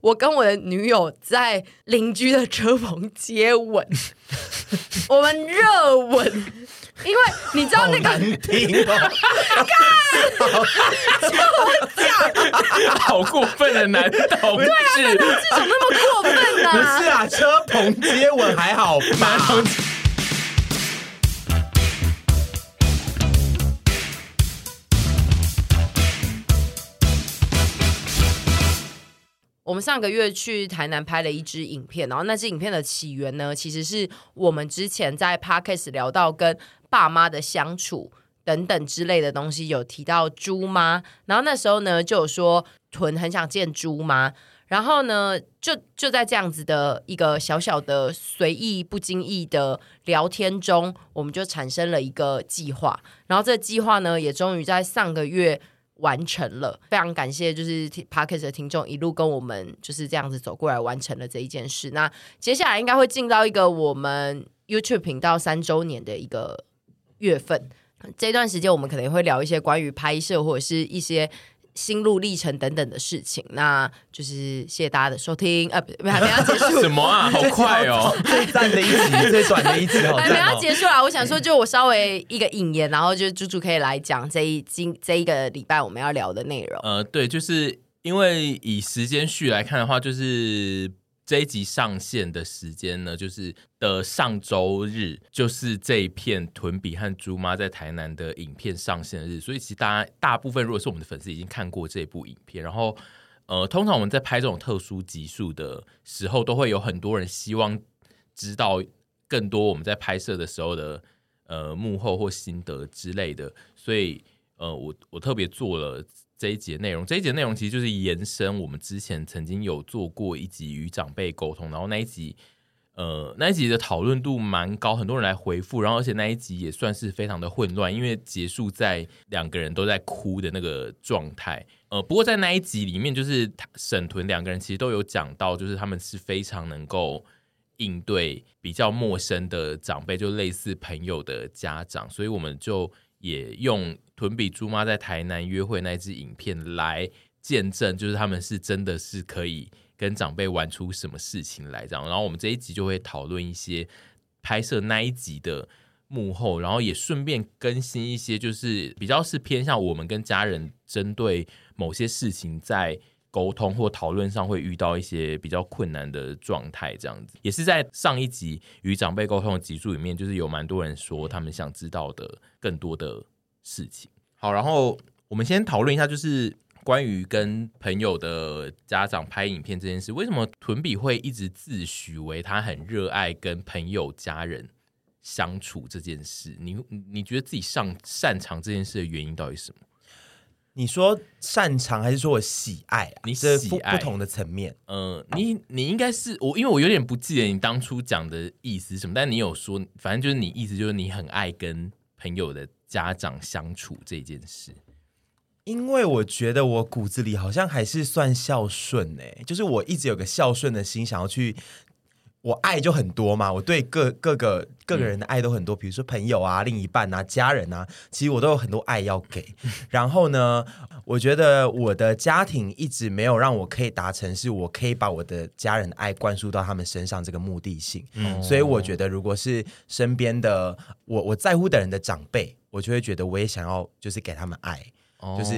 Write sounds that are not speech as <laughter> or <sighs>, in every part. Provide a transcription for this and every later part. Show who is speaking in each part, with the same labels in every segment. Speaker 1: 我跟我的女友在邻居的车棚接
Speaker 2: <laughs>
Speaker 1: 吻，我们热吻，因为你知道那个
Speaker 2: 难听哦，
Speaker 3: 好过分的男同志，
Speaker 1: 这种那么过分呢、
Speaker 2: 啊不是啊，车棚接吻还好
Speaker 3: 男
Speaker 2: 吧？
Speaker 3: 同志。
Speaker 1: 我们上个月去台南拍了一支影片，然后那支影片的起源呢，其实是我们之前在 podcast 聊到跟爸妈的相处等等之类的东西，有提到猪妈，然后那时候呢就有说屯很想见猪妈，然后呢就就在这样子的一个小小的随意不经意的聊天中，我们就产生了一个计划，然后这个计划呢也终于在上个月完成了，非常感谢就是 p a r k e s 的听众一路跟我们就是这样子走过来完成了这一件事。那接下来应该会进到一个我们 YouTube 频道三周年的一个月份，这段时间我们可能会聊一些关于拍摄或者是一些。心路历程等等的事情，那就是谢谢大家的收听，呃，不，还没要结束，
Speaker 3: 什么啊？好快哦！
Speaker 2: 最赞的一集，最短的一集，好
Speaker 1: 哎，没有
Speaker 2: 赞
Speaker 1: 要
Speaker 2: 哦！
Speaker 1: 结束了。我想说，就我稍微一个引言，然后就猪猪可以来讲这一今这一个礼拜我们要聊的内容。
Speaker 2: <laughs>
Speaker 3: 呃，对，就是因为以时间序来看的话，就是这一集上线的时间呢，就是的上周日，就是这一片屯比和猪妈在台南的影片上线的日，所以其实大家大部分如果是我们的粉丝已经看过这部影片，然后。呃，通常我们在拍这种特殊集数的时候，都会有很多人希望知道更多我们在拍摄的时候的呃幕后或心得之类的，所以呃，我我特别做了这一节内容。这一节内容其实就是延伸我们之前曾经有做过一集与长辈沟通，然后那一集呃那一集的讨论度蛮高，很多人来回复，然后而且那一集也算是非常的混乱，因为结束在两个人都在哭的那个状态。呃，不过在那一集里面，就是他沈屯两个人其实都有讲到，就是他们是非常能够。应对比较陌生的长辈，就类似朋友的家长，所以我们就也用屯比猪妈在台南约会那支影片来见证，就是他们是真的是可以跟长辈玩出什么事情来这样。然后我们这一集就会讨论一些拍摄那一集的幕后，然后也顺便更新一些，就是比较是偏向我们跟家人针对某些事情在沟通或讨论上会遇到一些比较困难的状态，这样子也是在上一集与长辈沟通的集数里面，就是有蛮多人说他们想知道的更多的事情。好，然后我们先讨论一下，就是关于跟朋友的家长拍影片这件事，为什么屯比会一直自诩为他很热爱跟朋友家人相处这件事？你你觉得自己上擅长这件事的原因到底是什么？
Speaker 2: 你说擅长还是说我喜爱啊？
Speaker 3: 你
Speaker 2: 这
Speaker 3: 喜
Speaker 2: 不
Speaker 3: 爱
Speaker 2: 不同的层面，
Speaker 3: 呃，你你应该是我，因为我有点不记得你当初讲的意思是什么，但你有说，反正就是你意思就是你很爱跟朋友的家长相处这件事。
Speaker 2: 因为我觉得我骨子里好像还是算孝顺哎、就是我一直有个孝顺的心，想要去。我爱就很多嘛，我对各各个各个人的爱都很多，比如说朋友啊、另一半啊、家人啊，其实我都有很多爱要给。然后呢，我觉得我的家庭一直没有让我可以达成，是我可以把我的家人的爱灌输到他们身上这个目的性。所以我觉得，如果是身边的我我在乎的人的长辈，我就会觉得我也想要就是给他们爱。
Speaker 3: 哦
Speaker 2: 就是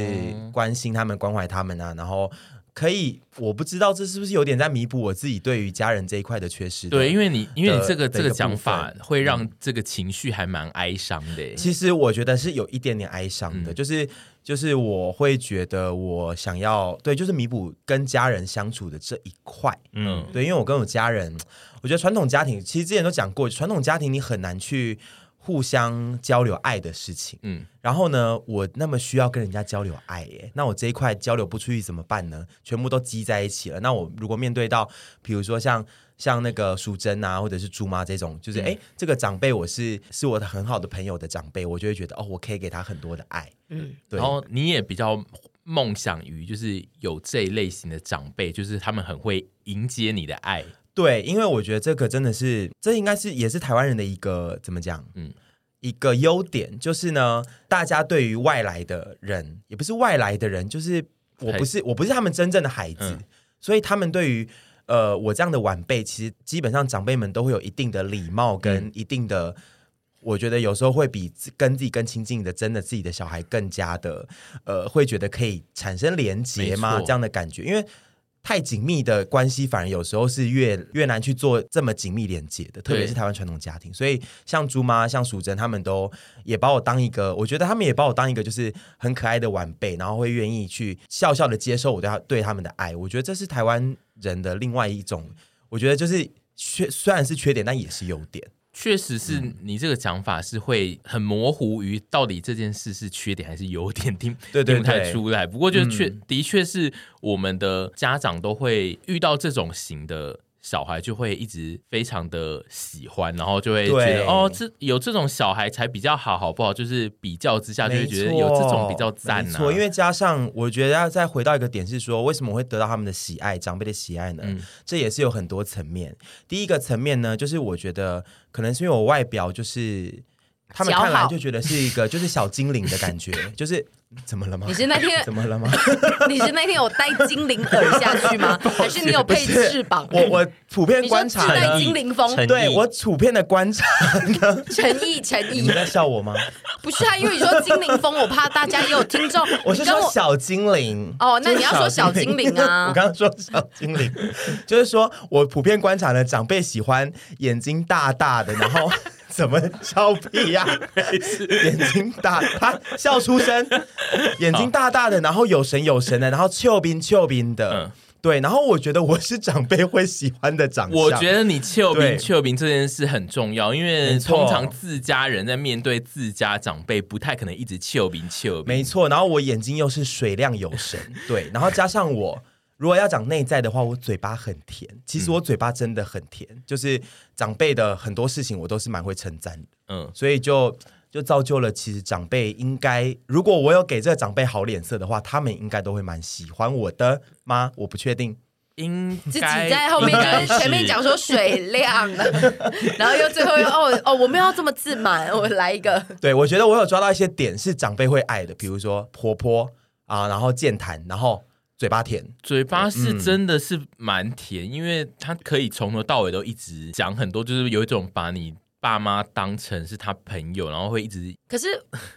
Speaker 2: 关心他们、关怀他们啊，然后可以，我不知道这是不是有点在弥补我自己对于家人这一块的缺失。
Speaker 3: 对，，因为你因为你这个
Speaker 2: 的的
Speaker 3: 这
Speaker 2: 一个
Speaker 3: 个讲法
Speaker 2: 部嗯
Speaker 3: 会让这个情绪还蛮哀伤的欸耶。
Speaker 2: 其实我觉得是有一点点哀伤
Speaker 3: 嗯
Speaker 2: 的，就是就是我会觉得我想要对，就是弥补跟家人相处的这一块。
Speaker 3: 嗯，
Speaker 2: 对，因为我跟我家人，我觉得传统家庭其实之前都讲过，传统家庭你很难去互相交流爱的事情。
Speaker 3: 嗯
Speaker 2: 嗯，然后呢，我那么需要跟人家交流爱耶，那我这一块交流不出去怎么办呢？全部都积在一起了。那我如果面对到，比如说像。像那个淑珍啊，或者是猪妈这种，就是哎、诶这个长辈我是是我的很好的朋友的长辈，我就会觉得哦，我可以给他很多的爱。
Speaker 1: 嗯
Speaker 2: 嗯，对。
Speaker 3: 然后你也比较梦想于就是有这一类型的长辈，就是他们很会迎接你的爱。
Speaker 2: 对，因为我觉得这个真的是，这应该是也是台湾人的一个怎么讲，
Speaker 3: 嗯
Speaker 2: 嗯，一个优点就是呢，大家对于外来的人，也不是外来的人，就是我不是我不是他们真正的孩子。
Speaker 3: 嗯
Speaker 2: 所以他们对于呃我这样的晚辈，其实基本上长辈们都会有一定的礼貌
Speaker 3: 嗯
Speaker 2: 跟一定的。我觉得有时候会比自跟自己更亲近的，真的自己的小孩更加的，呃，会觉得可以产生连结吗？
Speaker 3: 没错
Speaker 2: 这样的感觉，因为太紧密的关系，反而有时候是越越难去做这么紧密连接的，特别是台湾传统家庭。所以像猪妈、像淑珍他们都也把我当一个，我觉得他们也把我当一个就是很可爱的晚辈，然后会愿意去笑笑的接受我对他对他们的爱。我觉得这是台湾人的另外一种，我觉得就是缺虽然是缺点，但也是优点。
Speaker 3: 确实是
Speaker 2: 嗯
Speaker 3: 你这个讲法是会很模糊于到底这件事是缺点还是优点，听
Speaker 2: <laughs> 对对
Speaker 3: 听不太
Speaker 2: 对嗯
Speaker 3: 出来。不过就确、的确是我们的家长都会遇到这种型的。小孩就会一直非常的喜欢，然后就会觉得
Speaker 2: 对
Speaker 3: 哦，这有这种小孩才比较好，好不好？就是比较之下就会觉
Speaker 2: 没
Speaker 3: 得
Speaker 2: 错
Speaker 3: 有这种比较赞
Speaker 2: 没
Speaker 3: 啊。
Speaker 2: 错，因为加上我觉得要再回到一个点是说，为什么我会得到他们的喜爱，长辈的喜爱呢？
Speaker 3: 嗯
Speaker 2: 这也是有很多层面。第一个层面呢，就是我觉得可能是因为我外表就是。他们
Speaker 1: 姣好
Speaker 2: 看来就觉得是一
Speaker 1: <laughs>
Speaker 2: 个就是小精灵的感觉，就是怎么了吗？
Speaker 1: 你是那天
Speaker 2: <laughs> 怎么了吗？
Speaker 1: 你是那天有戴精灵耳下去
Speaker 2: <laughs>
Speaker 1: 吗？还是你有配翅膀？
Speaker 2: 我我普遍
Speaker 1: 你说
Speaker 2: 观
Speaker 1: 自
Speaker 2: 察
Speaker 1: 带
Speaker 2: 呢，
Speaker 1: 精灵风，
Speaker 4: 诚意
Speaker 2: 对我普遍的
Speaker 1: <laughs>
Speaker 2: 观察，
Speaker 1: 诚意诚
Speaker 2: 你
Speaker 1: 意
Speaker 2: 们，在笑我吗？
Speaker 1: 不是啊，因为你说精灵风，我怕大家也有听众，
Speaker 2: <laughs> 我是
Speaker 1: 你跟
Speaker 2: 说小精灵。
Speaker 1: 哦，那你要说小精灵啊
Speaker 2: <laughs> 我，刚刚说小精灵， <laughs> 就是说我普遍观察呢，长辈喜欢眼睛大大的，然后 <laughs> 怎么笑屁呀、眼睛大，他笑出声，眼睛大大的，然后有神有神的，然后俏冰俏冰的，
Speaker 3: 嗯
Speaker 2: 对，然后我觉得我是长辈会喜欢的长相，
Speaker 3: 我觉得你丘
Speaker 2: 对
Speaker 3: 比丘比这件事很重要，因为
Speaker 2: 没错
Speaker 3: 通常自家人在面对自家长辈，不太可能一直丘比丘比。
Speaker 2: 没错，然后我眼睛又是水亮有神，对，然后加上我如果要讲内在的话，我嘴巴很甜，其实我嘴巴真的很甜，就是长辈的很多事情我都是蛮会称赞的，
Speaker 3: 嗯，
Speaker 2: 所以就就造就了其实长辈应该，如果我有给这个长辈好脸色的话，他们应该都会蛮喜欢我的吗？我不确定，
Speaker 3: 应
Speaker 1: 自己
Speaker 3: 该
Speaker 1: 在后面就
Speaker 3: 应该
Speaker 1: 是前面讲说水
Speaker 2: <laughs>
Speaker 1: 亮了，然后又最后又哦哦，我们要这么自满，我来一个
Speaker 2: 对我觉得我有抓到一些点是长辈会爱的，比如说婆婆啊，然后健谈，然后嘴巴甜，
Speaker 3: 嘴巴是真的是蛮甜，因为他可以从头到尾都一直讲很多，就是有一种把你爸妈当成是他朋友，然后会一直
Speaker 1: 可是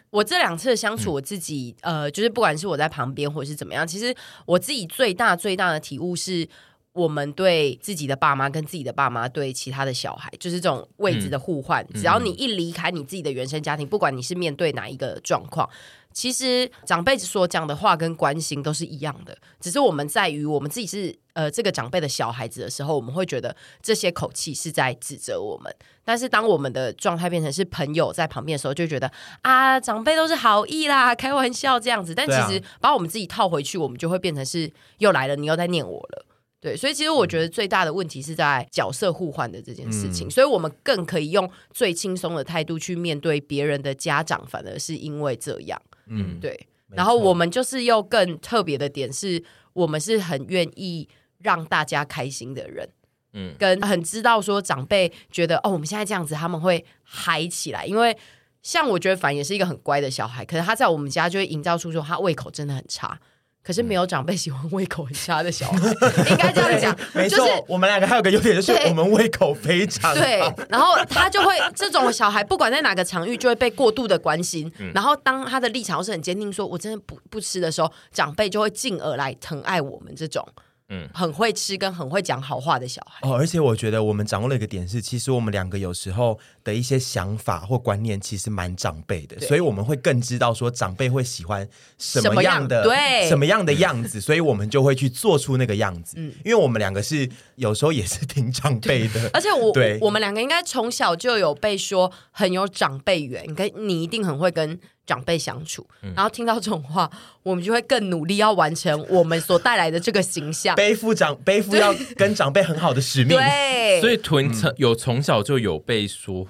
Speaker 1: 我这两次的相处，我自己、呃，就是不管是我在旁边或是怎么样，其实我自己最大最大的体悟是。我们对自己的爸妈跟自己的爸妈对其他的小孩，就是这种位置的互换。只要你一离开你自己的原生家庭，不管你是面对哪一个状况，其实长辈所讲的话跟关心都是一样的，只是我们在于我们自己是呃这个长辈的小孩子的时候，我们会觉得这些口气是在指责我们。但是当我们的状态变成是朋友在旁边的时候，就觉得啊，长辈都是好意啦，开玩笑这样子。但
Speaker 2: 对啊
Speaker 1: 其实把我们自己套回去，我们就会变成是又来了，你又在念我了。对，所以其实我
Speaker 2: 嗯
Speaker 1: 觉得最大的问题是在角色互换的这件事情，所以我们更可以用最轻松的态度去面对别人的家长，反而是因为这样。
Speaker 2: 嗯，
Speaker 1: 对，
Speaker 2: 没
Speaker 1: 然后
Speaker 2: 错
Speaker 1: 我们就是又更特别的点是，我们是很愿意让大家开心的人，
Speaker 3: 嗯
Speaker 1: 跟很知道说长辈觉得哦，我们现在这样子他们会嗨起来，因为。像我觉得凡也是一个很乖的小孩，可是他在我们家就会营造出说他胃口真的很差，可是没有长辈喜欢胃口很差的
Speaker 2: <laughs>
Speaker 1: 小孩，应该这样
Speaker 2: 没
Speaker 1: 讲，就
Speaker 2: 错，
Speaker 1: 是
Speaker 2: 我们两个还有个优点就是
Speaker 1: 对
Speaker 2: 我们胃口非常
Speaker 1: 对
Speaker 2: 好。，
Speaker 1: 然后他就会这种小孩，不管在哪个场域，就会被过度的关心。
Speaker 2: 嗯
Speaker 1: 然后当他的立场是很坚定，说我真的不不吃的时候，长辈就会进而来疼爱我们这种，嗯
Speaker 3: 嗯，
Speaker 1: 很会吃跟很会讲好话的小孩。
Speaker 2: 哦，而且我觉得我们掌握了一个点是，其实我们两个有时候的一些想法或观念其实蛮长辈的，所以我们会更知道说长辈会喜欢什
Speaker 1: 什么
Speaker 2: 么
Speaker 1: 样
Speaker 2: 样的
Speaker 1: 对
Speaker 2: 什么样的样子，所以我们就会去做出那个样子。
Speaker 1: 嗯
Speaker 2: 因为我们两个是有时候也是挺长辈的，
Speaker 1: 而且我
Speaker 2: 对
Speaker 1: 我们两个应该从小就有被说很有长辈缘，跟你一定很会跟长辈相处。
Speaker 2: 嗯
Speaker 1: 然后听到这种话，我们就会更努力要完成我们所带来的这个形象。
Speaker 2: 背负长
Speaker 1: <laughs>
Speaker 2: 背负要跟长辈很好的使命。
Speaker 1: 对，
Speaker 2: 嗯
Speaker 3: 所以屯从有从小就有被说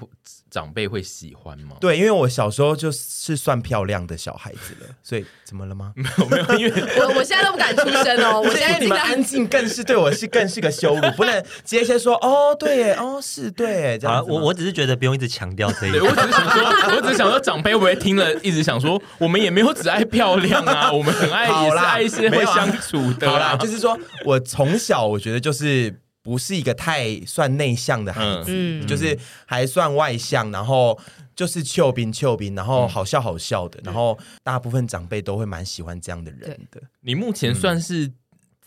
Speaker 3: 长辈会喜欢
Speaker 2: <laughs>
Speaker 3: 吗？
Speaker 2: 对，因为我小时候就是算漂亮的小孩子了，所以怎么了吗？
Speaker 1: 我我现在都不敢出声
Speaker 2: <laughs>
Speaker 1: 哦，我现在
Speaker 2: 你
Speaker 1: 听
Speaker 2: 们
Speaker 1: 到
Speaker 2: 安静更是对我是更是个羞辱，不能直接先说哦，对耶，哦是对耶，这
Speaker 4: 好
Speaker 2: 样
Speaker 4: 了，
Speaker 2: 子吗
Speaker 4: 我我只是觉得不用一直强调这
Speaker 3: <laughs>
Speaker 4: 一
Speaker 3: 对，
Speaker 4: 点
Speaker 3: 我。只是想说，我只是想说，长辈会不会听了一直想说，我们也没有只爱漂亮
Speaker 2: <laughs>
Speaker 3: 啊，我们很爱
Speaker 2: 好
Speaker 3: 也是
Speaker 2: 啦
Speaker 3: 爱一些
Speaker 2: 没
Speaker 3: 会
Speaker 2: 有啊啊
Speaker 3: 相处的
Speaker 2: 好
Speaker 3: 啦，
Speaker 2: 啦，就是说我从小我觉得就是不是一个太算内向的孩子，
Speaker 1: 嗯嗯
Speaker 2: 就是还算外向，然后就是俏兵俏兵，然后好笑好笑的，然后大部分长辈都会蛮喜欢这样的人的。
Speaker 3: 你目前算是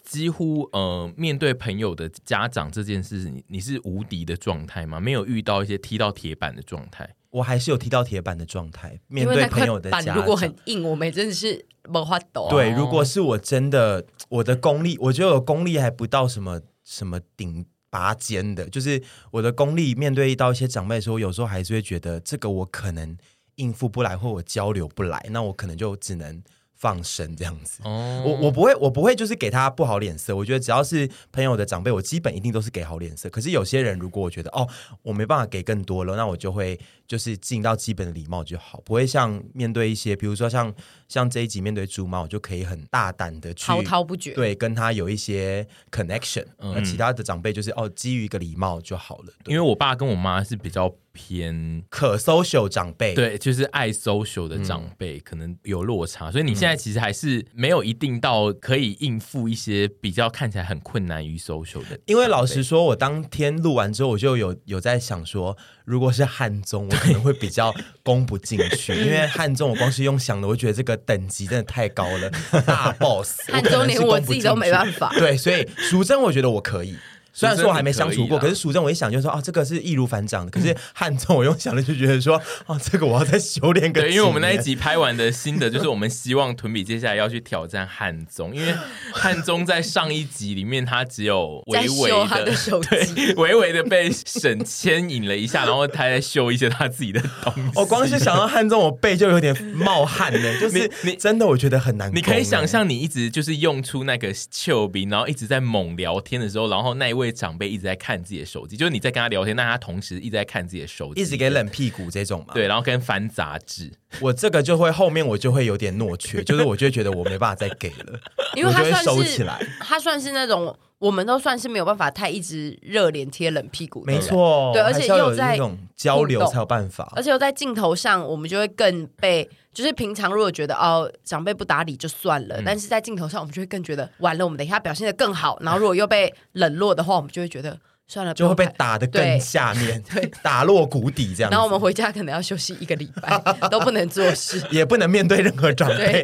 Speaker 3: 几乎呃面对朋友的家长这件事，你你是无敌的状态吗？没有遇到一些踢到铁板的状态？
Speaker 2: 我还是有提到铁板的状态，面
Speaker 1: 因为
Speaker 2: 对
Speaker 1: 那
Speaker 2: 朋
Speaker 1: 块
Speaker 2: 友的家
Speaker 1: 板
Speaker 2: 长。
Speaker 1: 如果很硬，我们真的是没法抖。啊
Speaker 2: 对，
Speaker 3: 哦
Speaker 2: 如果是我真的，我的功力，我觉得我功力还不到什么什么顶拔尖的，就是我的功力面对到一些长辈的时候，有时候还是会觉得这个我可能应付不来，或我交流不来，那我可能就只能放生这样子。
Speaker 3: 哦
Speaker 2: 我
Speaker 1: 嗯
Speaker 2: 我不会，我不会，就是给他不好脸色。我觉得只要是朋友的长辈，我基本一定都是给好脸色。可是有些人，如果我觉得哦，我没办法给更多了，那我就会就是尽到基本的礼貌就好，不会像面对一些，比如说像像这一集面对猪妈，我就可以很大胆的去
Speaker 1: 滔滔不绝。
Speaker 2: 对跟他有一些 connection、
Speaker 3: 嗯
Speaker 2: 那其他的长辈就是哦，基于一个礼貌就好了。
Speaker 3: 因为我爸跟我妈是比较偏。
Speaker 2: 可 social 长辈，
Speaker 3: 对，就是爱 social 的长辈、可能有落差，所以你现在其实还是没有一定到可以应付一些比较看起来很困难于 social 的。
Speaker 2: 因为老实说，我当天录完之后，我就有有在想说，如果是汉中，我可能会比
Speaker 3: <laughs>
Speaker 2: 较攻不进去，因为汉中我光是用想的，我觉得这个等级真的太高
Speaker 3: <laughs>
Speaker 2: 了，大 boss，
Speaker 1: 汉中连我自己都没
Speaker 2: 法。
Speaker 1: 办法。
Speaker 2: 对，所以淑珍，我觉得我可以。虽然说我还没相处过，
Speaker 3: 淑珍你可以啦嗯
Speaker 2: 可是淑珍我一想就说啊，这个是易如反掌的。可是汉中我用想的就觉得说啊，这个我要再修炼个。
Speaker 3: 对，因为我们那一，集拍完的新的就是，我们希望屯比接下来要去挑战汉宗，因为汉宗在上一集里面他只有微
Speaker 1: 在
Speaker 3: 微
Speaker 1: 修他
Speaker 3: 的
Speaker 1: 的手机
Speaker 3: 对， <laughs> 微微的被沈牵引了一下，然后他在秀一些他自己的东西。
Speaker 2: 我哦光是想到汉中，我背就有点冒汗了，就是
Speaker 3: 你你
Speaker 2: 真的我觉得很难攻
Speaker 3: 你
Speaker 2: 欸。
Speaker 3: 可以想象，你一直就是用出那个丘鼻，然后一直在猛聊天的时候，然后那一位长辈一直在看自己的手机，就是你在跟他聊天，但他同时一直在看自己的手机，
Speaker 2: 一直给冷屁股这种嘛，
Speaker 3: 对，然后跟翻杂志。
Speaker 2: 我这个就会后面我就会有点懦
Speaker 1: <laughs>
Speaker 2: 怯，就是我就会觉得我没办法再给了，
Speaker 1: 因为他
Speaker 2: 我就会收
Speaker 1: 算
Speaker 2: 起
Speaker 1: 是
Speaker 2: 来。
Speaker 1: 他算是那种我们都算是没有办法太一直热脸贴冷屁股的
Speaker 2: 没
Speaker 1: 人，
Speaker 2: 错，
Speaker 1: 对而且
Speaker 2: 还是要有
Speaker 1: 又在
Speaker 2: 那种交流
Speaker 1: 互动
Speaker 2: 才有办法
Speaker 1: 而。且又在镜头上，我们就会更被，就是平常如果觉得哦长辈不打理就算了，但是在镜头上我们就会更觉得完了，我们等一下表现的更好，然后如果又被冷落的话，我们就会觉得算了，
Speaker 2: 就会被
Speaker 1: 不用拍。
Speaker 2: 打得更下面，打落谷底这样子。
Speaker 1: 然后我们回家可能要休息一个礼拜，都不能做
Speaker 2: <laughs>
Speaker 1: 事。
Speaker 2: 也不能面对任何长辈
Speaker 1: 对。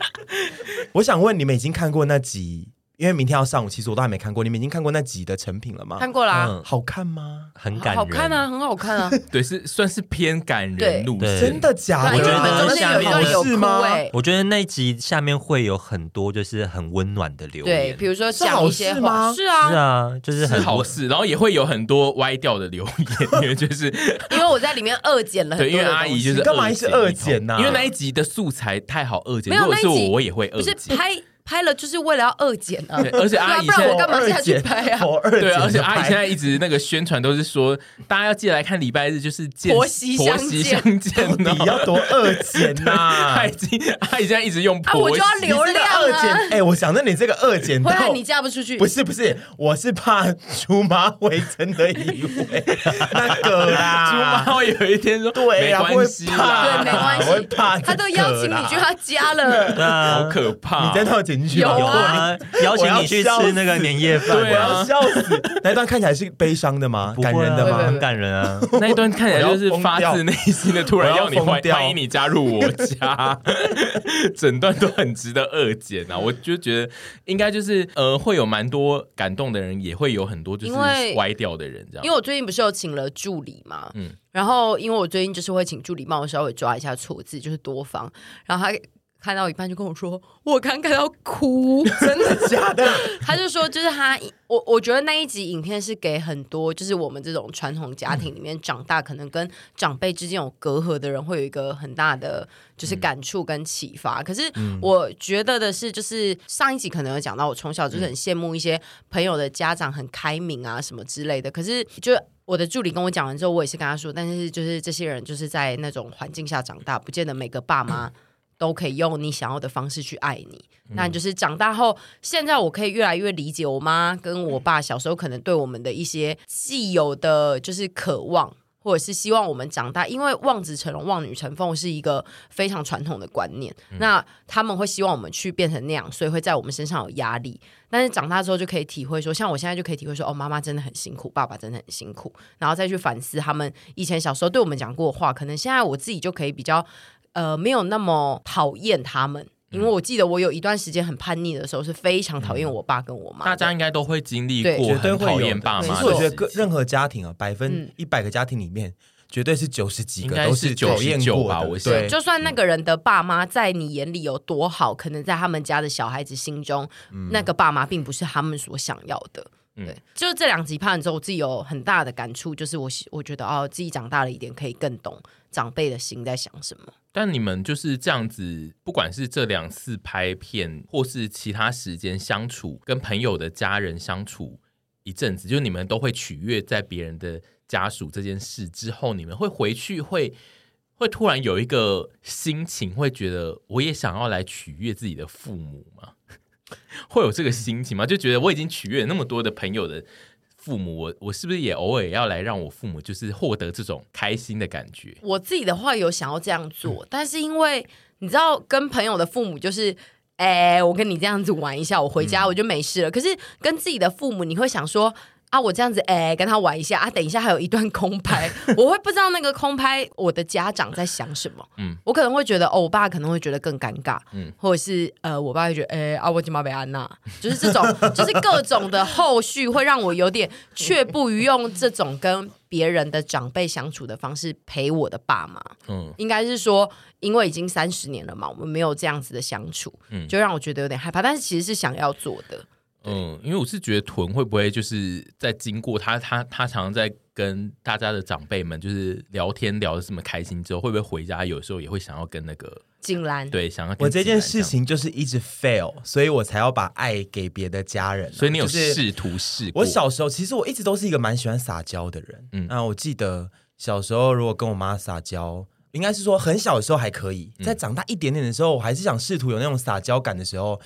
Speaker 2: <laughs> 我想问你们已经看过那集，因为明天要上午，其实我都还没看过。你们已经看过那集的成品了吗？
Speaker 1: 看过啦、
Speaker 4: 嗯
Speaker 2: 好看吗？
Speaker 4: 很感人，
Speaker 1: 好看啊，很好看啊。
Speaker 3: 对，是算是偏感
Speaker 1: 对
Speaker 3: 人路
Speaker 4: 对
Speaker 3: 线，
Speaker 2: 真的假的？
Speaker 4: 我觉得
Speaker 1: 因为我们中间有一段有
Speaker 2: 是
Speaker 1: 哭
Speaker 2: 吗？
Speaker 1: 哎、
Speaker 4: 我觉得那一集下面会有很多就是很温暖的留
Speaker 1: 对，
Speaker 4: 言，
Speaker 1: 比如说讲一些话，是啊，
Speaker 4: 是啊，就是
Speaker 3: 是
Speaker 4: 很
Speaker 3: 好
Speaker 4: 温
Speaker 3: 事，然后也会有很多歪掉的留言，因为就是
Speaker 1: 因为我在里面二剪了很
Speaker 3: 对，因
Speaker 1: 多
Speaker 3: 为
Speaker 1: 的东西。
Speaker 3: 阿姨就是
Speaker 2: 你干嘛一直
Speaker 3: 二
Speaker 2: 二剪呐
Speaker 3: 因为那一集的素材太好二剪，
Speaker 1: 没有
Speaker 3: 如果是
Speaker 1: 那一
Speaker 3: 我
Speaker 1: 集
Speaker 3: 我也会
Speaker 1: 哦
Speaker 3: 二
Speaker 1: 不是
Speaker 3: 剪。
Speaker 1: 拍拍了就是为了要二剪啊
Speaker 3: 对，而且阿姨
Speaker 1: 对啊不然
Speaker 3: 现在
Speaker 1: 我干嘛下去拍啊？
Speaker 2: <laughs> 我二姐
Speaker 3: 对啊，而且
Speaker 2: 就拍
Speaker 3: 阿姨现在一直那个宣传都是说，大家要记得来看礼拜日，就是见
Speaker 1: 婆媳
Speaker 3: 婆
Speaker 1: 相见
Speaker 3: 媳相见
Speaker 2: 到底
Speaker 3: 哦。
Speaker 2: 要多二
Speaker 3: <laughs>
Speaker 2: 剪呐、
Speaker 3: 阿姨阿姨现在一直用
Speaker 1: 啊，我
Speaker 3: 婆
Speaker 1: 就
Speaker 3: 媳，
Speaker 1: 要流
Speaker 2: 你这个
Speaker 1: 量
Speaker 2: 二剪，
Speaker 1: 啊，
Speaker 2: 哎、我想着你这个二剪
Speaker 1: 不
Speaker 2: 到
Speaker 1: 然你嫁不出去。
Speaker 2: 不是不是，我是怕竹马尾真的
Speaker 1: <laughs>
Speaker 2: 以为那个啦，
Speaker 3: 猪妈会有一天说，
Speaker 2: 对
Speaker 3: 没
Speaker 2: 呀、我
Speaker 3: 关系
Speaker 2: 会怕，
Speaker 1: 对没关系
Speaker 2: 我会怕这个
Speaker 1: 他
Speaker 2: 啦，
Speaker 1: 都邀请你去他家
Speaker 2: <laughs>
Speaker 1: 了，
Speaker 4: 对
Speaker 1: <laughs>
Speaker 4: 啊
Speaker 3: 好，可怕，
Speaker 2: 你真的要剪进去吗？
Speaker 1: 有
Speaker 4: 有
Speaker 1: 啊
Speaker 4: 啊，邀请你去吃那个年夜饭，
Speaker 3: 对啊
Speaker 2: 我要笑死！那段看起来是悲伤的吗？
Speaker 4: 不会啊
Speaker 2: 感人的
Speaker 1: 不会不
Speaker 2: 吗
Speaker 1: 会？
Speaker 4: 很感人啊，
Speaker 3: <laughs> 那一段看起来就是发自内心的，突然要你
Speaker 2: 我要
Speaker 3: 欢
Speaker 2: 疯掉
Speaker 3: 欢迎你加入我家，整段都很值得二剪啊！我就觉得应该就是呃，会有蛮多感动的人，也会有很多就是
Speaker 1: 因为
Speaker 3: 歪掉的人这样。
Speaker 1: 因为我最近不是有请了助理嘛，
Speaker 3: 嗯
Speaker 1: 嗯，然后因为我最近就是会请助理帮我稍微抓一下错字，就是多方，然后他。看到一半就跟我说，我刚看到
Speaker 2: <laughs>
Speaker 1: 哭，
Speaker 2: 真的假的？
Speaker 1: <laughs> 他就说，就是他，我我觉得那一集影片是给很多就是我们这种传统家庭里面长大，可能跟长辈之间有隔阂的人，会有一个很大的就是感触跟启发。可是我觉得的是，就是上一集可能有讲到，我从小就是很羡慕一些朋友的家长很开明啊什么之类的。可是就我的助理跟我讲完之后，我也是跟他说，但是就是这些人就是在那种环境下长大，不见得每个爸妈都可以用你想要的方式去爱你。那就是长大后，现在我可以越来越理解我妈跟我爸小时候可能对我们的一些既有的就是渴望。或者是希望我们长大，因为望子成龙、望女成凤是一个非常传统的观念。
Speaker 3: 嗯
Speaker 1: 那他们会希望我们去变成那样，所以会在我们身上有压力。但是长大之后就可以体会说，像我现在就可以体会说，哦，妈妈真的很辛苦，爸爸真的很辛苦，然后再去反思他们以前小时候对我们讲过的话，可能现在我自己就可以比较呃没有那么讨厌他们，因
Speaker 3: 嗯
Speaker 1: 为我记得我有一段时间很叛逆的时候，是非常讨厌我爸跟我妈的。
Speaker 3: 大家应该都会经历
Speaker 1: 对
Speaker 3: 过
Speaker 2: 绝对
Speaker 3: 很
Speaker 2: 会有
Speaker 3: 讨
Speaker 2: 的
Speaker 3: 厌爸
Speaker 2: 其
Speaker 3: 妈
Speaker 2: 实
Speaker 3: 的
Speaker 2: 我
Speaker 3: 事
Speaker 2: 觉
Speaker 3: 情，
Speaker 2: 得各任何家庭啊，百
Speaker 1: 嗯
Speaker 2: 分一百个家庭里面，绝对是九十几
Speaker 3: 应
Speaker 2: 个
Speaker 3: 该
Speaker 2: 都
Speaker 3: 是
Speaker 2: 讨厌
Speaker 3: 99
Speaker 2: 过
Speaker 3: 吧
Speaker 2: 的
Speaker 3: 我想
Speaker 2: 对，
Speaker 1: 就算那个人的爸妈在你眼里有多好，可能在他们家的小孩子心中，那个爸妈并不是他们所想要的。
Speaker 3: 嗯
Speaker 1: 对，就是这两集看完之后，我自己有很大的感触，就是我喜我觉得哦，自己长大了一点，可以更懂长辈的心在想什么。
Speaker 3: 但你们就是这样子，不管是这两次拍片，或是其他时间相处，跟朋友的家人相处一阵子，就你们都会取悦在别人的家属这件事之后，你们会回去会会突然有一个心情，会觉得我也想要来取悦自己的父母吗？ <laughs> 会有这个心情吗？就觉得我已经取悦了那么多的朋友的父母，我我是不是也偶尔要来让我父母就是获得这种开心的感觉？
Speaker 1: 我自己的话有想要这样做，但是因为你知道，跟朋友的父母就是。哎、我跟你这样子玩一下，我回家我就没事了。可是跟自己的父母，你会想说啊，我这样子哎、跟他玩一下啊，等一下还有一段空拍， <laughs> 我会不知道那个空拍我的家长在想什么。
Speaker 3: 嗯
Speaker 1: 嗯，我可能会觉得哦，我爸可能会觉得更尴尬，
Speaker 3: 嗯
Speaker 1: 嗯，或者是呃，我爸会觉得哎、啊，我怎么被安娜，就是这种， <laughs> 就是各种的后续会让我有点却步于用这种跟别人的长辈相处的方式陪我的爸妈。
Speaker 3: 嗯。
Speaker 1: 应该是说，因为已经三十年了嘛，我们没有这样子的相处，
Speaker 3: 嗯
Speaker 1: 就让我觉得有点害怕。但是其实是想要做的，
Speaker 3: 嗯，因为我是觉得屯会不会就是在经过他他他常常在跟大家的长辈们就是聊天聊的这么开心之后，会不会回家有时候也会想要跟那个
Speaker 1: 景兰。
Speaker 3: 对想要跟
Speaker 2: 我这件
Speaker 3: 自己
Speaker 2: 事
Speaker 3: 来讲，
Speaker 2: 情就是一直 fail，所以我才要把爱给别的家人啊、
Speaker 3: 所以你有
Speaker 2: 就是
Speaker 3: 试图试过？
Speaker 2: 我小时候其实我一直都是一个蛮喜欢撒娇的人，
Speaker 3: 嗯
Speaker 2: 嗯，那我记得小时候如果跟我妈撒娇，应该是说很小的时候还可以，
Speaker 3: 嗯
Speaker 2: 在长大一点点的时候，我还是想试图有那种撒娇感的时候，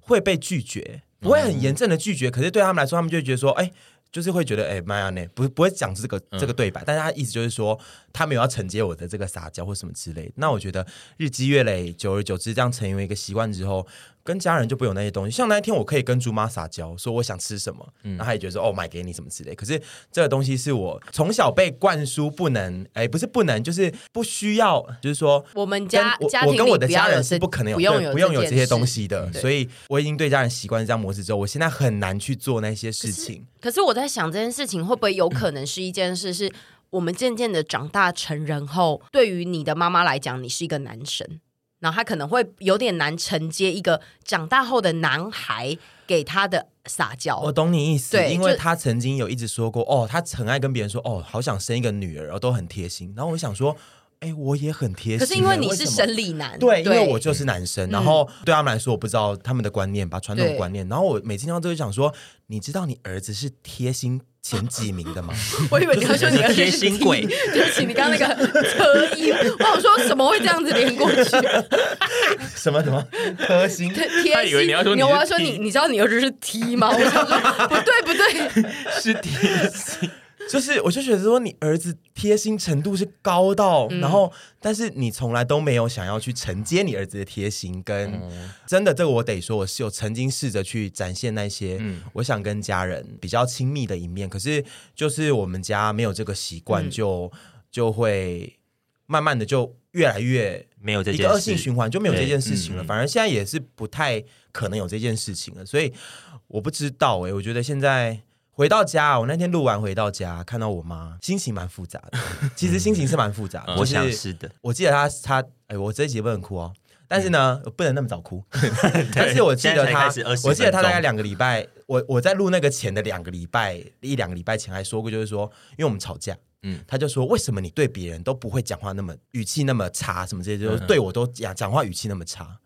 Speaker 2: 会被拒绝，
Speaker 3: 嗯
Speaker 2: 不会很严正的拒绝，可是对他们来说，他们就会觉得说，哎、就是会觉得，哎、妈呀呢，不不会讲这个这个对白，但是他意思就是说，他没有要承接我的这个撒娇或什么之类的。那我觉得日积月累，久而久之，这样成为一个习惯之后，跟家人就不会有那些东西。像那一天，我可以跟猪妈撒娇，说我想吃什么，然后她也觉得说，哦，买给你什么之类。可是这个东西是我从小被灌输不能，哎、不是不能，就是不需要，就是说
Speaker 1: 我们家
Speaker 2: 跟我
Speaker 1: 家
Speaker 2: 我
Speaker 1: 庭
Speaker 2: 跟
Speaker 1: 里
Speaker 2: 我的
Speaker 1: 不要
Speaker 2: 家
Speaker 1: 有
Speaker 2: 人
Speaker 1: 这
Speaker 2: 是不可能有
Speaker 1: 不用
Speaker 2: 对
Speaker 1: 有
Speaker 2: 不用有
Speaker 1: 这
Speaker 2: 这
Speaker 1: 件
Speaker 2: 些东
Speaker 1: 事
Speaker 2: 西的，
Speaker 1: 对
Speaker 2: 所以我已经对家人习惯这样模式之后，我现在很难去做那些事情。
Speaker 1: 可是我在想这件事情会不会有可能是一件事，是我们渐渐的长大成人后，对于你的妈妈来讲，你是一个男生，然后她可能会有点难承接一个长大后的男孩给她的撒娇。
Speaker 2: 我懂你意思，
Speaker 1: 对
Speaker 2: 因为
Speaker 1: 就
Speaker 2: 他曾经有一直说过，哦，他很爱跟别人说，哦，好想生一个女儿，然后哦都很贴心。然后我想说，哎，我也很贴
Speaker 1: 可
Speaker 2: 心，欸
Speaker 1: 是因为你
Speaker 2: 什
Speaker 1: 是
Speaker 2: 么
Speaker 1: 生理男，
Speaker 2: 对，因为我就是男生，然后对他们来说，我不知道他们的观念吧，传统
Speaker 1: 对
Speaker 2: 观念。然后我每次听到这个，想说，你知道你儿子是贴心前几名的吗？ <laughs>
Speaker 1: 我以为你要说你儿子
Speaker 4: 贴心鬼
Speaker 1: 对不起，你刚刚那个车衣，我想说怎么会这样子连过去？
Speaker 2: 什么
Speaker 1: <laughs>
Speaker 2: 什么贴心？
Speaker 1: 贴
Speaker 3: 他以为
Speaker 1: 心，
Speaker 3: 你要说你是
Speaker 1: 我要说
Speaker 3: T
Speaker 1: 你，你知道你儿子是 T 吗？我想说不对不对，
Speaker 3: 是第一次，
Speaker 2: 就是我就觉得说你儿子贴心程度是高到，然后但是你从来都没有想要去承接你儿子的贴心，跟、真的这个我得说，我是有曾经试着去展现那些、我想跟家人比较亲密的一面，可是就是我们家没有这个习惯，就就会慢慢的就越来越。
Speaker 4: 没有这
Speaker 2: 一
Speaker 4: 件
Speaker 2: 个恶性
Speaker 4: 事。
Speaker 2: 循环就没有这件事情了，
Speaker 3: 对嗯嗯
Speaker 2: 反而现在也是不太可能有这件事情了，所以我不知道哎、我觉得现在回到家，我那天录完回到家，看到我妈，心情蛮复杂的，其实心情是蛮复杂的，
Speaker 4: 嗯我
Speaker 2: 就是
Speaker 4: 想是的，
Speaker 2: 我记得她她哎、我这一集不能哭哦。但是呢，不能那么早哭。
Speaker 4: <laughs>
Speaker 2: 但是我记得
Speaker 4: 嗯现在才
Speaker 2: 她
Speaker 4: 开始20，
Speaker 2: 我记得她
Speaker 4: 分钟
Speaker 2: 大概两个礼拜，我我在录那个前的两个礼拜，一两个礼拜前还说过，就是说，因为我们吵架，
Speaker 3: 嗯
Speaker 2: 嗯，他就说为什么你对别人都不会讲话那么语气那么差，什么这些，就是
Speaker 3: 嗯
Speaker 2: 对我都讲讲话语气那么差。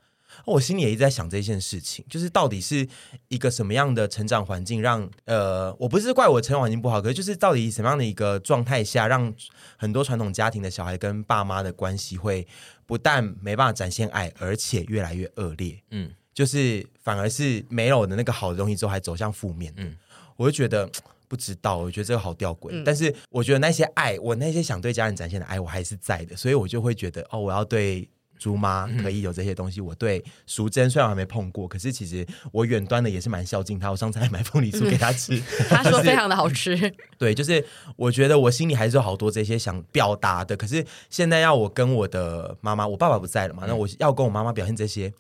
Speaker 2: 我心里也一直在想这件事情，就是到底是一个什么样的成长环境让呃，我不是怪我成长环境不好，可是就是到底什么样的一个状态下，让很多传统家庭的小孩跟爸妈的关系会不但没办法展现爱，而且越来越恶劣。
Speaker 3: 嗯，
Speaker 2: 就是反而是没有的那个好的东西之后，还走向负面的。
Speaker 3: 嗯
Speaker 2: 我就觉得不知道，我觉得这个好吊诡。
Speaker 1: 嗯
Speaker 2: 但是我觉得那些爱，我那些想对家人展现的爱，我还是在的，所以我就会觉得哦，我要对。猪妈可以有这些东西，我对淑珍虽然我还没碰过，可是其实我远端的也是蛮孝敬她。我上次还买凤梨酥给她吃，
Speaker 1: 他
Speaker 3: <laughs>
Speaker 1: 说非常的好吃，
Speaker 2: 对，就是我觉得我心里还是有好多这些想表达的，可是现在要我跟我的妈妈，我爸爸不在了嘛，那
Speaker 3: 嗯
Speaker 2: 我要跟我妈妈表现这些。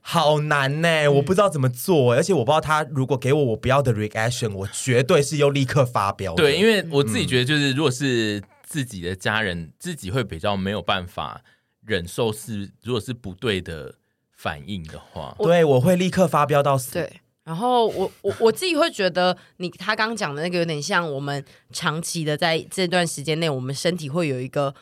Speaker 2: 好难呢、
Speaker 3: 嗯
Speaker 2: 我不知道怎么做、欸而且我不知道他如果给我我不要的 reaction，我绝对是又立刻发飙的。
Speaker 3: 对，因为我自
Speaker 2: 嗯
Speaker 3: 己觉得，就是如果是自己的家人，自己会比较没有办法忍受是，如果是不对的反应的话，
Speaker 2: 对我会立刻发飙到死。
Speaker 1: 对。然后我我我自己会觉得你他刚讲的那个有点像我们长期的在这段时间内，我们身体会有一个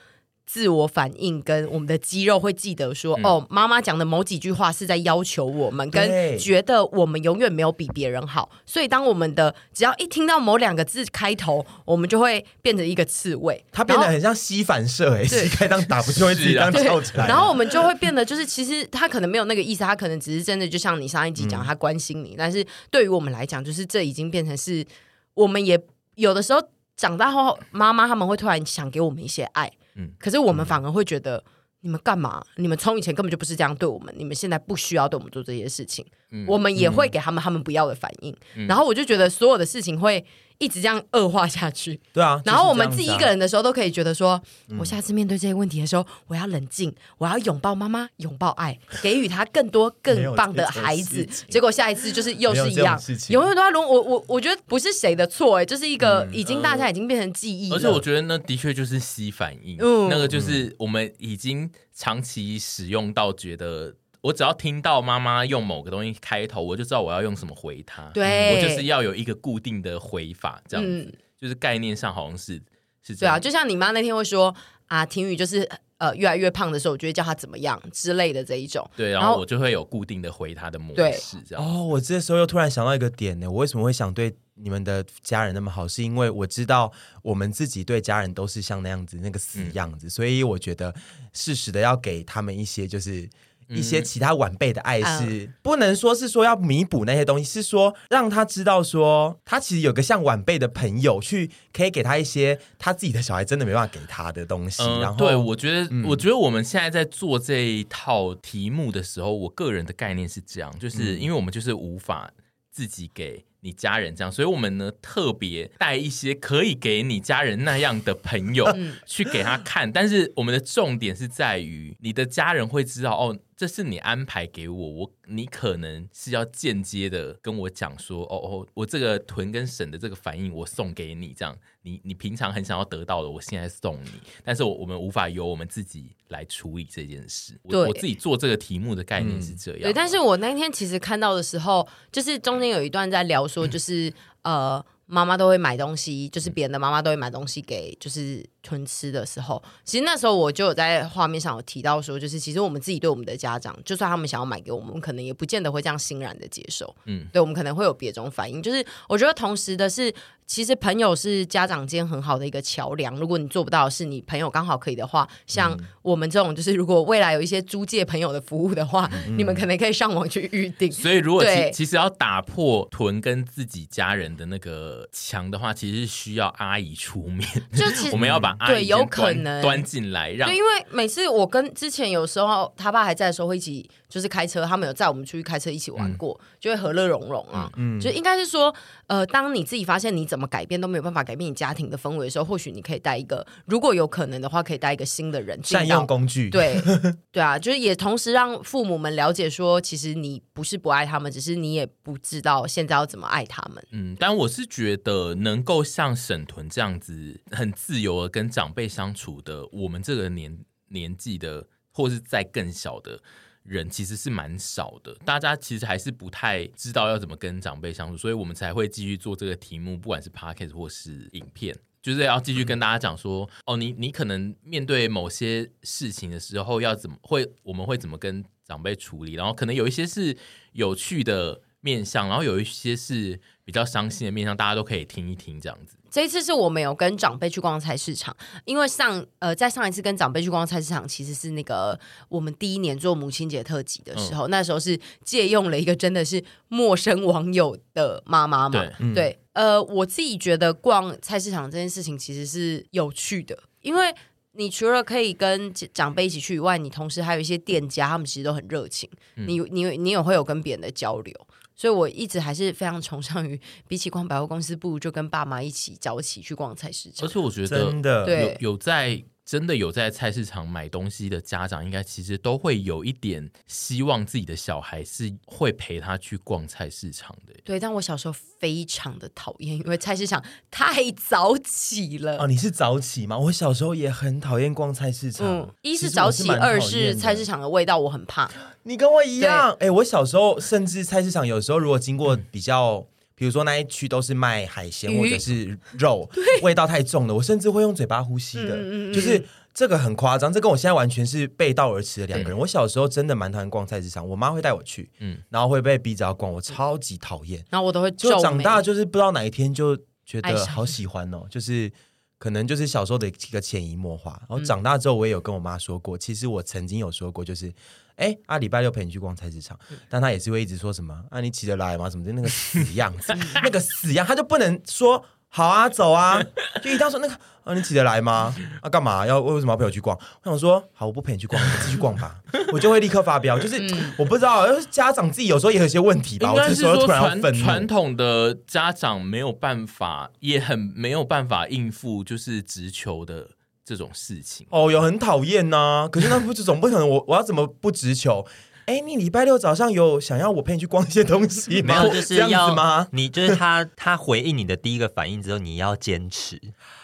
Speaker 1: 自我反应，跟我们的肌肉会记得说，
Speaker 2: 嗯
Speaker 1: 哦，妈妈讲的某几句话是在要求我们，
Speaker 2: 对
Speaker 1: 跟觉得我们永远没有比别人好。所以当我们的只要一听到某两个字开头，我们就会变成一个刺猬，
Speaker 2: 他变得
Speaker 1: 然后
Speaker 2: 很像 <laughs> 吸反射、欸，哎，
Speaker 1: 对
Speaker 2: 膝盖当打不就会自己
Speaker 3: 是啊
Speaker 2: 当翘起来。
Speaker 1: 然后我们就会变得，就是其实他可能没有那个意思，他可能只是真的就像你上一集
Speaker 2: 嗯
Speaker 1: 讲，他关心你。但是对于我们来讲，就是这已经变成是，我们也有的时候长大后，妈妈他们会突然想给我们一些爱，
Speaker 3: 嗯
Speaker 1: 可是我们反而会觉得。你们干嘛？你们从以前根本就不是这样对我们，你们现在不需要对我们做这些事情，
Speaker 2: 嗯
Speaker 1: 我们也会给他们他们不要的反应。然后我就觉得所有的事情会一直这样恶化下去。
Speaker 2: 对啊，
Speaker 1: 然后我们
Speaker 2: 就是
Speaker 1: 自
Speaker 2: 这
Speaker 1: 己一
Speaker 2: 样啊嗯
Speaker 1: 个人的时候，都可以觉得说，我下次面对这些问题的时候，我要冷静，我要拥抱妈妈，拥抱爱，给予他更多更棒的孩
Speaker 2: 没有
Speaker 1: 子
Speaker 2: 这种事。情
Speaker 1: 结果下一次就是又是一
Speaker 2: 没有这
Speaker 1: 样
Speaker 2: 种事，情嗯
Speaker 1: 永远都要轮我我我觉得不是谁的错哎、这是一个已经大家已经变成记忆了。
Speaker 3: 而且我觉得那的确就是吸反应，
Speaker 1: 嗯
Speaker 3: 那个就是我们已经长期使用到觉得。我只要听到妈妈用某个东西开头，我就知道我要用什么回她。
Speaker 1: 对嗯
Speaker 3: 我就是要有一个固定的回法，
Speaker 2: 呃
Speaker 3: 这样子，就是概念上好像是是这
Speaker 1: 对啊，
Speaker 3: 样。
Speaker 1: 就像你妈那天会说啊，婷宇就是呃越来越胖的时候，我就会叫她怎么样之类的这一种。
Speaker 3: 对，然
Speaker 1: 然
Speaker 3: 后
Speaker 1: 后
Speaker 3: 我就会有固定的回她的模
Speaker 1: 对
Speaker 3: 式，这样。
Speaker 2: 哦，我这时候又突然想到一个点呢，我为什么会想对你们的家人那么好，是因为我知道我们自己对家人都是像那样子那个
Speaker 3: 嗯
Speaker 2: 死样子，所以我觉得适时的要给他们一些就是。一
Speaker 3: 嗯
Speaker 2: 些其他晚辈的爱是、不能说是说要弥补那些东西，是说让他知道说他其实有个像晚辈的朋友，去可以给他一些他自己的小孩真的没办法给他的东西。
Speaker 3: 嗯，
Speaker 2: 然后
Speaker 3: 对，我觉得，我觉得我们现在在做这一套题目的时候，我个人的概念是这样，
Speaker 2: 嗯
Speaker 3: 就是因为我们就是无法自己给你家人这样，所以我们呢特别带一些可以给你家人那样的朋友
Speaker 1: 嗯
Speaker 3: 去给他看，但是我们的重点是在于你的家人会知道哦。这是你安排给我，我你可能是要间接的跟我讲说，哦哦，我这个臀跟省的这个反应，我送给你，这样你你平常很想要得到的，我现在送你，但是我我们无法由我们自己来处理这件事。我
Speaker 1: 对
Speaker 3: 我自己做这个题目的概念是这样啊、
Speaker 1: 对，但是我那天其实看到的时候，就是中间有一段在聊
Speaker 2: <laughs>
Speaker 1: 说，就是、呃，妈妈都会买东西，就是
Speaker 3: 嗯
Speaker 1: 别人的妈妈都会买东西给就是囤吃的时候，其实那时候我就有在画面上有提到说，就是其实我们自己对我们的家长，就算他们想要买给我们，我们可能也不见得会这样欣然的接受。
Speaker 3: 嗯
Speaker 1: 嗯，对，我们可能会有别种反应。就是我觉得同时的是，其实朋友是家长间很好的一个桥梁。如果你做不到的是你朋友刚好可以的话，像
Speaker 3: 嗯
Speaker 1: 我们这种，就是如果未来有一些租借朋友的服务的话，你们可能可以上网去预定。
Speaker 3: 嗯所以如果其
Speaker 1: 对
Speaker 3: 其实要打破臀跟自己家人的那个墙的话，其实是需要阿姨出面，
Speaker 1: 就其实
Speaker 3: 我们要把
Speaker 1: 嗯
Speaker 3: 阿
Speaker 1: 对
Speaker 3: 姨
Speaker 1: 有
Speaker 3: 先
Speaker 1: 可
Speaker 3: 端
Speaker 1: 能
Speaker 3: 端进来，让
Speaker 1: 对，因为每次我跟之前有时候他爸还在的时候，会一起就是开车，他们有载我们出去开车一起玩过，
Speaker 2: 嗯
Speaker 1: 就会和乐融融啊。就应该是说，呃，当你自己发现你怎么改变都没有办法改变你家庭的氛围的时候，或许你可以带一个，如果有可能的话，可以带一个新的人进
Speaker 2: 善
Speaker 1: 到
Speaker 2: 用。工具，，
Speaker 1: 对 <laughs> 对啊，就是也同时让父母们了解说，其实你不是不爱他们，只是你也不知道现在要怎么爱他们。
Speaker 3: 嗯，但我是觉得能够像沈屯这样子很自由的跟长辈相处的，我们这个年年纪的，或是再更小的人，其实是蛮少的。大家其实还是不太知道要怎么跟长辈相处，所以我们才会继续做这个题目，不管是 podcast 或是影片。就是要继续跟大家讲说，哦，你你可能面对某些事情的时候要怎么会，我们会怎么跟长辈处理，然后可能有一些是有趣的面相，然后有一些是比较伤心的面相，大家都可以听一听这样子。
Speaker 1: 这一次是我们有跟长辈去逛菜市场，因为上呃在上一次跟长辈去逛菜市场，其实是那个我们第一年做母亲节特辑的时候，那时候是借用了一个真的是陌生网友的妈
Speaker 2: 嗯
Speaker 1: 妈嘛
Speaker 3: 对，
Speaker 1: 对，呃，我自己觉得逛菜市场这件事情其实是有趣的，因为你除了可以跟长辈一起去以外，你同时还有一些店家，他们其实都很热情，
Speaker 2: 嗯
Speaker 1: 你你你也会有跟别人的交流。所以我一直还是非常崇尚于，比起逛百货公司，不如就跟爸妈一起早起去逛菜市
Speaker 3: 而
Speaker 1: 场。
Speaker 3: 且我觉得
Speaker 2: 真的，
Speaker 1: 对
Speaker 3: 有有在真的有在菜市场买东西的家长，应该其实都会有一点希望自己的小孩是会陪他去逛菜市场的。
Speaker 1: 对，但我小时候非常的讨厌，因为菜市场太早起了。
Speaker 2: 哦，你是早起吗？我小时候也很讨厌逛菜市场，
Speaker 1: 嗯，一
Speaker 2: 其
Speaker 1: 是
Speaker 2: 实
Speaker 1: 早
Speaker 2: 我
Speaker 1: 起，
Speaker 2: 蛮讨
Speaker 1: 二
Speaker 2: 厌
Speaker 1: 是
Speaker 2: 的
Speaker 1: 菜市。场的味道我很怕。
Speaker 2: 你跟我一样，哎、我小时候甚至菜市场有时候如果经过比较。比如说那一区都是卖海鲜
Speaker 1: 鱼
Speaker 2: 或者是
Speaker 1: <laughs>
Speaker 2: 肉，味道太重了，我甚至会用嘴巴呼吸的，
Speaker 1: 嗯嗯嗯
Speaker 2: 就是这个很夸张，这跟我现在完全是背道而驰的两个人。我小时候真的蛮讨厌逛菜市场，我妈会带我去，
Speaker 3: 嗯
Speaker 2: 嗯，然后会被逼着要逛，我超级讨厌。
Speaker 1: 然后我都会皱
Speaker 2: 就长
Speaker 1: 眉
Speaker 2: 大就是不知道哪一天就觉
Speaker 1: 爱
Speaker 2: 得
Speaker 1: 上
Speaker 2: 好喜欢哦，就是可能就是小时候的一个潜移默化。然后长大之后，我也有跟我妈说过，其实我曾经有说过，就是哎，啊礼拜六陪你去逛菜市场，但她也是会一直说什么啊你起得来吗？什么的那个死样子， <laughs> 那个死样，她就不能说。好啊，走啊，就一定要说那个啊，你起得来吗？啊，干嘛要为为什么要陪我去逛？我想说，好，我不陪你去逛，你自己去逛吧，我就会立刻发飙。就是、我不知道，就是家长自己有时候也有一些问题吧。
Speaker 3: 应
Speaker 2: 我
Speaker 3: 该
Speaker 2: 只
Speaker 3: 是
Speaker 2: 说
Speaker 3: 说
Speaker 2: 突然要
Speaker 3: 传
Speaker 2: 愤怒
Speaker 3: 传统的家长没有办法，也很没有办法应付就是直球的这种事情。
Speaker 2: 哦，有很讨厌呐，可是那不就总不可能我我 <laughs> 要怎么不直球？哎，你礼拜六早上有想要我陪你去逛一些东西
Speaker 4: <laughs> 没
Speaker 2: 吗？
Speaker 4: 有，就
Speaker 2: 这
Speaker 4: 是
Speaker 2: 样子
Speaker 4: 要
Speaker 2: 吗？
Speaker 4: 你就是他， <laughs> 他回应你的第一个反应之后，你要坚持，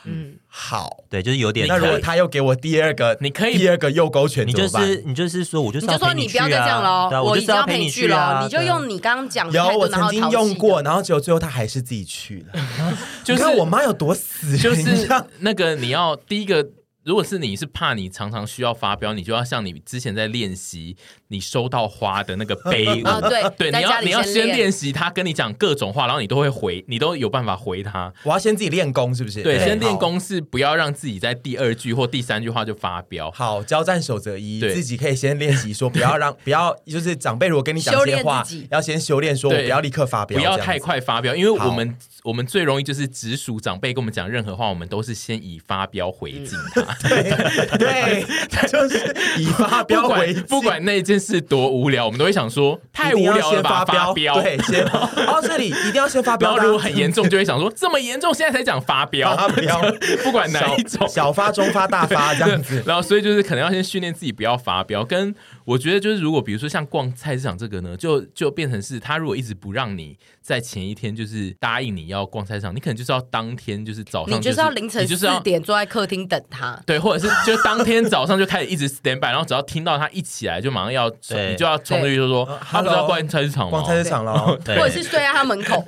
Speaker 1: 嗯，
Speaker 2: 好，
Speaker 4: 对，就是有
Speaker 2: <laughs>
Speaker 4: 点
Speaker 2: 那如果
Speaker 4: 累
Speaker 2: 他又给我第二个，
Speaker 3: 你可以
Speaker 2: 第二个右勾拳，
Speaker 4: 你就
Speaker 2: 怎么
Speaker 4: 是
Speaker 2: 办
Speaker 4: 你就是说，我就是
Speaker 1: 你
Speaker 4: 要
Speaker 1: 就说
Speaker 4: 陪你
Speaker 1: 不要再
Speaker 4: 去啊
Speaker 1: 这样喽
Speaker 4: 对啊，
Speaker 1: 我
Speaker 4: 我
Speaker 1: 已
Speaker 4: 是
Speaker 1: 经
Speaker 4: 要
Speaker 1: 陪
Speaker 4: 陪
Speaker 1: 你去
Speaker 4: 了啊，
Speaker 1: 喽，你就
Speaker 4: 对啊
Speaker 1: 用你刚刚讲的态
Speaker 2: 有
Speaker 1: 度
Speaker 2: 我
Speaker 1: 然后
Speaker 2: 曾经
Speaker 1: 淘气
Speaker 2: 用过，
Speaker 1: 的
Speaker 2: 然后结果最后他还是自己去了。
Speaker 3: 就是
Speaker 2: 你看我妈有多死，
Speaker 3: <laughs> 就是
Speaker 2: 人家
Speaker 3: 那个你要第一个，如果是你是怕你常常需要发飙，你就要像你之前在练习你收到花的那个杯
Speaker 1: <laughs>
Speaker 3: 舞，
Speaker 1: 啊
Speaker 3: <laughs>
Speaker 1: 对在
Speaker 3: 你
Speaker 1: 家
Speaker 3: 要
Speaker 1: 里
Speaker 3: 你要
Speaker 1: 先
Speaker 3: 先
Speaker 1: 练
Speaker 3: 练习他跟你讲各种话，然后你都会回，你都有办法回他。
Speaker 2: 我要先自己练功，是不是？
Speaker 3: 对，先练
Speaker 2: 好。
Speaker 3: 功是不要让自己在第二句或第三句话就发飙。
Speaker 2: 好，交战守则一，
Speaker 3: 对
Speaker 2: 自己可以先练习说，不要让 <laughs> 不要，就是长辈如果跟你讲
Speaker 1: 修
Speaker 2: 这
Speaker 1: 炼
Speaker 2: 些话
Speaker 1: 自己，
Speaker 2: 要先修炼，说我
Speaker 3: 对
Speaker 2: 不要立刻发飙，
Speaker 3: 不要
Speaker 2: 这样
Speaker 3: 太
Speaker 2: 子
Speaker 3: 快发飙，因为我
Speaker 2: 好
Speaker 3: 们我们最容易就是直属长辈跟我们讲任何话，我们都是先以发飙回敬他，
Speaker 2: 对，就是以发
Speaker 3: 不
Speaker 2: 飙为
Speaker 3: 管不管那件事多无聊，我们都会想说太
Speaker 2: 一定
Speaker 3: 无
Speaker 2: 要
Speaker 3: 聊了
Speaker 2: 先
Speaker 3: 吧，
Speaker 2: 飙，
Speaker 3: 发
Speaker 2: 对，先哦，这里一定要先发
Speaker 3: 然
Speaker 2: 飙
Speaker 3: 后
Speaker 2: 的啊，
Speaker 3: 如果很严重，就会想说这么严重，现在才讲发飙，
Speaker 2: 发飙
Speaker 3: 不管哪一
Speaker 2: 小
Speaker 3: 种。。
Speaker 2: 小发、中发、大发这样子
Speaker 3: 然后，所以就是可能要先训练自己不要发飙。跟我觉得就是，如果比如说像逛菜市场这个呢，就就变成是他如果一直不让你在前一天就是答应你要逛菜市场，你可能就是要当天就是早
Speaker 1: 你
Speaker 3: 上、
Speaker 1: 就是
Speaker 3: 是
Speaker 1: 要凌晨
Speaker 3: 你就是
Speaker 1: 四
Speaker 3: 要
Speaker 1: 点坐在客厅等他。
Speaker 3: 对，或者是就当天早上就开始一直 stand by，然后只要听到他一起来，就马上要冲
Speaker 4: 对
Speaker 3: 你就要冲出去就说
Speaker 2: 对
Speaker 3: 他不是要
Speaker 2: 呃 Hello，
Speaker 3: 逛菜市场吗？
Speaker 2: 逛菜市场了，
Speaker 4: 对
Speaker 1: 或者是睡在他门口，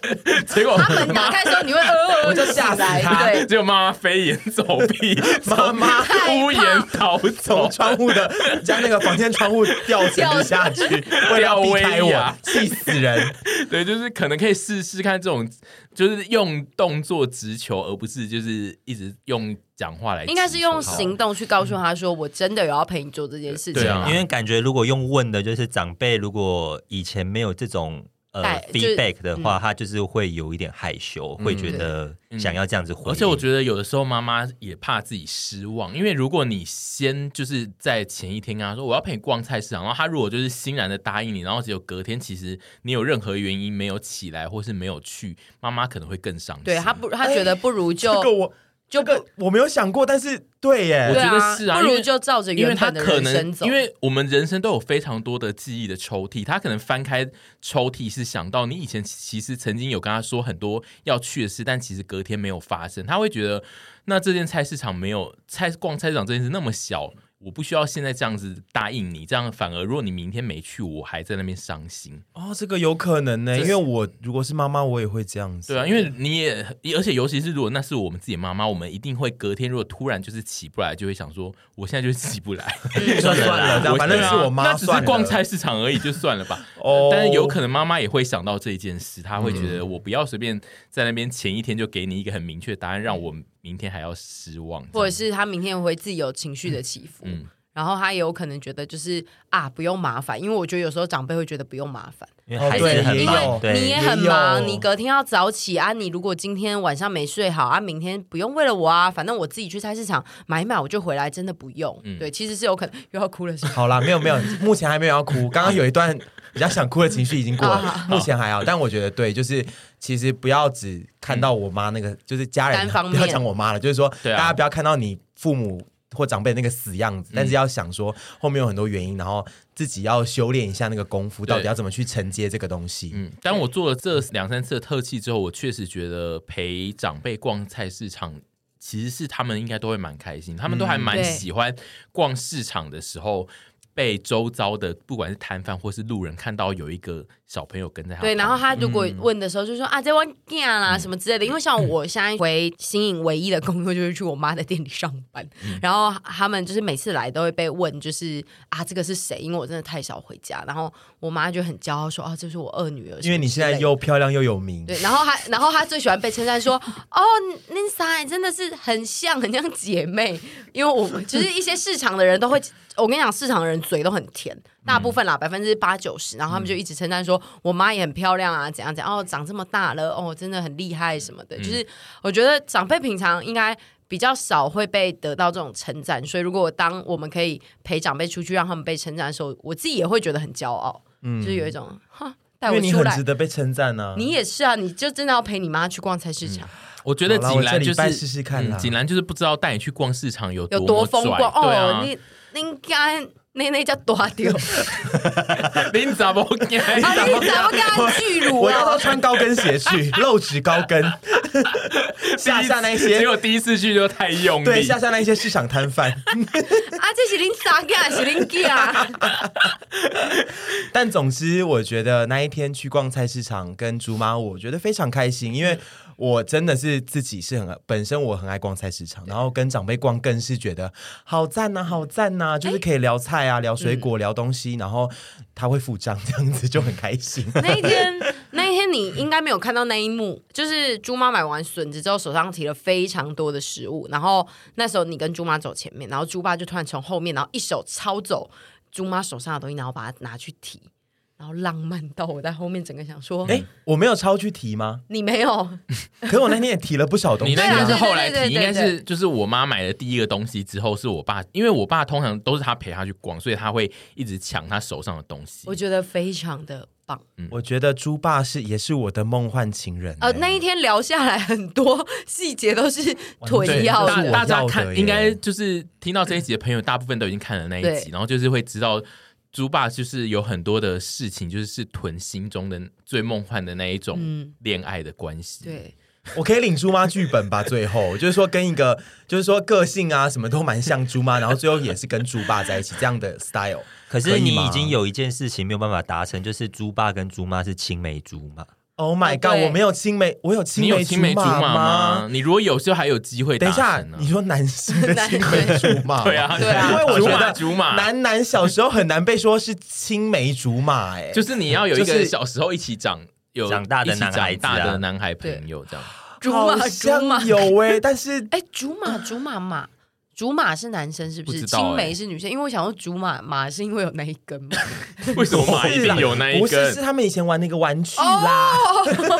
Speaker 3: 结果
Speaker 1: 他门打开的时候，你会呃，
Speaker 2: 我就吓死
Speaker 1: 来，
Speaker 2: 他
Speaker 1: 对，
Speaker 3: 结果妈妈飞檐走
Speaker 2: <laughs>
Speaker 3: 壁，
Speaker 2: 妈妈
Speaker 3: 从屋檐逃走
Speaker 2: 从，窗户的将那个房间窗户吊绳子下去， <laughs> 为了要避开
Speaker 3: 吊威
Speaker 2: 我
Speaker 3: 亚，
Speaker 2: 气死人！
Speaker 3: 对，就是可能可以试试看这种，就是用动作直球，而不是就是一直用讲话来直球，
Speaker 1: 应该是用行动去告诉他说，我真的有要陪你做这件事情
Speaker 3: 对啊
Speaker 1: 了。
Speaker 4: 因为感觉如果用问的，就是长辈如果以前没有这种呃
Speaker 1: 带就是嗯
Speaker 4: feedback 的话，他就是会有一点害羞，会觉得想要这样子回应。
Speaker 3: 嗯而且我觉得有的时候妈妈也怕自己失望，因为如果你先就是在前一天跟啊她说我要陪你逛菜市场，然后她如果就是欣然的答应你，然后只有隔天其实你有任何原因没有起来或是没有去，妈妈可能会更伤心。
Speaker 1: 对他不，他觉得不如
Speaker 2: 这
Speaker 1: 就
Speaker 2: 个我
Speaker 1: 就
Speaker 2: 这个我没有想过，但是对
Speaker 3: 我
Speaker 1: 对
Speaker 2: 耶，
Speaker 3: 觉得是啊
Speaker 1: 不
Speaker 3: 因
Speaker 1: 如
Speaker 3: 为
Speaker 1: 就照着
Speaker 3: 因为
Speaker 1: 原
Speaker 3: 他
Speaker 1: 本的
Speaker 3: 可
Speaker 1: 人
Speaker 3: 能
Speaker 1: 生，走。
Speaker 3: 因为我们人生都有非常多的记忆的抽屉，他可能翻开抽屉是想到你以前其实曾经有跟他说很多要去的事，但其实隔天没有发生，他会觉得那这件菜市场没有菜逛菜市场这件事那么小。我不需要现在这样子答应你，这样反而如果你明天没去，我还在那边伤心。
Speaker 2: 哦，这个有可能呢，
Speaker 3: 这
Speaker 2: 因
Speaker 3: 是
Speaker 2: 为我如果是妈妈，我也会这样子。
Speaker 3: 对啊，因为你也，而且尤其是如果那是我们自己妈妈，我们一定会隔天如果突然就是起不来，就会想说，我现在就是起不来，
Speaker 2: 算了啦这样
Speaker 3: 我
Speaker 2: 反正啊是我妈
Speaker 3: 那只
Speaker 2: 算
Speaker 3: 啊是
Speaker 2: 了
Speaker 3: 逛菜市场而已，就算了
Speaker 2: <laughs>
Speaker 3: 吧。
Speaker 2: 哦
Speaker 3: 但是有可能妈妈也会想到这一件事，她会觉得我不要随便在那边前一天就给你一个很明确的答案，让我明天还要失望。
Speaker 1: 或者是他明天会自己有情绪的起伏，
Speaker 3: 嗯
Speaker 1: 然后他也有可能觉得就是啊不用麻烦，因为我觉得有时候长辈会觉得不用麻烦，
Speaker 4: 因
Speaker 2: 哦
Speaker 4: 为孩子
Speaker 2: 对
Speaker 4: 很
Speaker 2: 也有
Speaker 4: 忙，对，
Speaker 1: 你也很忙，
Speaker 2: 也有
Speaker 1: 你隔天要早起啊，你如果今天晚上没睡好啊，明天不用为了我啊，反正我自己去菜市场买一买我就回来，真的不用。
Speaker 3: 嗯
Speaker 1: 对，其实是有可能又要哭了是吗？
Speaker 2: 好啦，没有没有，目前还没有要哭。刚刚有一段比较想哭的情绪已经过了，目前还好。但我觉得对，就是其实不要只看到我妈那个，就是家人
Speaker 1: 单方
Speaker 2: 不要
Speaker 1: 面
Speaker 2: 讲我妈了，就是说
Speaker 3: 对啊
Speaker 2: 大家不要看到你父母或长辈那个死样子，但是要想说后面有很多原因，然后自己要修炼一下那个功夫，
Speaker 3: 对
Speaker 2: 到底要怎么去承接这个东西。
Speaker 3: 嗯，当我做了这两三次的特技之后，我确实觉得陪长辈逛菜市场。其实是他们应该都会蛮开心，他们都还蛮
Speaker 1: 对
Speaker 3: 喜欢逛市场的时候，被周遭的不管是摊贩或是路人看到有一个小朋友跟在他
Speaker 1: 对，然后
Speaker 3: 旁边
Speaker 1: 他如果
Speaker 2: 嗯
Speaker 1: 问的时候就说、啊，在玩 g 啦什么之类的。因为像我现在回新颖唯一的工作就是去我妈的店里上班，
Speaker 2: 嗯
Speaker 1: 然后他们就是每次来都会被问，就是啊这个是谁？因为我真的太少回家，然后我妈就很骄傲说啊这是我二女儿，
Speaker 2: 因为你现在
Speaker 1: 又。
Speaker 2: 又漂亮又有名，
Speaker 1: 对，然后还，然后她最喜欢被称赞说：“ <laughs> 哦，Nisa 真的是很像，很像姐妹。”因为我们就是一些市场的人都会，我跟你讲，市场的人嘴都很甜，大部
Speaker 2: 嗯
Speaker 1: 分啦，百分之八九十，然后他们就一直称赞说：“我妈也很漂亮啊，怎样怎样，哦，长这么大了，哦，真的很厉害什么的。
Speaker 2: 嗯
Speaker 1: 就是我觉得长辈平常应该。比较少会被得到这种称赞，所以如果当我们可以陪长辈出去，让他们被称赞的时候，我自己也会觉得很骄傲，就是有一种哈带
Speaker 2: 嗯因
Speaker 1: 我
Speaker 2: 为你
Speaker 1: 出
Speaker 2: 很
Speaker 1: 来
Speaker 2: 值得被称赞呢。
Speaker 1: 你也是啊，你就真的要陪你妈去逛菜市场，
Speaker 3: 我觉得
Speaker 2: 好啦
Speaker 3: 锦
Speaker 2: 我这
Speaker 3: 兰
Speaker 2: 礼
Speaker 3: 就
Speaker 2: 拜
Speaker 3: 是
Speaker 2: 试试看啦
Speaker 3: 嗯锦兰就是不知道带你去逛市场有
Speaker 1: 有
Speaker 3: 多
Speaker 1: 多
Speaker 3: 么
Speaker 1: 风
Speaker 3: 拽
Speaker 1: 光哦！
Speaker 3: 对啊，
Speaker 1: 你你应该那那叫多丢，啊，
Speaker 3: <laughs> 你咋不
Speaker 1: <laughs>
Speaker 3: 给？
Speaker 1: 你怎么跟他巨乳
Speaker 2: 我到时候
Speaker 1: 啊？
Speaker 2: 穿高跟鞋去，露趾高跟， <laughs> 下下那些
Speaker 3: 结果第一次去就太用力，
Speaker 2: 对，下下那一些市场摊贩。 <laughs>
Speaker 1: 啊，这是恁啥个？是恁啊家？
Speaker 2: 但总之，我觉得那一天去逛菜市场跟竹妈，我觉得非常开心，
Speaker 3: 嗯
Speaker 2: 因为我真的是自己是很本身我很爱逛菜市场，然后跟长辈逛更是觉得好赞呐、好赞
Speaker 3: 嗯
Speaker 2: 呐、
Speaker 3: 哎
Speaker 2: 就是可以聊菜啊、聊水果、聊东西，然后他会付账，这样子就很开心。
Speaker 3: 嗯
Speaker 1: 那一天，那一天你应该没有看到那一幕，就是猪妈买完笋子之后，手上提了非常多的食物，然后那时候你跟猪妈走前面，然后猪爸就突然从后面，然后一手抄走猪妈手上的东西，然后把它拿去提，然后浪漫到我在后面整个想说，
Speaker 2: 哎、我没有超去提吗？
Speaker 1: 你没有，
Speaker 2: 可是我那天也提了不少东
Speaker 3: <laughs> 你
Speaker 2: 西、
Speaker 3: 那天
Speaker 2: 啊
Speaker 3: 是
Speaker 1: 对啊。
Speaker 3: 后来
Speaker 1: 对对对
Speaker 3: 提，应该
Speaker 1: 对
Speaker 3: 是就是我妈买的第一个东西之后，是我爸，因为我爸通常都是他陪他去逛，所以他会一直抢他手上的东西
Speaker 1: 我。觉得非常的棒。
Speaker 2: 我觉得猪爸是也是我的梦幻情人、哎
Speaker 1: 呃，那一天聊下来，很多细节都是囤药
Speaker 3: 大
Speaker 2: 对这是我
Speaker 1: 的。
Speaker 3: 大家
Speaker 2: 要的
Speaker 3: 看，
Speaker 2: 耶
Speaker 3: 应该就是听到这一集的朋友，大部分都已经看了那一集
Speaker 1: 对，
Speaker 3: 然后就是会知道猪爸就是有很多的事情，就是是囤心中的最梦幻的那一种
Speaker 1: 嗯
Speaker 3: 恋爱的关系。
Speaker 1: 对，
Speaker 2: 我可以领猪妈剧本吧？最后就是说跟一个，就是说个性啊什么都蛮像猪妈，然后最后也是跟猪爸在一起这样的 style。
Speaker 4: 可是你
Speaker 2: 可以吗
Speaker 4: 已经有一件事情没有办法达成，就是猪爸跟猪妈是青梅竹马。
Speaker 2: Oh my god！、
Speaker 1: 哦对
Speaker 2: 我没有青梅，我有青
Speaker 3: 你有
Speaker 2: 梅
Speaker 3: 青梅竹马
Speaker 2: 吗？
Speaker 3: 吗？你如果有，就还有机会
Speaker 2: 等
Speaker 3: 达
Speaker 2: 一下
Speaker 3: 成，呢啊
Speaker 2: 你。说男性的青梅竹马吗，
Speaker 3: <laughs> 对啊，
Speaker 1: 对啊
Speaker 2: 因为我
Speaker 3: 竹
Speaker 2: 觉
Speaker 3: 马
Speaker 2: 得
Speaker 3: 竹马，
Speaker 2: 男男小时候很难被说是青梅竹马、哎，
Speaker 3: 就是你要有一
Speaker 2: 就
Speaker 3: 个
Speaker 2: 是
Speaker 3: 小时候一起长有
Speaker 4: 长大的
Speaker 3: 一起
Speaker 4: 男孩子啊
Speaker 3: 长大的男孩朋友
Speaker 2: <laughs>
Speaker 3: 这样。
Speaker 1: 竹
Speaker 2: 好
Speaker 1: 马竹马
Speaker 2: 像，有哎、但
Speaker 3: <laughs>
Speaker 2: 是
Speaker 1: 哎，竹马竹马马。竹马是男生是不是？
Speaker 3: 不知道
Speaker 1: 青
Speaker 3: 哎
Speaker 1: 梅是女生，因为我想说竹马马是因为有那一根
Speaker 2: <laughs>
Speaker 1: 嘛。
Speaker 3: 为什么马一定有那一
Speaker 2: 不是是
Speaker 3: 根？
Speaker 2: 他们以前玩那个玩具啦。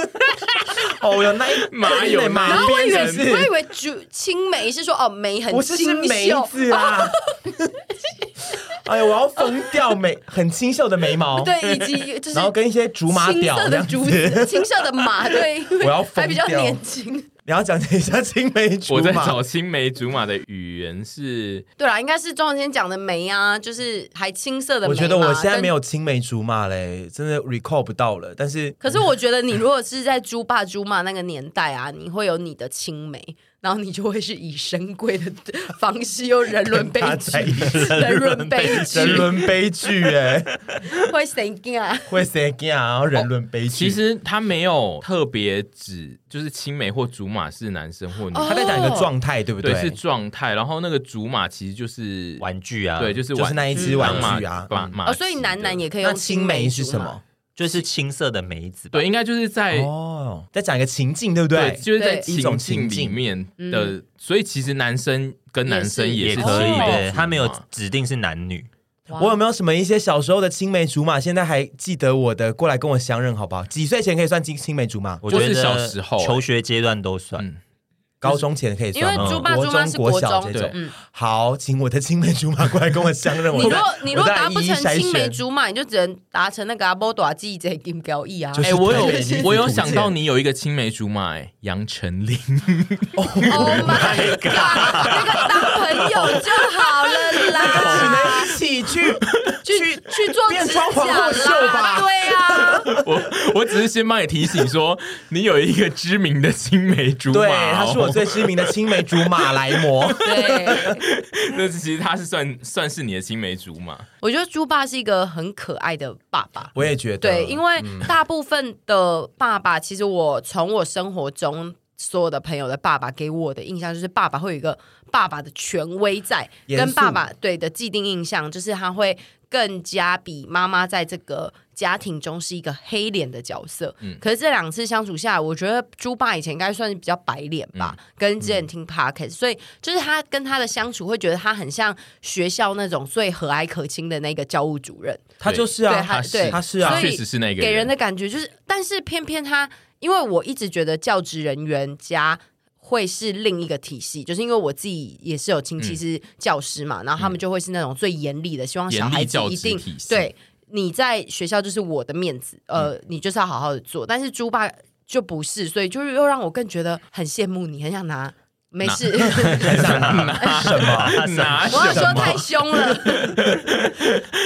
Speaker 3: <laughs>
Speaker 2: 哦，有那一欸
Speaker 3: 马有那一
Speaker 1: 然
Speaker 2: 马
Speaker 1: 后我以
Speaker 2: 鞭
Speaker 1: 为
Speaker 2: 是不是
Speaker 1: 我以为竹青梅是说哦梅很
Speaker 2: 不是是
Speaker 1: 清
Speaker 2: 梅
Speaker 1: 秀，
Speaker 2: 子
Speaker 1: <laughs>
Speaker 2: 啊！哎呀，我要疯掉
Speaker 1: <laughs>
Speaker 2: 美，很清秀的眉毛，，
Speaker 1: 对，以及就是
Speaker 2: 然后跟一些竹马
Speaker 1: 青
Speaker 2: 屌
Speaker 1: 色
Speaker 2: 这
Speaker 1: 的
Speaker 2: 样
Speaker 1: 竹
Speaker 2: 子。
Speaker 1: 子，青色的马，对，因为
Speaker 2: <laughs> 我要疯
Speaker 1: 还比较
Speaker 2: 掉
Speaker 1: 年轻。
Speaker 2: <laughs> 你要讲解一下青梅竹
Speaker 3: 我在
Speaker 2: 马
Speaker 3: 找，青梅竹马的语言是
Speaker 1: 对啦，应该是钟汉先讲的梅啊，就是还青色的梅
Speaker 2: 我
Speaker 1: 嘛。
Speaker 2: 觉得我现在
Speaker 1: 跟
Speaker 2: 没有青梅竹马嘞，真的 recall 不到了。但是
Speaker 1: 可是我觉得你如果是在猪爸猪妈那个年代啊，你会有你的青梅，然后你就会是以神贵的方式又人伦悲
Speaker 2: <laughs> 他
Speaker 1: 剧
Speaker 2: 在一，
Speaker 1: <laughs> 人伦悲剧，
Speaker 2: 人伦悲剧哎、
Speaker 1: 会神经啊！
Speaker 2: <laughs> 会谁干？然后人伦悲剧、
Speaker 3: 其实他没有特别指，就是青梅或竹马是男生或女生，
Speaker 2: 他在讲一个状态，对不
Speaker 3: 对，是状态。然后那个竹马其实就是
Speaker 4: 玩具啊，
Speaker 3: 对，就是
Speaker 2: 就
Speaker 3: 玩
Speaker 2: 是那一只玩具啊。
Speaker 3: 马马
Speaker 1: 哦，所以男男也可以
Speaker 2: 那
Speaker 1: 用
Speaker 2: 青
Speaker 1: 梅
Speaker 2: 梅是
Speaker 1: 竹
Speaker 2: 什
Speaker 1: 马
Speaker 2: 么？？
Speaker 4: 就是青色的梅子吧。
Speaker 3: 对，应该就是在
Speaker 2: 哦，在讲一个情境，对不对？
Speaker 3: 就是在
Speaker 1: 对
Speaker 2: 一种
Speaker 3: 情境
Speaker 2: 情
Speaker 3: 里
Speaker 2: 境
Speaker 3: 面的，所以其实男生跟男生
Speaker 1: 也
Speaker 3: 是
Speaker 4: 也
Speaker 1: 是
Speaker 4: 可以
Speaker 3: 青梅
Speaker 4: 对，
Speaker 3: 竹
Speaker 4: 他没有
Speaker 3: 马
Speaker 4: 指定是男女，
Speaker 1: 哇
Speaker 2: 我有没有什么一些小时候的青梅竹马，现在还记得我的，过来跟我相认好不好？几岁前可以算青青梅竹马？
Speaker 4: 我
Speaker 3: 就
Speaker 4: 觉
Speaker 3: 是
Speaker 4: 得
Speaker 3: 小时候欸
Speaker 4: 求学阶段都算。
Speaker 3: 嗯，
Speaker 2: 高中前可以
Speaker 1: 因
Speaker 2: 算
Speaker 1: 为
Speaker 2: 吗，
Speaker 1: 猪爸猪妈是
Speaker 2: 国
Speaker 1: 国
Speaker 2: 小
Speaker 1: 中
Speaker 2: 这
Speaker 3: 对
Speaker 2: 种。
Speaker 1: 嗯，
Speaker 2: 好，请我的青梅竹马过来跟我相认。我
Speaker 1: 你若
Speaker 2: 再
Speaker 1: 你若
Speaker 2: 我再
Speaker 1: 达不
Speaker 2: 一一
Speaker 1: 成
Speaker 2: 筛
Speaker 1: 青梅
Speaker 2: 选
Speaker 1: 竹马，你就只能达成那个啊阿波多记这金交易啊。
Speaker 2: 就是
Speaker 3: 哎、我
Speaker 2: 台
Speaker 3: 有
Speaker 2: 北女子
Speaker 3: 我有
Speaker 2: 图鉴
Speaker 3: 想到你有一个青梅竹马、哎，杨丞琳， <laughs>
Speaker 1: Oh my god！那个当朋友就好了
Speaker 2: 只
Speaker 1: 啦，
Speaker 2: 能一起 <laughs> 去
Speaker 1: 去去做
Speaker 2: 变
Speaker 1: 指
Speaker 2: 装皇后秀
Speaker 1: 甲
Speaker 2: 吧
Speaker 1: 啦，对
Speaker 2: <laughs>
Speaker 1: 啊，
Speaker 3: 我我只是先帮你提醒说，你有一个知名的青梅竹马、
Speaker 2: 对，
Speaker 3: 哦，
Speaker 2: 他是我最知名的青梅竹马莱摩。
Speaker 1: 对。
Speaker 3: <laughs> 那其实他是算算是你的青梅竹
Speaker 2: <laughs>
Speaker 3: 马，
Speaker 1: 我觉得猪爸是一个很可爱的爸爸。
Speaker 2: 我也觉得，嗯
Speaker 1: 对，因为大部分的爸爸，其实我从我生活中所有的朋友的爸爸给我的印象，就是爸爸会有一个爸爸的权威在，
Speaker 2: 严肃
Speaker 1: 跟爸爸对的既定印象，就是他会更加比妈妈在这个家庭中是一个黑脸的角色。
Speaker 3: 嗯
Speaker 1: 可是这两次相处下来，我觉得猪爸以前应该算是比较白脸吧，
Speaker 2: 嗯
Speaker 1: 跟之前听 p o d c a s t 所以就是他跟他的相处，会觉得他很像学校那种最和蔼可亲的那个教务主任。
Speaker 2: 他就是啊，
Speaker 1: 对他对
Speaker 2: 他是啊
Speaker 1: 所
Speaker 3: 确
Speaker 1: 以
Speaker 3: 实是那个
Speaker 1: 给人的感觉就是，但是偏偏他，因为我一直觉得教职人员加会是另一个体系，就是因为我自己也是有亲戚
Speaker 3: 嗯
Speaker 1: 是教师嘛，然后他们就会是那种最严厉的，希望小
Speaker 3: 严
Speaker 1: 孩
Speaker 3: 厉
Speaker 1: 子
Speaker 3: 教
Speaker 1: 一
Speaker 3: 职
Speaker 1: 定
Speaker 3: 体系，
Speaker 1: 对你在学校就是我的面子，呃，你就是要好好的做。但是猪爸就不是，所以就是又让我更觉得很羡慕你，很想拿。没事， <laughs>
Speaker 2: 很想拿什么？
Speaker 3: 拿
Speaker 1: 我要
Speaker 3: 什
Speaker 1: 说
Speaker 3: 么？
Speaker 1: 太凶了。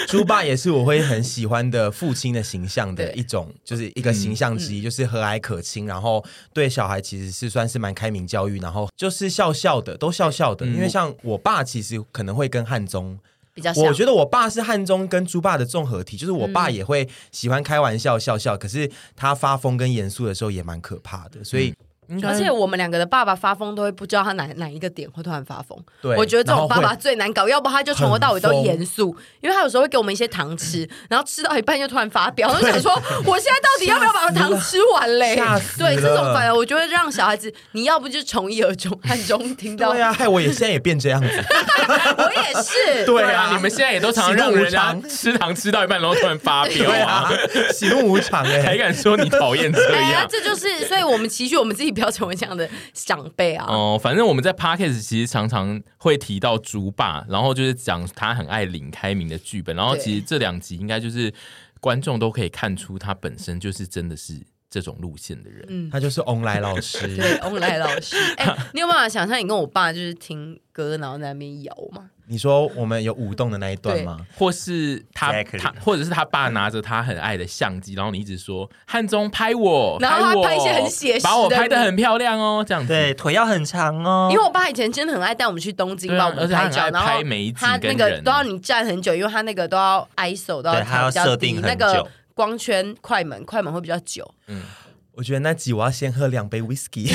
Speaker 2: 猪爸也是我会很喜欢的父亲的形象的
Speaker 1: 对
Speaker 2: 一种，就是一个形象之一，就是和蔼可亲，然后对小孩其实是算是蛮开明教育，然后就是笑笑的，都笑笑的。
Speaker 3: 嗯
Speaker 2: 因为像我爸其实可能会跟汉宗，
Speaker 1: 比较像，
Speaker 2: 我觉得我爸是汉宗跟猪爸的综合体，就是我爸也会喜欢开玩笑笑笑，可是他发疯跟严肃的时候也蛮可怕的，所以
Speaker 3: 应
Speaker 1: 而
Speaker 3: 该
Speaker 1: 且我们两个的爸爸发疯都会不知道他哪哪一个点会突然发疯。
Speaker 2: 对，
Speaker 1: 我觉得这种爸
Speaker 2: 然后
Speaker 1: 爸
Speaker 2: 会
Speaker 1: 最难搞，要不他就从头到尾都严肃，因为他有时候会给我们一些糖
Speaker 2: <laughs>
Speaker 1: 吃，然后吃到一半就突然发飙，我就想说，我现在到底要不要把糖吃完嘞
Speaker 2: 吓死？了
Speaker 1: 对，这种反而我就会让小孩子，你要不就从一而终，暗中听到。
Speaker 2: 对啊，害我也现在也变这样子，
Speaker 1: 我也是。
Speaker 2: <laughs> 对
Speaker 3: 对啊，
Speaker 2: 啊
Speaker 3: 你们现在也都常常让人家
Speaker 2: 喜怒无常
Speaker 3: 吃糖吃到一半，然后突然发飙
Speaker 2: <laughs> 对
Speaker 3: 啊
Speaker 2: 啊，，喜怒无常
Speaker 3: <laughs>
Speaker 2: 哎、
Speaker 3: 还敢说你讨厌这
Speaker 1: 哎呀
Speaker 3: 样，？
Speaker 1: 这就是，所以我们期许我们自己不要成为这样的长辈啊。
Speaker 3: 哦，反正我们在 podcast 其实常常会提到竹爸，然后就是讲他很爱林开明的剧本，然后
Speaker 1: 对
Speaker 3: 其实这两集应该就是观众都可以看出他本身就是真的是这种路线的人。
Speaker 1: 嗯，
Speaker 2: 他就是翁来老师，
Speaker 1: 对，翁来老师，哎、你有办法想象你跟我爸就是听歌，然后在那边摇吗？
Speaker 2: 你说我们有舞动的那一段吗？
Speaker 3: 或是他
Speaker 4: Exactly
Speaker 3: 他，或者是他爸拿着他很爱的相机，然后你一直说汉中拍我，
Speaker 1: 然后他
Speaker 3: 我
Speaker 1: 拍一些很写实的
Speaker 3: 把我拍的很漂亮哦，这样子。
Speaker 4: <laughs> 对，腿要很长哦
Speaker 1: 因为。我爸以前真的很爱带我们去东京
Speaker 3: 对啊
Speaker 1: 帮我们拍照，
Speaker 3: 而且他
Speaker 1: 然
Speaker 3: 很爱
Speaker 1: 后
Speaker 3: 拍美景
Speaker 1: 他那
Speaker 3: 跟
Speaker 1: 个
Speaker 3: 人
Speaker 1: 都要你站很久，因为他那个都要 ISO 都要
Speaker 4: 对他要
Speaker 1: 调比较低
Speaker 4: 设定很久
Speaker 1: 那个光圈快门快门会比较久。
Speaker 2: 我觉得那集我要先喝两杯 whisky，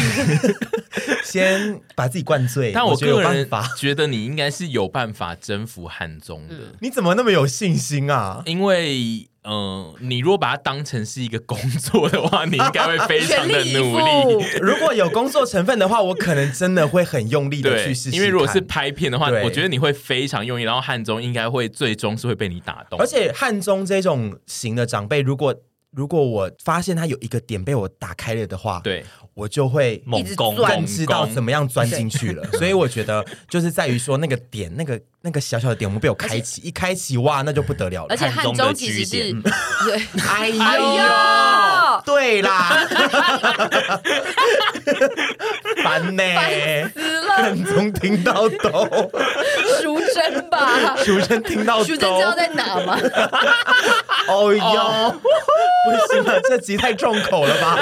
Speaker 2: 先把自己灌醉。
Speaker 3: 但
Speaker 2: 我
Speaker 3: 我
Speaker 2: 觉得有
Speaker 3: 个
Speaker 2: 办
Speaker 3: 人
Speaker 2: 法，嗯
Speaker 3: 觉得你应该是有办法征服汉中的，
Speaker 2: 你怎么那么有信心啊？
Speaker 3: 因为嗯、呃你如果把它当成是一个工作的话，你应该会非
Speaker 1: <laughs>
Speaker 3: 常
Speaker 1: 全
Speaker 3: 的
Speaker 1: 力以
Speaker 3: 努
Speaker 1: 赴，
Speaker 3: 力。
Speaker 2: 如果有工作成分的话，我可能真的会很用力的
Speaker 3: 对
Speaker 2: 去试试，看。
Speaker 3: 因为如果是拍片的话，
Speaker 2: 对
Speaker 3: 我觉得你会非常用力，然后汉中应该会最终是会被你打动
Speaker 2: 而。且汉中这种型的长辈，如果如果我发现他有一个点被我打开了的话，，
Speaker 3: 对，
Speaker 2: 我就会
Speaker 4: 猛
Speaker 1: 一
Speaker 4: 攻
Speaker 1: 直钻
Speaker 2: 更知道怎么样钻进去
Speaker 3: <laughs>
Speaker 2: 了。所以我觉得就是在于说那个点，那个那个小小的点，我们被我开启，一开启哇，那就不得了了
Speaker 1: 而。且汉
Speaker 4: 汉中
Speaker 1: 中
Speaker 4: 的
Speaker 1: 其实
Speaker 4: 据
Speaker 1: 是， <laughs> 对，
Speaker 2: 哎呦
Speaker 1: 哎呦，
Speaker 2: 对啦， <laughs> 烦呢、
Speaker 1: 死
Speaker 2: <laughs>
Speaker 1: 了，
Speaker 2: 汉中听到
Speaker 3: <laughs>
Speaker 2: 抖，
Speaker 1: 淑珍吧。
Speaker 2: 淑珍听到
Speaker 1: 淑珍
Speaker 2: 抖
Speaker 1: 知，道在哪吗？
Speaker 2: 哦哟，哎不行了，这集太重口了
Speaker 3: <laughs>
Speaker 2: 吧？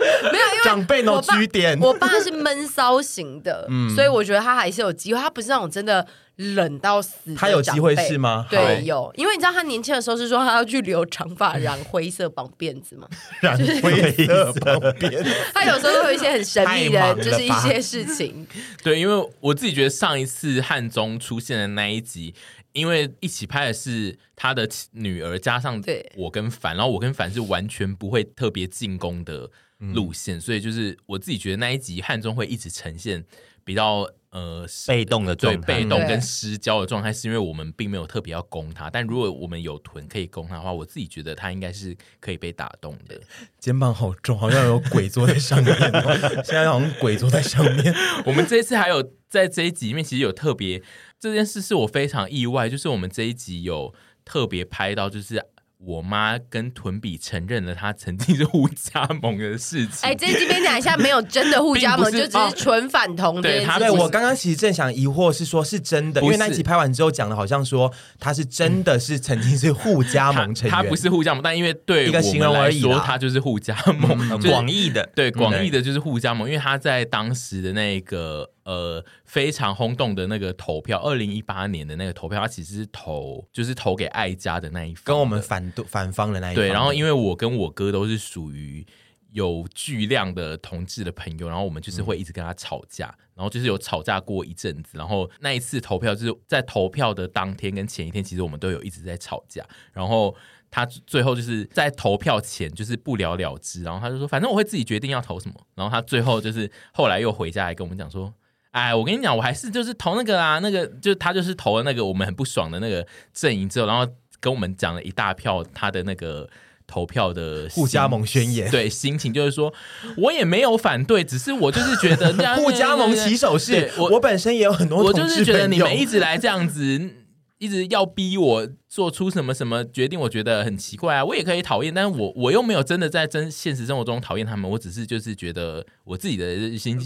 Speaker 1: 没有，因为
Speaker 2: 长辈呢
Speaker 1: 我爸
Speaker 2: 居点嗯
Speaker 1: 我爸是闷骚型的，所以我觉得他还是有机会。他不是那种真的冷到死。
Speaker 2: 他有机会是？吗？好
Speaker 1: 对，有，因为你知道他年轻的时候是说他要去留长发、染灰色绑辫子嘛。
Speaker 2: 染灰色旁边，
Speaker 1: 他有时候会有一些很神秘
Speaker 2: <laughs> 太
Speaker 1: 的，
Speaker 2: 忙了吧
Speaker 1: 就是一些事
Speaker 2: <laughs>
Speaker 1: 情。
Speaker 3: 对，因为我自己觉得上一次汉中出现的那一集，因为一起拍的是他的妻女儿加上
Speaker 1: 对
Speaker 3: 我跟凡，然后我跟凡是完全不会特别进攻的
Speaker 4: 嗯
Speaker 3: 路线，所以就是我自己觉得那一集汉中会一直呈现比较呃
Speaker 4: 被动的
Speaker 3: 对
Speaker 4: 状态，
Speaker 3: 被动
Speaker 1: 对
Speaker 3: 跟失焦的状态，是因为我们并没有特别要攻他，但如果我们有臀可以攻他的话，我自己觉得他应该是可以被打动的。
Speaker 2: 肩膀好重，好像有鬼坐在上面哦。 <laughs> 现在好像鬼坐在上面，
Speaker 3: <laughs> 我们这一次还有在这一集里面，其实有特别这件事是我非常意外，就是我们这一集有特别拍到，就是我妈跟屯比承认了她曾经是互加盟的事情。
Speaker 1: 哎，这一集边讲一下，没有真的互加盟，
Speaker 3: 并不
Speaker 1: 就是只是纯反同这件
Speaker 3: 对
Speaker 1: 事
Speaker 3: 他
Speaker 2: 啊对
Speaker 1: 情
Speaker 2: 我刚刚其实正想疑惑，是说是真的，因
Speaker 3: 不
Speaker 2: 为
Speaker 3: 是
Speaker 2: 那一集拍完之后讲的好像说他是真的是曾经是互加
Speaker 3: 她
Speaker 2: 盟成员，
Speaker 3: 她不是互加盟，但因为对
Speaker 2: 一
Speaker 3: 我
Speaker 2: 个形容
Speaker 3: 们来
Speaker 2: 而已
Speaker 3: 说，
Speaker 2: 啦嗯
Speaker 3: 她就是互加盟，就是
Speaker 4: 呃广义的，
Speaker 3: 对广义的就是互加盟，因为他在当时的那个呃非常轰动的那个投票，二零一八年的那个投票，他其实是投就是投给爱家的那一方的，
Speaker 2: 跟我们反对反方的那一
Speaker 3: 对，然后
Speaker 2: 为
Speaker 3: 因为我跟我哥都是属于有巨量的同志的朋友，然后我们就是
Speaker 2: 嗯
Speaker 3: 会一直跟他吵架，然后就是有吵架过一阵子，然后那一次投票就是在投票的当天跟前一天，其实我们都有一直在吵架，然后。他最后就是在投票前就是不了了之，然后他就说反正我会自己决定要投什么，然后他最后就是后来又回家来跟我们讲说，哎，我跟你讲，我还是就是投那个啊，那个就他就是投了那个我们很不爽的那个阵营之后，然后跟我们讲了一大票他的那个投票的心
Speaker 2: 互加盟宣言
Speaker 3: 对心情就是说我也没有反对，只是我就是觉得
Speaker 2: <laughs> 互加盟起手
Speaker 3: 对
Speaker 2: 式，
Speaker 3: 我
Speaker 2: 我本身也有很多
Speaker 3: 我
Speaker 2: 同
Speaker 3: 就是
Speaker 2: 志
Speaker 3: 觉得你
Speaker 2: 朋
Speaker 3: 们
Speaker 2: 友
Speaker 3: 一直来这样子， <laughs> 一直要逼我做出什么什么决定，我觉得很奇怪啊。我也可以讨厌，但是我我又没有真的在真现实生活中讨厌他们，我只是就是觉得我自己的心心情，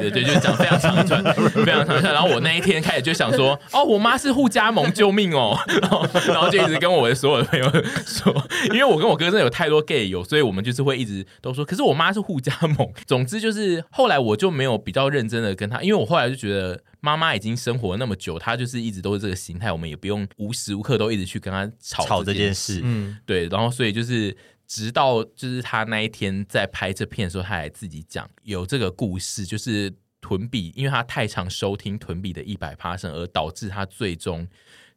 Speaker 3: 对对，就是讲非常长一串，非常长一串。然后我那一天开始就想说，哦，我妈是互加盟，救命哦！然后 <laughs> 然后就一直跟我的所有的朋友说，因为我跟我哥真的有太多 gay 友，所以我们就是会一直都说，可是我妈是互加盟。总之就是后来我就没有比较认真的跟他，因为我后来就觉得妈妈已经生活那么久，她就是一直都是这个心态，我们也不用无时无刻都一直去跟她吵
Speaker 4: 吵这件
Speaker 3: 件
Speaker 4: 事，
Speaker 2: 嗯，
Speaker 3: 对，然后所以就是直到就是他那一天在拍这片的时候，他还自己讲有这个故事，就是屯比，因为他太常收听屯比的一百 p a 而导致他最终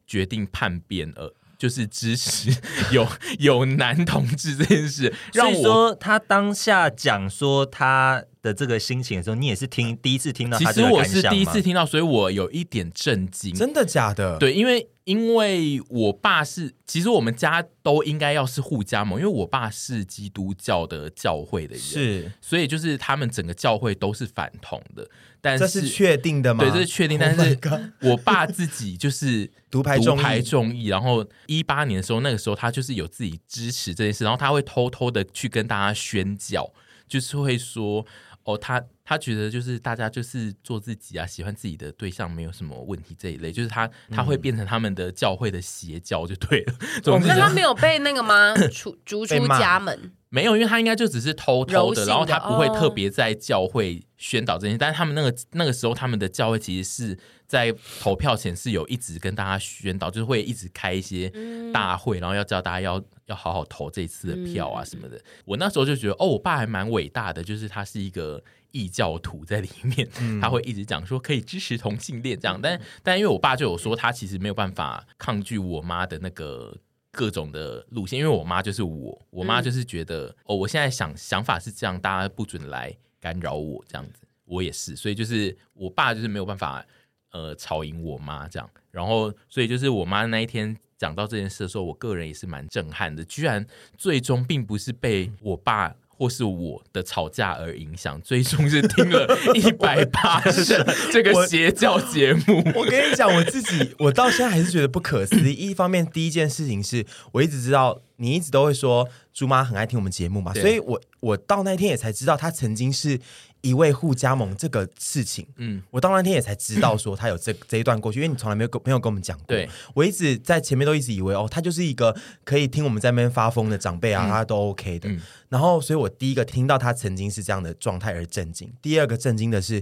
Speaker 3: 决定叛变，而就是支持 <laughs> 有有男同志这件事，
Speaker 4: 所
Speaker 3: 让
Speaker 4: 以
Speaker 3: 我。
Speaker 4: 说他当下讲说他的这个心情的时候，你也是听第一次听到
Speaker 3: 其
Speaker 4: 他
Speaker 3: 实
Speaker 4: 这个
Speaker 3: 我
Speaker 4: 感
Speaker 3: 是
Speaker 4: 想
Speaker 3: 第一
Speaker 4: 吗
Speaker 3: 次听到，所以我有一点震惊。
Speaker 2: 真的假的？，
Speaker 3: 对，因为因为我爸是，其实我们家都应该要是互加盟，因为我爸是基督教的教会的人，
Speaker 2: 是
Speaker 3: 所以就是他们整个教会都是反同的，但
Speaker 2: 这
Speaker 3: 是
Speaker 2: 是确定的吗？Oh
Speaker 3: 对，这是确定。但是 <laughs> 我爸自己就是
Speaker 2: 独排
Speaker 3: 独
Speaker 2: 众议
Speaker 3: 排众议，然后一八年的时候，那个时候他就是有自己支持这件事，然后他会偷偷的去跟大家宣教，就是会说哦，他他觉得就是大家就是做自己啊，喜欢自己的对象没有什么问题这一类，就是他他
Speaker 2: 嗯
Speaker 3: 会变成他们的教会的邪教就对了。
Speaker 2: 哦
Speaker 3: 总之
Speaker 1: 那
Speaker 3: 就是
Speaker 1: 他没有被那个吗？
Speaker 2: <coughs>
Speaker 1: 逐逐
Speaker 2: 被
Speaker 1: 出
Speaker 2: 骂
Speaker 1: 家门，
Speaker 3: 没有，因为他应该就只是偷
Speaker 1: 柔
Speaker 3: 偷
Speaker 1: 性
Speaker 3: 的，
Speaker 1: 的
Speaker 3: 然后他不会
Speaker 1: 哦
Speaker 3: 特别在教会宣导这些。但是他们那个那个时候，他们的教会其实是在投票前是有一直跟大家宣导，就是会一直开一些
Speaker 1: 嗯
Speaker 3: 大会，然后要叫大家要要好好投这一次的票啊什么的。我那时候就觉得，哦，我爸还蛮伟大的，就是他是一个异教徒在里面，他会一直讲说可以支持同性恋这样。但但因为我爸就有说，他其实没有办法抗拒我妈的那个各种的路线，因为我妈就是我，我妈就是觉得、哦，我现在想想法是这样，大家不准来干扰我这样子，我也是，所以就是我爸就是没有办法呃吵赢我妈这样，然后所以就是我妈那一天。讲到这件事的时候，我个人也是蛮震撼的，居然最终并不是被我爸或是我的吵架而影响，最终是听
Speaker 2: <laughs>
Speaker 3: 了一百八十这个
Speaker 2: 我
Speaker 3: 邪教节目。
Speaker 2: 我跟你讲，我自己我到现在还是觉得不可思议。一方面，第一件事情是我一直知道你一直都会说猪妈很爱听我们节目嘛，
Speaker 3: 对
Speaker 2: 所以我我到那一天也才知道她曾经是一位户加盟这个事情，
Speaker 3: 嗯，
Speaker 2: 我到那天也才知道说他有这 <coughs> 这一段过去，因为你从来没有跟没有跟我们讲过。
Speaker 3: 对，
Speaker 2: 我一直在前面都一直以为哦，他就是一个可以听我们在那边发疯的长辈啊，他都 OK 的。
Speaker 3: 嗯
Speaker 2: 然后，所以我第一个听到他曾经是这样的状态而震惊，第二个震惊的是。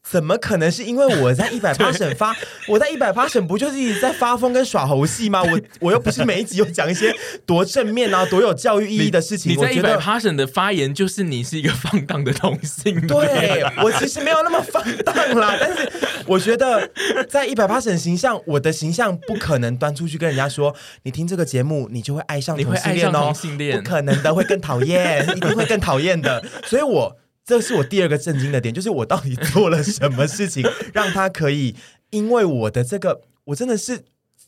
Speaker 2: 怎么可能是因为我
Speaker 3: <laughs>
Speaker 2: 在一百八省发，我在一百八省不就是一直在发疯跟耍猴戏吗？我 <laughs> 我又不是每一集有讲一些多正面啊、多有教育意义的事情。
Speaker 3: 你
Speaker 2: 我
Speaker 3: 在一
Speaker 2: 觉
Speaker 3: 百
Speaker 2: 得
Speaker 3: passion 的发言就是你是一个放荡的同性，
Speaker 2: 对我其实没有那么放荡
Speaker 3: <laughs>
Speaker 2: 啦，但是我觉得在一百八省形象，我的形象不可能端出去跟人家说，你听这个节目，你就会爱上
Speaker 3: 你会
Speaker 2: 同性
Speaker 3: 爱
Speaker 2: 恋
Speaker 3: 上
Speaker 2: 哦
Speaker 3: 同，性恋
Speaker 2: 不，可能的，会更讨厌，一定会更讨厌的。所以我这是我第二个震惊的点，就是我到底做了什么事情，让他可以因为我的这个，我真的是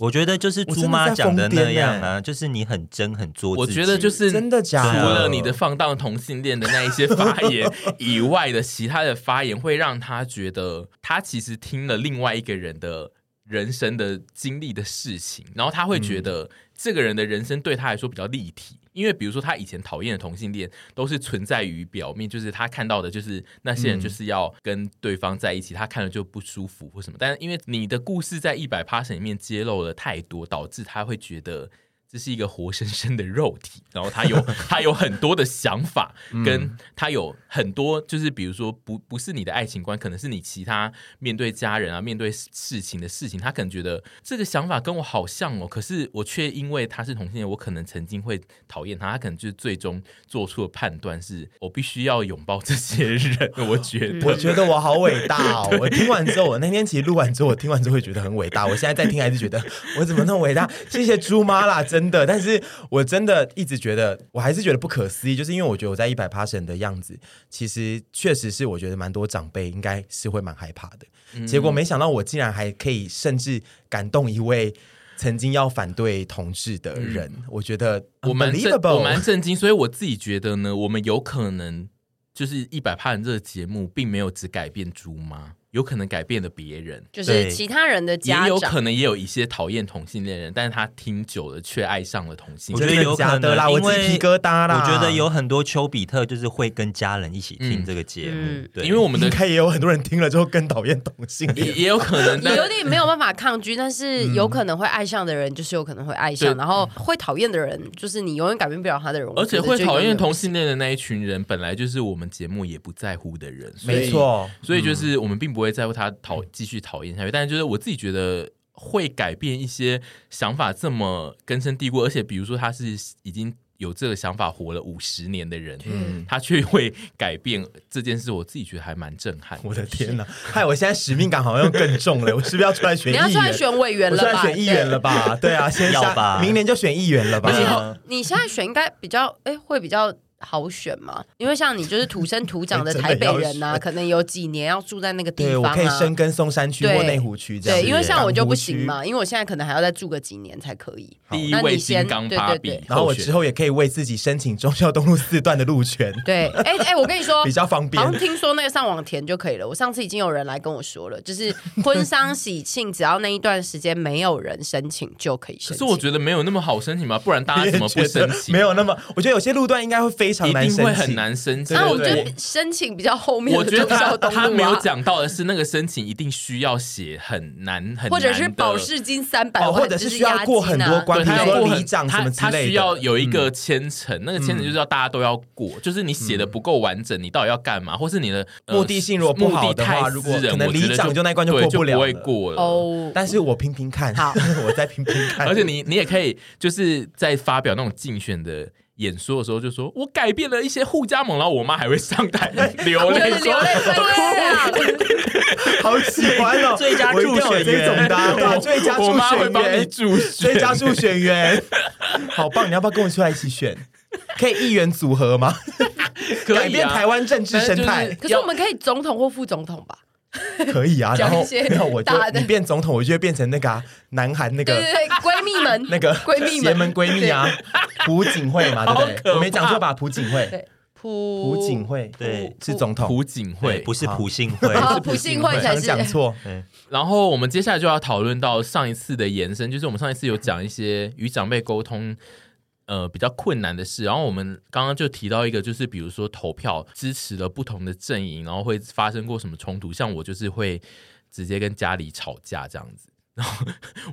Speaker 4: 我觉得就是
Speaker 2: 我真
Speaker 4: 猪
Speaker 2: 的
Speaker 4: 妈
Speaker 2: 在
Speaker 4: 讲的
Speaker 2: 疯癫
Speaker 4: 那样
Speaker 2: 欸
Speaker 4: 啊，就是你很真很做
Speaker 3: 我
Speaker 4: 自
Speaker 3: 觉得
Speaker 4: 己
Speaker 3: 就是
Speaker 2: 真的假
Speaker 3: 除
Speaker 2: 的
Speaker 3: 了你的放荡同性恋的那一些发言以外的其他的发言，会让他觉得他其实听了另外一个人的人生的经历的事情，然后他会觉得这个人的人生对他来说比较立体。因为比如说，他以前讨厌的同性恋都是存在于表面，就是他看到的，就是那些
Speaker 2: 嗯
Speaker 3: 人就是要跟对方在一起，他看了就不舒服或什么。但是因为你的故事在一百 p a s 里面揭露了太多，导致他会觉得这是一个活生生的肉体，然后他有 <laughs> 他有很多的想法，跟他有很多就是比如说不不是你的爱情观，可能是你其他面对家人啊、面对事情的事情，他可能觉得这个想法跟我好像哦，可是我却因为他是同性恋，我可能曾经会讨厌他，他可能就是最终做出的判断是我必须要拥抱这些人， <laughs> 我觉
Speaker 4: <laughs>
Speaker 3: 得
Speaker 2: 我觉得我好伟大哦！我听完之后，我那天其实录完之后，我听完之后会觉得很伟大。我现在再听还是觉得我怎么那么伟大？谢谢猪妈啦，真的。但是我真的一直觉得，我还是觉得不可思议，就是因为我觉得我在一百 passion 的样子，其实确实是我觉得蛮多长辈应该是会蛮害怕的。结
Speaker 4: 嗯
Speaker 2: 果没想到我竟然还可以，甚至感动一位。曾经要反对同志的人，
Speaker 4: 嗯
Speaker 2: 我觉得
Speaker 3: 我蛮震，
Speaker 2: unbelievable
Speaker 3: 我蛮震惊，所以我自己觉得呢，我们有可能就是一百帕人这个节目，并没有只改变猪妈，有可能改变了别人，
Speaker 1: 就是其他人的
Speaker 3: 也
Speaker 1: 家
Speaker 3: 有
Speaker 1: 长
Speaker 3: 可能也有一些讨厌同性恋人，但是他听久了却爱上了同性
Speaker 4: 我
Speaker 3: 恋。
Speaker 4: 觉得有可
Speaker 2: 真的假的
Speaker 4: 能
Speaker 2: 啦，我
Speaker 4: 因
Speaker 2: 鸡
Speaker 4: 为
Speaker 2: 皮疙瘩啦。
Speaker 4: 我觉得有很多丘比特就是会跟家人一起听
Speaker 3: 嗯
Speaker 4: 这个节目，
Speaker 1: 嗯
Speaker 4: 对，
Speaker 3: 因为我们
Speaker 2: 应
Speaker 3: 的
Speaker 2: 该也有很多人听了之后更讨厌同性
Speaker 1: <laughs>
Speaker 3: 也
Speaker 2: 恋。
Speaker 3: 也有可 <laughs> 能，
Speaker 1: 也有
Speaker 3: 但
Speaker 1: 点没有办法抗拒，但是有可能会爱上的人，就是有可能会爱上，
Speaker 3: 对
Speaker 1: 然后会讨厌的人，就是你永远改变不了他的人，
Speaker 3: 而且
Speaker 1: 我觉得
Speaker 3: 会
Speaker 1: 这
Speaker 3: 讨厌
Speaker 1: 个
Speaker 3: 同性恋的那一群人，本来就是我们节目也不在乎的人，所以
Speaker 2: 没错，
Speaker 3: 所以就是我们并不会在乎他讨嗯继续讨厌下去，但是就是我自己觉得会改变一些想法这么根深蒂固，而且比如说他是已经有这个想法活了五十年的人，
Speaker 2: 嗯
Speaker 3: 他却会改变这件事，我自己觉得还蛮震撼。
Speaker 2: 我的天哪！害我现在使命感好像又更
Speaker 1: <laughs>
Speaker 2: 重了，我是不是要出来选
Speaker 1: 你
Speaker 2: 议
Speaker 1: 要
Speaker 2: 员？
Speaker 1: 出来选委员
Speaker 2: 我
Speaker 1: 了
Speaker 2: 出来
Speaker 1: 吧？
Speaker 2: 选议员了吧？对啊，先
Speaker 4: 要
Speaker 2: 下
Speaker 4: 吧
Speaker 2: 明年就选议员了吧
Speaker 1: 对。？你现在选应该比较，哎，会比较。好选嘛？因为像你就是土生土长
Speaker 2: <laughs>
Speaker 1: 的
Speaker 2: 哎真的
Speaker 1: 台北
Speaker 2: 要
Speaker 1: 人呐、
Speaker 2: 选
Speaker 1: 可能有几年要住在那个地
Speaker 2: 对，
Speaker 1: 方
Speaker 2: 我
Speaker 1: 啊。
Speaker 2: 可以深耕松山区
Speaker 1: 对
Speaker 2: 或内湖区这样
Speaker 1: 对，
Speaker 2: 子。
Speaker 1: 因为像我就
Speaker 2: 南湖
Speaker 1: 不
Speaker 2: 区
Speaker 1: 行。嘛，因为我现在可能还要再住个几年才可以。
Speaker 3: 第一
Speaker 1: 那
Speaker 3: 位
Speaker 1: 你先
Speaker 3: 金刚芭比
Speaker 1: 对对，对
Speaker 2: 然后我
Speaker 3: 选
Speaker 2: 之后也可以为自己申请忠孝东路四段的路权，
Speaker 1: 对，哎哎，我跟你说，
Speaker 2: <laughs> 比较方便
Speaker 1: 好。像听说那个上网填就可以了。我上次已经有人来跟我说了，
Speaker 2: <laughs>
Speaker 1: 就是婚丧喜庆，只要那一段时间没有人申请就可以
Speaker 3: 可
Speaker 1: 申
Speaker 3: 是
Speaker 1: 请。
Speaker 3: 我觉得没有那么好申 <laughs> 请吧，不然大
Speaker 2: 我
Speaker 3: 家
Speaker 2: 也
Speaker 3: 怎么不
Speaker 2: 觉
Speaker 3: 申
Speaker 2: 得
Speaker 3: 请？
Speaker 2: 没有那么，我觉得有些路段应该会非常
Speaker 3: 一
Speaker 2: 难
Speaker 3: 定
Speaker 2: 申
Speaker 3: 会
Speaker 2: 请
Speaker 3: 很。难申请。
Speaker 1: 那啊我
Speaker 3: 我
Speaker 1: 觉得申请比较后面
Speaker 3: 我
Speaker 1: 的
Speaker 3: 觉得
Speaker 1: 忠
Speaker 3: 他
Speaker 1: 孝东路啊
Speaker 3: 他没有讲到的是，那个申请一定需要写很难很难的，
Speaker 1: 或者是保释金三百
Speaker 2: 哦
Speaker 1: 万，
Speaker 2: 或者
Speaker 1: 就是
Speaker 2: 需要
Speaker 1: 押
Speaker 2: 过
Speaker 1: 金
Speaker 2: 很
Speaker 1: 啊
Speaker 2: 多关
Speaker 3: 对，
Speaker 2: 比
Speaker 3: 他
Speaker 2: 如
Speaker 3: 要
Speaker 2: 说
Speaker 3: 过很
Speaker 2: 里长
Speaker 3: 他
Speaker 2: 什么之类的嗯
Speaker 3: 他需要有一个千层，那个千层就是要大家都要过，就是你写的不够完整，你到底要干嘛，或是你的呃
Speaker 2: 目的性如果不好的话
Speaker 3: 目的太
Speaker 2: 如果
Speaker 3: 私人
Speaker 2: 可能
Speaker 3: 我觉得
Speaker 2: 里长就那一关就
Speaker 3: 对
Speaker 2: 过不了
Speaker 3: 不会
Speaker 2: 了
Speaker 3: 过了。
Speaker 1: 哦。
Speaker 2: 但是我拼拼看，
Speaker 1: 好
Speaker 2: <laughs> 我再拼拼看。
Speaker 3: 而且你你也可以就是在发表那种竞选的。演说的时候就说，我改变了一些互加盟，然后我妈还会上台 <laughs> 流
Speaker 1: 就
Speaker 3: 泪
Speaker 1: 是
Speaker 3: 说
Speaker 1: 流泪分
Speaker 2: <laughs>
Speaker 1: 裂啊！
Speaker 2: 好喜欢哦！
Speaker 4: 最佳
Speaker 2: 我一定要有
Speaker 4: 助选
Speaker 2: 这
Speaker 4: 员
Speaker 2: 种的啊，对啊最佳：“
Speaker 3: 我
Speaker 2: 助
Speaker 3: 妈会
Speaker 2: 选
Speaker 3: 帮你
Speaker 2: 员，
Speaker 3: 助选，
Speaker 2: 最佳助选员，好棒！你要不要跟我出来一起选？可以议员组合吗？
Speaker 3: 可以啊
Speaker 2: 改变台湾政治生
Speaker 3: 但
Speaker 2: 态
Speaker 3: 是、
Speaker 1: 可是我们可以总统或副总统吧？
Speaker 2: 可以啊。
Speaker 1: 讲
Speaker 2: 然后
Speaker 1: 一些
Speaker 2: 没有，我就
Speaker 1: 大的
Speaker 2: 你变总统，我就会变成那个、啊、南韩那
Speaker 1: 对
Speaker 2: 个
Speaker 1: 对对，闺蜜们，
Speaker 2: 那个
Speaker 1: 闺蜜
Speaker 2: 邪
Speaker 1: 们
Speaker 2: 门闺蜜啊，朴槿惠嘛，对不
Speaker 3: 好可
Speaker 2: 对？
Speaker 3: 怕
Speaker 2: 我没讲错吧？朴槿惠，
Speaker 1: 对朴
Speaker 2: 朴槿惠
Speaker 4: 对
Speaker 2: 是总统，
Speaker 3: 朴槿惠
Speaker 4: 对，不是
Speaker 2: 好
Speaker 4: 普信会，
Speaker 1: 好
Speaker 3: 是朴
Speaker 1: 朴信
Speaker 3: 信
Speaker 1: 惠
Speaker 3: 惠
Speaker 1: 才
Speaker 2: 常
Speaker 1: 是
Speaker 2: 讲错。
Speaker 3: 然后我们接下来就要讨论到上一次的延伸，就是我们上一次有讲一些与长辈沟通。呃比较困难的事。然后我们刚刚就提到一个，就是比如说投票支持了不同的阵营，然后会发生过什么冲突。像我就是会直接跟家里吵架这样子。然后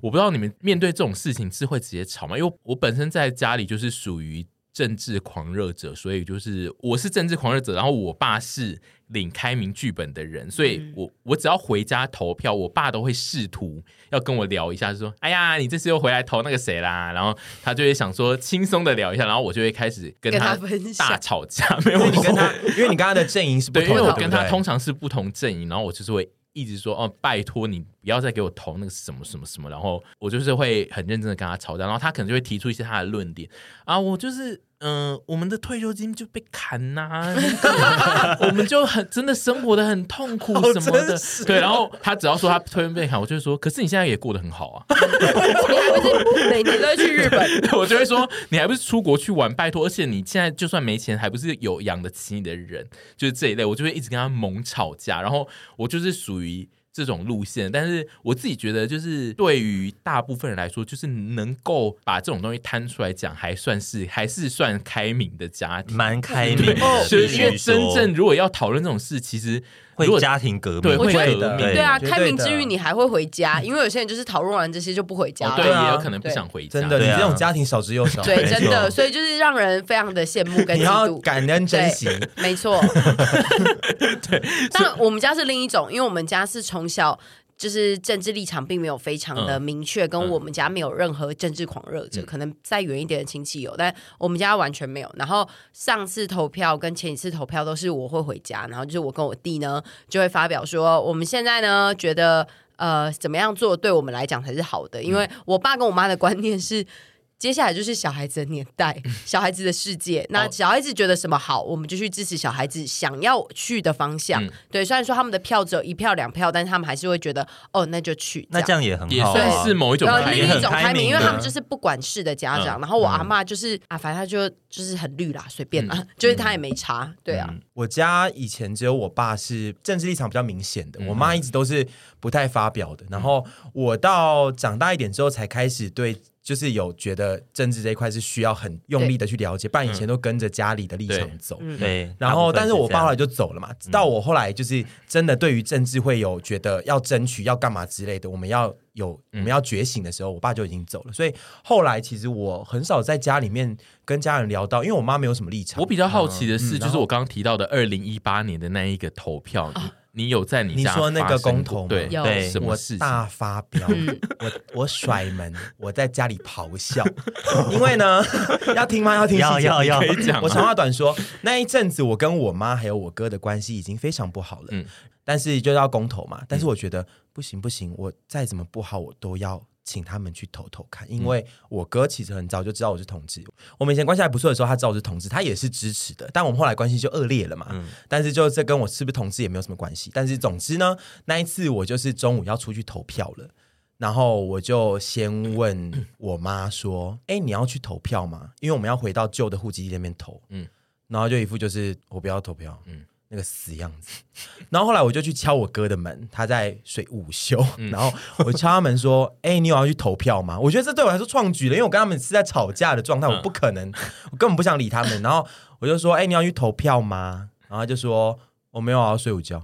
Speaker 3: 我不知道你们面对这种事情是会直接吵吗？因为我本身在家里就是属于政治狂热者，所以就是我是政治狂热者，然后我爸是领开明剧本的人，所以我我只要回家投票，我爸都会试图要跟我聊一下，就说：“哎呀，你这次又回来投那个谁啦？”然后他就会想说轻松的聊一下，然后我就会开始跟
Speaker 1: 跟他
Speaker 3: 他
Speaker 1: 分享
Speaker 3: 大吵架，没有
Speaker 2: 因为你
Speaker 3: 我
Speaker 2: 跟他，因为你跟他的阵营是不
Speaker 3: 对，因
Speaker 2: 同
Speaker 3: 为
Speaker 2: 的，
Speaker 3: 我
Speaker 2: 对
Speaker 3: 跟
Speaker 2: 不
Speaker 3: 他
Speaker 2: 对
Speaker 3: 通常是不同阵营，然后我就是会一直说哦，拜托你不要再给我投那个什么什么什么，然后我就是会很认真的跟他吵架，然后他可能就会提出一些他的论点啊，我就是。嗯，我们的退休金就被砍呐、 <laughs> 我们就很真的生活的很痛苦什
Speaker 2: 好
Speaker 3: 么的
Speaker 2: 哦真，实
Speaker 3: 对。然后他只要说他退休金被砍，我就会说，可是你现在也过得很好啊，
Speaker 1: 你 <laughs> 还不是每年都会去日本？
Speaker 3: <laughs> 我就会说，你还不是出国去玩，拜托！而且你现在就算没钱，还不是有养得起你的人，就是这一类，我就会一直跟他猛吵架。然后我就是属于这种路线，但是我自己觉得，就是对于大部分人来说，就是能够把这种东西摊出来讲，还算是还是算开明的家庭。
Speaker 4: 蛮开明
Speaker 2: 哦
Speaker 4: 的，
Speaker 3: 就是因为
Speaker 4: 必须说
Speaker 3: 真正如果要讨论这种事，其实如
Speaker 4: 会
Speaker 3: 果
Speaker 4: 家庭革
Speaker 3: 对
Speaker 4: 命，
Speaker 3: 会
Speaker 1: 觉得
Speaker 3: 革
Speaker 2: 嗯
Speaker 3: 命
Speaker 4: 对
Speaker 1: 对啊，
Speaker 2: 绝对
Speaker 1: 开明
Speaker 2: 的
Speaker 1: 之余你还会回家，因为有些人就是讨论完这些就不回家
Speaker 3: 哦
Speaker 1: 了。
Speaker 3: 对，也有
Speaker 2: 啊
Speaker 3: 可能不
Speaker 1: 对
Speaker 3: 想回家。
Speaker 2: 真的，你
Speaker 4: 对啊
Speaker 2: 这种家庭少之又少，
Speaker 1: 对，
Speaker 4: 没错
Speaker 1: 真的，所以就是让人非常的羡慕跟
Speaker 2: 你
Speaker 1: 嫉
Speaker 2: 要
Speaker 1: 妒。
Speaker 2: 感恩珍惜。
Speaker 4: <laughs>
Speaker 1: 对，没错。对， <laughs> 但我们家是另一种，因为我们家是从小。就是政治立场并没有非常的明确，跟我们家没有任何政治狂热者，可能再远一点的亲戚有，但我们家完全没有。然后上次投票跟前几次投票都是我会回家，然后就是我跟我弟呢就会发表说，我们现在呢觉得呃怎么样做对我们来讲才是好的，因为我爸跟我妈的观念是。 <laughs> 接下来就是小孩子的年代，小孩子的世界。那小孩子觉得什么好，我们就去支持小孩子想要去的方向。
Speaker 3: 嗯
Speaker 1: 对，虽然说他们的票只有一票两票，但是他们还是会觉得，哦，那就去。
Speaker 4: 那
Speaker 1: 这
Speaker 4: 这
Speaker 1: 样。
Speaker 4: 样也很
Speaker 3: 也
Speaker 4: 好
Speaker 3: 算
Speaker 4: 啊
Speaker 3: 是。某一种
Speaker 1: 呃，
Speaker 3: 开
Speaker 1: 另
Speaker 3: 明
Speaker 4: 也
Speaker 1: 一
Speaker 4: 很
Speaker 1: 种
Speaker 4: 开
Speaker 1: 开明，
Speaker 4: 明
Speaker 1: 因为
Speaker 4: 的
Speaker 1: 他们就是不管事的家长。然后我阿妈就是啊，反正她就就是很绿啦，随便啦， <laughs> 就是她也没查。对啊，
Speaker 4: 嗯
Speaker 2: 我家以前只有我爸是政治立场比较明显
Speaker 4: 嗯
Speaker 2: 的，我妈一直都是不太发表的。然后我到长大一点之后，才开始对就是有觉得政治这一块是需要很用力的去了解，不然以前都跟着家里的立场走。
Speaker 4: 嗯
Speaker 1: 嗯
Speaker 4: 对，
Speaker 2: 然后，
Speaker 4: 大
Speaker 2: 但是
Speaker 4: 部分是
Speaker 2: 我
Speaker 4: 这
Speaker 2: 爸
Speaker 4: 样嗯
Speaker 2: 后来就走了嘛。到我后来就是真的对于政治会有觉得要争取、要干嘛之类的，我们要有我们
Speaker 4: 嗯
Speaker 2: 要觉醒的时候，我爸就已经走了。所以后来其实我很少在家里面跟家人聊到，因为我妈没有什么立场。
Speaker 3: 我比较好奇的是，
Speaker 2: 嗯
Speaker 3: 就是我刚刚提到的二零一八年的那一个投票，你你有在你
Speaker 2: 你
Speaker 3: 家
Speaker 2: 说那个
Speaker 3: 发生
Speaker 2: 公
Speaker 3: 过
Speaker 2: 投吗
Speaker 3: 对
Speaker 1: 哦有
Speaker 4: 对
Speaker 3: 什么
Speaker 2: 我
Speaker 3: 事情？
Speaker 2: 大发飙，我我甩门，我在家里咆
Speaker 4: <laughs>
Speaker 2: 哮，因为呢， <laughs> 要听吗？要听
Speaker 4: 要
Speaker 2: 细节
Speaker 4: 要要
Speaker 2: 可以
Speaker 3: 可以讲吗啊
Speaker 2: 我长话短说，那一阵子我跟我妈还有我哥的关系已经非常不好了，
Speaker 3: 嗯
Speaker 2: 但是就要公投嘛，但是我觉得、不行不行，我再怎么不好，我都要。请他们去投投
Speaker 3: 嗯
Speaker 2: 看，因为我哥其实很早就知道我是同志。我们以前关系还不错的时候，他知道我是同志，他也是支持的。但我们后来关系就恶劣了嘛。
Speaker 3: 嗯
Speaker 2: 但是就这跟我是不是同志也没有什么关系。但是总之呢，那一次我就是中午要出去投票了，然后我就先问我妈说：“哎、你要去投票吗？因为我们要回到旧的户籍地那边投。”嗯
Speaker 3: 嗯，
Speaker 2: 然后就一副就是我不要投票，嗯
Speaker 3: 嗯，
Speaker 2: 那个死样子。 <laughs> 然后后来我就去敲我哥的门，他在睡午休，<laughs>
Speaker 3: 嗯
Speaker 2: 然后我敲他门说：“哎、你有要去投票吗？”我觉得这对我来说创举了，因为我跟他们是在吵架的
Speaker 3: 嗯
Speaker 2: 状态，我不可能，我根本不想理他们。然后我就说：“哎、你要去投票吗？”然后他就说：“我没有啊，我要睡午觉。”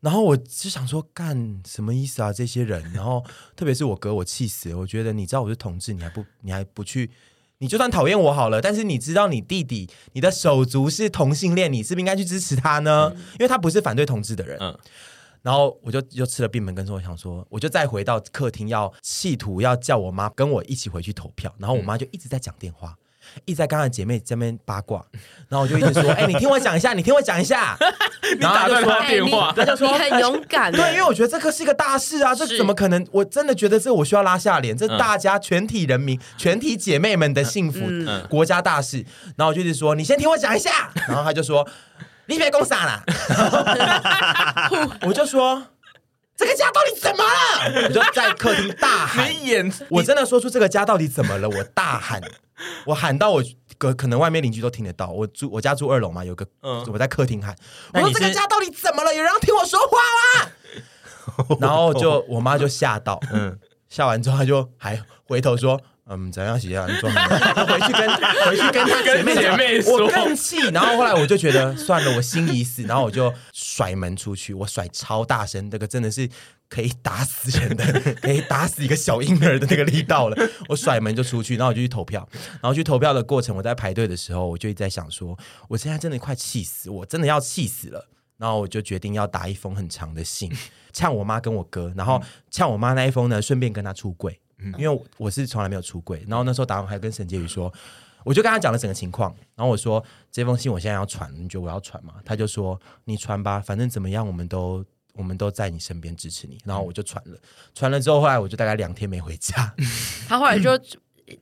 Speaker 2: 然后我就想说，干什么意思啊？这些人，然后特别是我哥，我气死了。我觉得你知道我是同志，你还不你还不去，你就算讨厌我好了，但是你知道你弟弟你的手足是同性恋，你是不是应该去支持他呢？因为他不是反对同志的人。
Speaker 3: 嗯
Speaker 2: 然后我就就吃了闭门羹之后，我想说，我就再回到客厅，要企图要叫我妈跟我一起回去投票。然后我妈就一直在讲电话，一直在跟她的姐妹这边八卦。然后我就一直说：“哎、你听我讲一下，你听我讲一下。”然后她就
Speaker 3: 你打断
Speaker 2: 说
Speaker 3: 她。电话
Speaker 1: 哎你你很勇敢欸，
Speaker 2: 对，因为我觉得这个是一个大事啊，这
Speaker 1: 是
Speaker 2: 怎么可能？我真的觉得这我需要拉下脸，这大家全体人民、全体姐妹们的幸福、
Speaker 3: 嗯
Speaker 2: 国家大事。然后我就是说，你先听我讲一下。然后他就说，你别公傻
Speaker 3: <laughs>
Speaker 2: 啦。我就说，这个家到底怎么了？我就在客厅大喊，
Speaker 1: 哎
Speaker 3: 你演
Speaker 2: 我真的说出这个家到底怎么了，我大喊，我喊到我可可能外面邻居都听得到。我住我家住二楼嘛，有个、
Speaker 3: 嗯
Speaker 2: 我在客厅喊，我
Speaker 4: 那你
Speaker 2: 说
Speaker 4: 是
Speaker 2: 这个家到底怎么了？有人要听我说话 <laughs> 啦！然后就我妈就吓到，嗯，吓完之后她就还回头说。嗯、嗯，怎样写啊？你
Speaker 3: <laughs>
Speaker 2: 装什么回去跟回去跟他姐妹讲
Speaker 3: 跟姐妹说
Speaker 2: 我更气。然后后来我就觉得算了，我心已死，然后我就甩门出去，我甩超大声，那个真的是可以打死人的， <laughs> 可以打死一个小婴儿的那个力道了。我甩门就出去，然后我就去投票，然后去投票的过程，我在排队的时候，我就一直在想说，我现在真的快气死，我真的要气死了。然后我就决定要打一封很长的信，呛我妈跟我哥，然后呛我妈那一封呢，顺便跟她出柜，因为我我是从来没有出柜。然后那时候打完还跟沈婕妤说，我就跟她讲了整个情况，然后我说这封信我现在要传，你觉得我要传吗？她就说你传吧，反正怎么样我们都。我们都在你身边支持你，然后我就传了，传了之后，后来我就大概两天没回家，
Speaker 1: 他后来就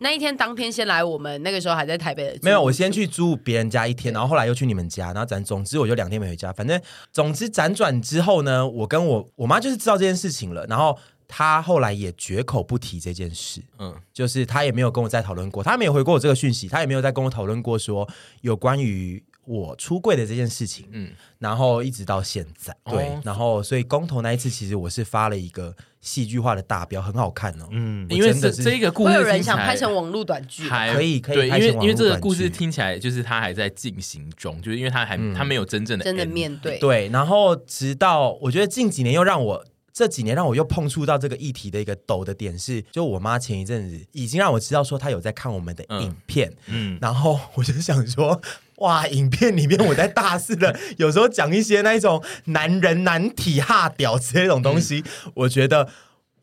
Speaker 1: 那一天当天先来我们那个时候还在台北的，
Speaker 2: 没有，我先去租别人家一天，然后后来又去你们家，然后咱总之我就两天没回家。反正总之辗转之后呢，我跟我我妈就是知道这件事情了，然后她后来也绝口不提这件事，
Speaker 3: 嗯
Speaker 2: 嗯，就是她也没有跟我再讨论过，她没有回过我这个讯息，她也没有再跟我讨论过说有关于。我出柜的这件事情，
Speaker 3: 嗯
Speaker 2: 嗯，然后一直到现在，对，
Speaker 3: 哦
Speaker 2: 然后所以公投那一次，其实我是发了一个戏剧化的大标，很好看哦，
Speaker 4: 嗯，
Speaker 3: 因为
Speaker 2: 我真
Speaker 3: 这
Speaker 2: 的是
Speaker 3: 这个故
Speaker 1: 会
Speaker 3: 事
Speaker 1: 有人
Speaker 3: 听起来
Speaker 1: 想拍成网络短剧。啊
Speaker 3: 还
Speaker 2: 可以可以
Speaker 3: 对，因
Speaker 2: 拍成
Speaker 3: 为
Speaker 2: 网
Speaker 3: 因为这
Speaker 2: 络
Speaker 3: 个
Speaker 2: 短
Speaker 3: 故事
Speaker 2: 剧
Speaker 3: 听起来就是它还在进行中，就是因为它还、
Speaker 2: 嗯
Speaker 3: 它没有真正的
Speaker 1: 真的
Speaker 3: end
Speaker 1: 面对，
Speaker 2: 对，然后直到我觉得近几年又让我。这几年让我又碰触到这个议题的一个陡的点是，就我妈前一阵子已经让我知道说她有在看我们的
Speaker 3: 嗯
Speaker 2: 影片，
Speaker 4: 嗯
Speaker 2: 然后我就想说，哇，影片里面我在大四的，有时候讲一些那一种男人难题哈屌这种东西，我觉得。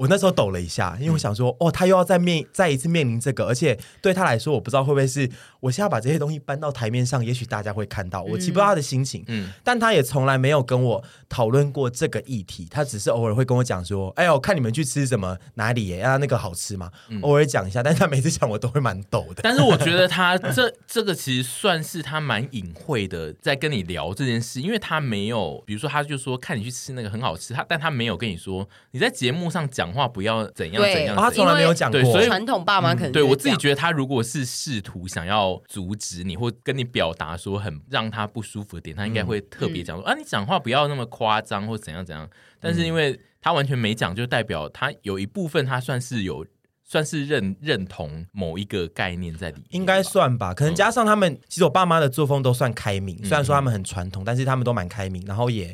Speaker 2: 我那时候抖了一下，因为我想说，哦，他又要再面再一次面临这个，而且对他来说，我不知道会不会是我现在把这些东西搬到台面上，也许大家会看到，我其实不知道他的心情，
Speaker 3: 嗯
Speaker 2: 嗯，但他也从来没有跟我讨论过这个议题，他只是偶尔会跟我讲说，哎呦，看你们去吃什么哪里耶，啊，那个好吃吗？
Speaker 3: 嗯
Speaker 2: 偶尔讲一下，但是他每次讲我都会蛮抖
Speaker 3: <laughs>
Speaker 2: 的，
Speaker 3: 但是我觉得他这 <laughs> 这个其实算是他蛮隐晦的，在跟你聊这件事，因为他没有，比如说他就说看你去吃那个很好吃，他但他没有跟你说你在节目上讲话不要怎样
Speaker 1: 对
Speaker 3: 怎样
Speaker 2: 哦他
Speaker 3: 怎样。
Speaker 2: 从来没有讲过，
Speaker 3: 对所以嗯
Speaker 1: 传统爸妈可能
Speaker 3: 对
Speaker 1: 就
Speaker 3: 我
Speaker 1: 是这
Speaker 3: 自己
Speaker 1: 样
Speaker 3: 觉得，他如果是试图想要阻止你或跟你表达说很让他不舒服的点，他应
Speaker 1: 嗯
Speaker 3: 该会特别讲说、啊，你讲话不要那么夸张或怎样怎样。但
Speaker 1: 嗯
Speaker 3: 是因为他完全没讲，就代表他有一部分他算是有算是认认同某一个概念在里面吧，
Speaker 2: 应该算吧，
Speaker 3: 嗯
Speaker 2: 可能加上他们，其实我爸妈的作风都算开明，虽然说他们很传统，但是他们都蛮开明，然后也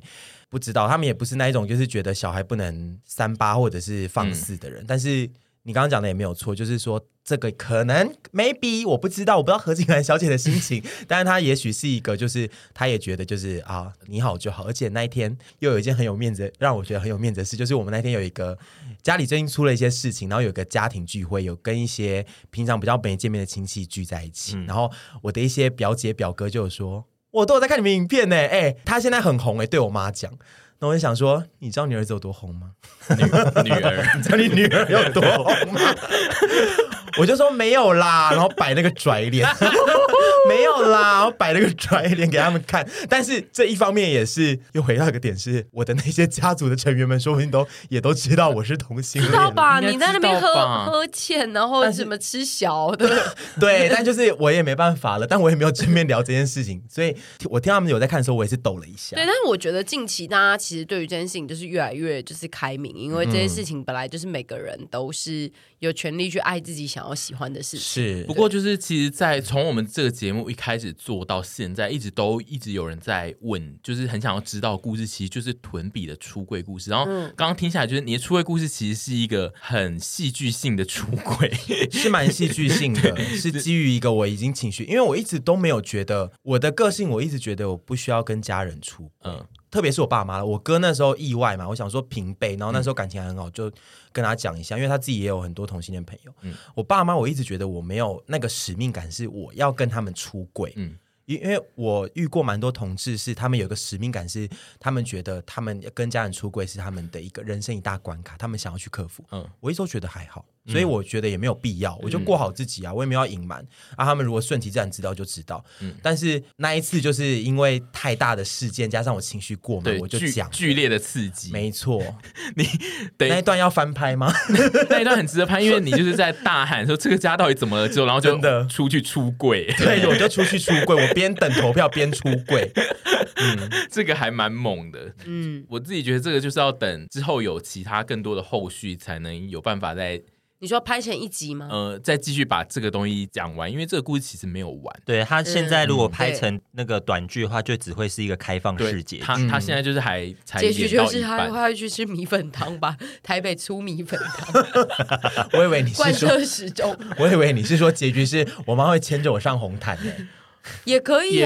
Speaker 2: 不知道，他们也不是那一种就是觉得小孩不能三八或者是放肆的人，但是。你刚刚讲的也没有错，就是说这个可能 maybe 我不知道，我不知道何景兰小姐的心情，但是她也许是一个，就是她也觉得就是啊你好就好，而且那一天又有一件很有面子，让我觉得很有面子的事，就是我们那天有一个家里最近出了一些事情，然后有一个家庭聚会，有跟一些平常比较没见面的亲戚聚在一起，然后我的一些表姐表哥就有说，我都有在看你们影片呢，哎、他现在很红哎、对我妈讲。那我就想说，你知道你儿子有多红吗？
Speaker 3: 女儿
Speaker 2: <laughs>
Speaker 3: <laughs>
Speaker 2: 你知道你女儿有多红吗？ <laughs> 我就说没有啦，然后摆那个拽脸， <laughs> 没有啦，然后摆那个拽脸给他们看。但是这一方面也是又回到一个点是，我的那些家族的成员们，说不定都也都知道我是同性
Speaker 1: 知
Speaker 2: 恋
Speaker 1: 道
Speaker 2: 了。
Speaker 1: 吧？
Speaker 3: 应该
Speaker 1: 你在那边
Speaker 3: 知
Speaker 1: 喝
Speaker 3: 道吧
Speaker 1: 喝欠，然后什么吃小
Speaker 3: <laughs>
Speaker 1: 的，
Speaker 2: 对，但就是我也没办法了，但我也没有正面聊这件事情，所以我听他们有在看的时候，我也是抖了一下
Speaker 1: 对。。但是我觉得近期大家其实对于这件事情就是越来越就是开明，因为这件事情本来就是每个人都是有权利去爱自己想要喜欢的事情。
Speaker 2: 是
Speaker 3: 不过就是，其实，在从我们这个节目一开始做到现在，一直都一直有人在问，就是很想要知道的故事，其实就是屯比的出柜故事。然后
Speaker 2: 嗯
Speaker 3: 刚刚听下来，就是你的出柜故事其实是一个很戏剧性的出柜，
Speaker 2: 是蛮戏剧性的，是基于一个我已经情绪，因为我一直都没有觉得我的个性，我一直觉得我不需要跟家人出，
Speaker 3: 嗯，
Speaker 2: 特别是我爸妈了。我哥那时候意外嘛，我想说平辈，然后那时候感情还很好，就跟他讲一下，因为他自己也有很多同性恋朋友。
Speaker 3: 嗯
Speaker 2: 我爸妈我一直觉得我没有那个使命感，是我要跟他们出轨。
Speaker 3: 嗯
Speaker 2: 嗯。因因为我遇过蛮多同志，是他们有一个使命感，是他们觉得他们跟家人出柜是他们的一个人生一大关卡，他们想要去克服。
Speaker 3: 嗯
Speaker 2: 嗯，我一直都觉得还好，所以我觉得也没有必要，我就过好自己啊，我也没有要隐瞒啊。他们如果顺其自然知道就知道，
Speaker 3: 嗯
Speaker 2: 但是那一次就是因为太大的事件，加上我情绪过
Speaker 3: 对
Speaker 2: 猛，，我就
Speaker 3: 剧
Speaker 2: 讲，
Speaker 3: 剧烈的刺激，
Speaker 2: 没错，
Speaker 3: 对
Speaker 2: 那一段要翻拍吗？
Speaker 3: 那一段很值得拍，因为你就是在大喊说这个家到底怎么了之后，然后就
Speaker 2: 真的
Speaker 3: 出去出柜，
Speaker 2: 对，我就出去出柜，我边等投票边出柜。
Speaker 3: 这个还蛮猛的。
Speaker 1: 嗯，
Speaker 3: 我自己觉得这个就是要等之后有其他更多的后续，才能有办法再
Speaker 1: 你说拍成一集吗？
Speaker 3: 呃，再继续把这个东西讲完，因为这个故事其实没有完。
Speaker 4: 对他现在如果
Speaker 1: 嗯
Speaker 4: 拍
Speaker 1: 对
Speaker 4: 成那个短剧的话，就只会是一个开放
Speaker 3: 对
Speaker 4: 式结，局。
Speaker 1: 嗯
Speaker 3: 他他现在就是还才
Speaker 1: 结局
Speaker 3: 演到
Speaker 1: 就是
Speaker 3: 嗯一
Speaker 1: 他
Speaker 3: 半
Speaker 1: 他会去吃米粉汤吧， <laughs> 台北粗米粉
Speaker 3: <laughs>
Speaker 1: 汤，
Speaker 2: 我以为你是
Speaker 1: 贯
Speaker 2: 说，
Speaker 1: 彻始终
Speaker 2: 我以为你是说结局是我妈会牵着我上红毯欸呢、
Speaker 1: 也可以啊。
Speaker 3: 也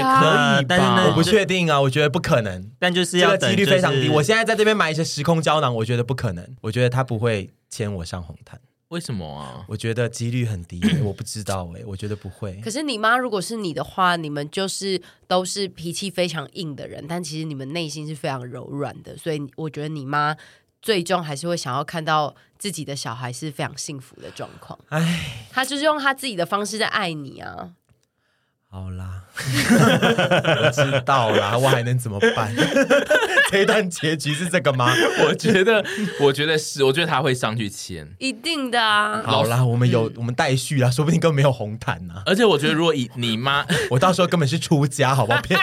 Speaker 3: 可以吧
Speaker 4: 那但是呢，
Speaker 2: 我不
Speaker 4: 就
Speaker 2: 确定啊，我觉得不可能，
Speaker 4: 但就
Speaker 2: 这
Speaker 4: 是要
Speaker 2: 个
Speaker 4: 等
Speaker 2: 几率非常低。
Speaker 4: 就是
Speaker 2: 我现在在这边埋一些时空胶囊，我觉得不可能，我觉得他不会牵我上红毯，
Speaker 3: 为什么啊？
Speaker 2: 我觉得几率很低、 <coughs> 我不知道哎、我觉得不会
Speaker 1: 可。是你妈如果是你的话，你们就是都是脾气非常硬的人，但其实你们内心是非常柔软的，所以我觉得你妈最终还是会想要看到自己的小孩是非常幸福的状况。
Speaker 2: 哎，
Speaker 1: 她就是用她自己的方式在爱你啊。
Speaker 2: 好啦，我知道 <laughs> 啦，我还能怎么办？这一段结局是这个吗？
Speaker 3: <laughs> 我觉得，我觉得是，我觉得他会上去签。
Speaker 1: 一定的啊，
Speaker 2: 好啦，我们有、我们待续啦，说不定根本没有红毯呐、
Speaker 3: 而且我觉得，如果以你妈， <laughs>
Speaker 2: 我到时候根本是出家，好不 <laughs> 好？骗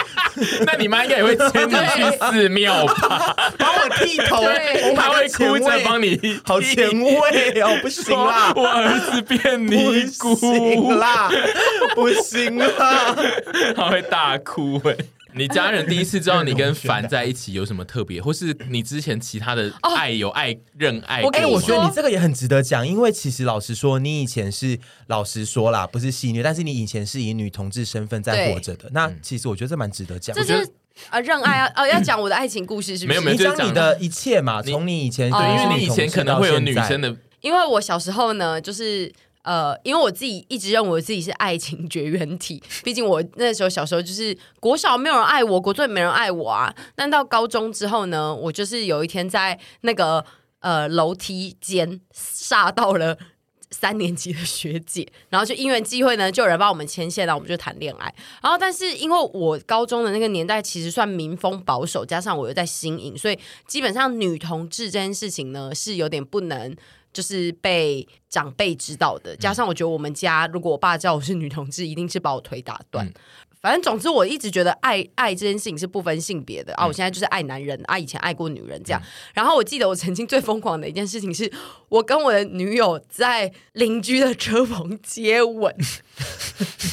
Speaker 3: 那你妈应该也会牵你去寺庙
Speaker 1: <laughs>
Speaker 3: 吧？
Speaker 2: 把我剃头，
Speaker 1: 对
Speaker 2: 我
Speaker 3: 她会哭着帮
Speaker 2: 你，
Speaker 3: 你，
Speaker 2: 好前卫哦，不行
Speaker 3: 说
Speaker 2: <laughs> 啦，
Speaker 3: 我儿子变尼
Speaker 1: <laughs>
Speaker 2: 不行
Speaker 3: 姑，
Speaker 2: 啦，不行啦。
Speaker 3: 她会大哭哎、你家人第一次知道
Speaker 1: <laughs>
Speaker 3: 你跟凡在一起有什么特别，或是你之前其他的爱有爱认爱
Speaker 1: 哦我
Speaker 3: 过吗？
Speaker 1: 跟
Speaker 2: 哎，
Speaker 1: 你
Speaker 2: 我觉得
Speaker 1: 说
Speaker 2: 你这个也很值得讲，因为其实老实说，你以前是老实说啦，不是戏虐，但是你以前是以女同志身份在
Speaker 1: 对
Speaker 2: 活着的。那
Speaker 3: 嗯
Speaker 2: 其实我觉得这蛮值得讲
Speaker 1: 这。是啊，让爱啊，哦，要讲我的爱情故事是不是？
Speaker 3: 没有没有
Speaker 2: 你
Speaker 3: 就是
Speaker 2: 讲你
Speaker 3: 讲
Speaker 2: 的一切嘛，从你以前
Speaker 1: 哦
Speaker 3: 对，因
Speaker 2: 对，
Speaker 3: 为你以前可能会有女生
Speaker 2: 的
Speaker 3: 的，
Speaker 1: 因为我小时候呢，就是呃，因为我自己一直认为我自己是爱情绝缘体，毕竟我那时候小时候就是国小没有人爱我，国中也没人爱我啊。但到高中之后呢，我就是有一天在那个呃楼梯间煞到了。三年级的学姐，然后就因缘际会呢，就有人帮我们牵线，然后我们就谈恋爱。然后，但是因为我高中的那个年代其实算民风保守，加上我又在新颖，所以基本上女同志这件事情呢是有点不能。就是被长辈知道的，加上我觉得我们家，如果我爸知道我是女同志，一定是把我腿打断。
Speaker 3: 嗯
Speaker 1: 反正总之，我一直觉得爱爱这件事情是不分性别的啊！我
Speaker 3: 嗯
Speaker 1: 现在就是爱男人啊，以前爱过女人这样。然后我记得我曾经最疯狂的一件事情是，我跟我的女友在邻居的车棚接
Speaker 3: <laughs>
Speaker 1: 吻，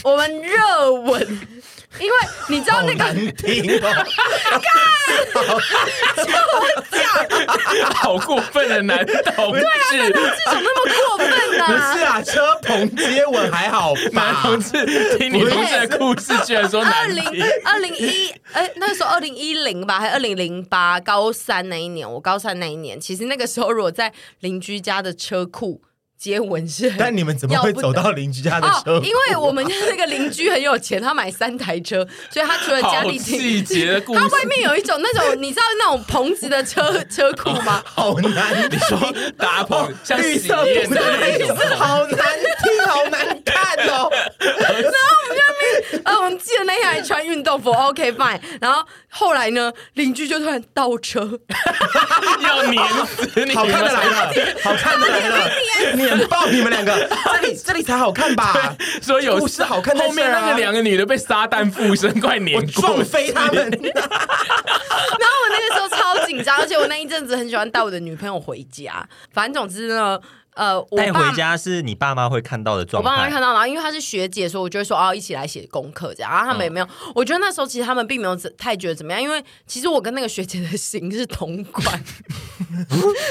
Speaker 1: 我们热吻，因为你知道那个
Speaker 2: 难听哦。
Speaker 3: 好过
Speaker 1: <laughs>
Speaker 3: 分的男同志，
Speaker 1: 怎么啊那么过分呢、
Speaker 2: <laughs> 不是啊，车棚接吻还好
Speaker 3: <laughs> <laughs> 男
Speaker 2: 吧？
Speaker 3: 同志听女同志的故事，居然说
Speaker 1: 二
Speaker 3: 难
Speaker 1: 零
Speaker 3: 听。
Speaker 1: 二零一哎，那时候二零一零吧，还二零零八，高三那一年，我高三那一年，其实那个时候如果在邻居家的车库接吻是很，
Speaker 2: 但你们怎么会走到邻居家的车
Speaker 1: 哦？
Speaker 2: 库？
Speaker 1: 因为我们家那个邻居很有钱，他买三台
Speaker 3: <laughs>
Speaker 1: 车，所以他除了家
Speaker 3: 好
Speaker 1: 里
Speaker 3: 细节的故
Speaker 1: 他
Speaker 3: 事
Speaker 1: 外，面有一种那种你知道那种棚子的车车库
Speaker 3: <laughs>
Speaker 1: 吗？
Speaker 2: 好难听，哦
Speaker 3: 说搭棚像
Speaker 2: 绿
Speaker 3: 喜
Speaker 2: 色
Speaker 3: 宴
Speaker 2: 不
Speaker 3: 的那
Speaker 2: 对，
Speaker 3: 种
Speaker 2: 是好难听，好难看哦。
Speaker 1: 呃，我们记得那天还穿运动服，OK fine。然后后来呢，邻居就突然倒车，
Speaker 3: 要碾死 <laughs> 你！
Speaker 2: 好看的来了，好看的来了， <laughs> 碾爆你们两个！这里这里才好看 <laughs> 吧？
Speaker 3: 说有
Speaker 2: 故
Speaker 3: <laughs>
Speaker 2: 事好看在这儿啊
Speaker 3: 后面那个两个女的被撒旦附身，快
Speaker 2: 我
Speaker 3: 碾过
Speaker 2: 撞。飞他 <laughs> 们！
Speaker 1: 然后我那个时候超紧张，而且我那一阵子很喜欢带我的女朋友回家。反正总之呢，呃，我
Speaker 4: 带
Speaker 1: 爸
Speaker 4: 回。家是你爸妈会看到的
Speaker 1: 我
Speaker 4: 状
Speaker 1: 爸妈看
Speaker 4: 态。
Speaker 1: 到，然后因为她是学姐，所以我就会说哦，一起来写功课这样。然后他们也没有，
Speaker 2: 嗯
Speaker 1: 我觉得那时候其实他们并没有怎太觉得怎么样，因为其实我跟那个学姐的 <laughs> 型是同款， <laughs>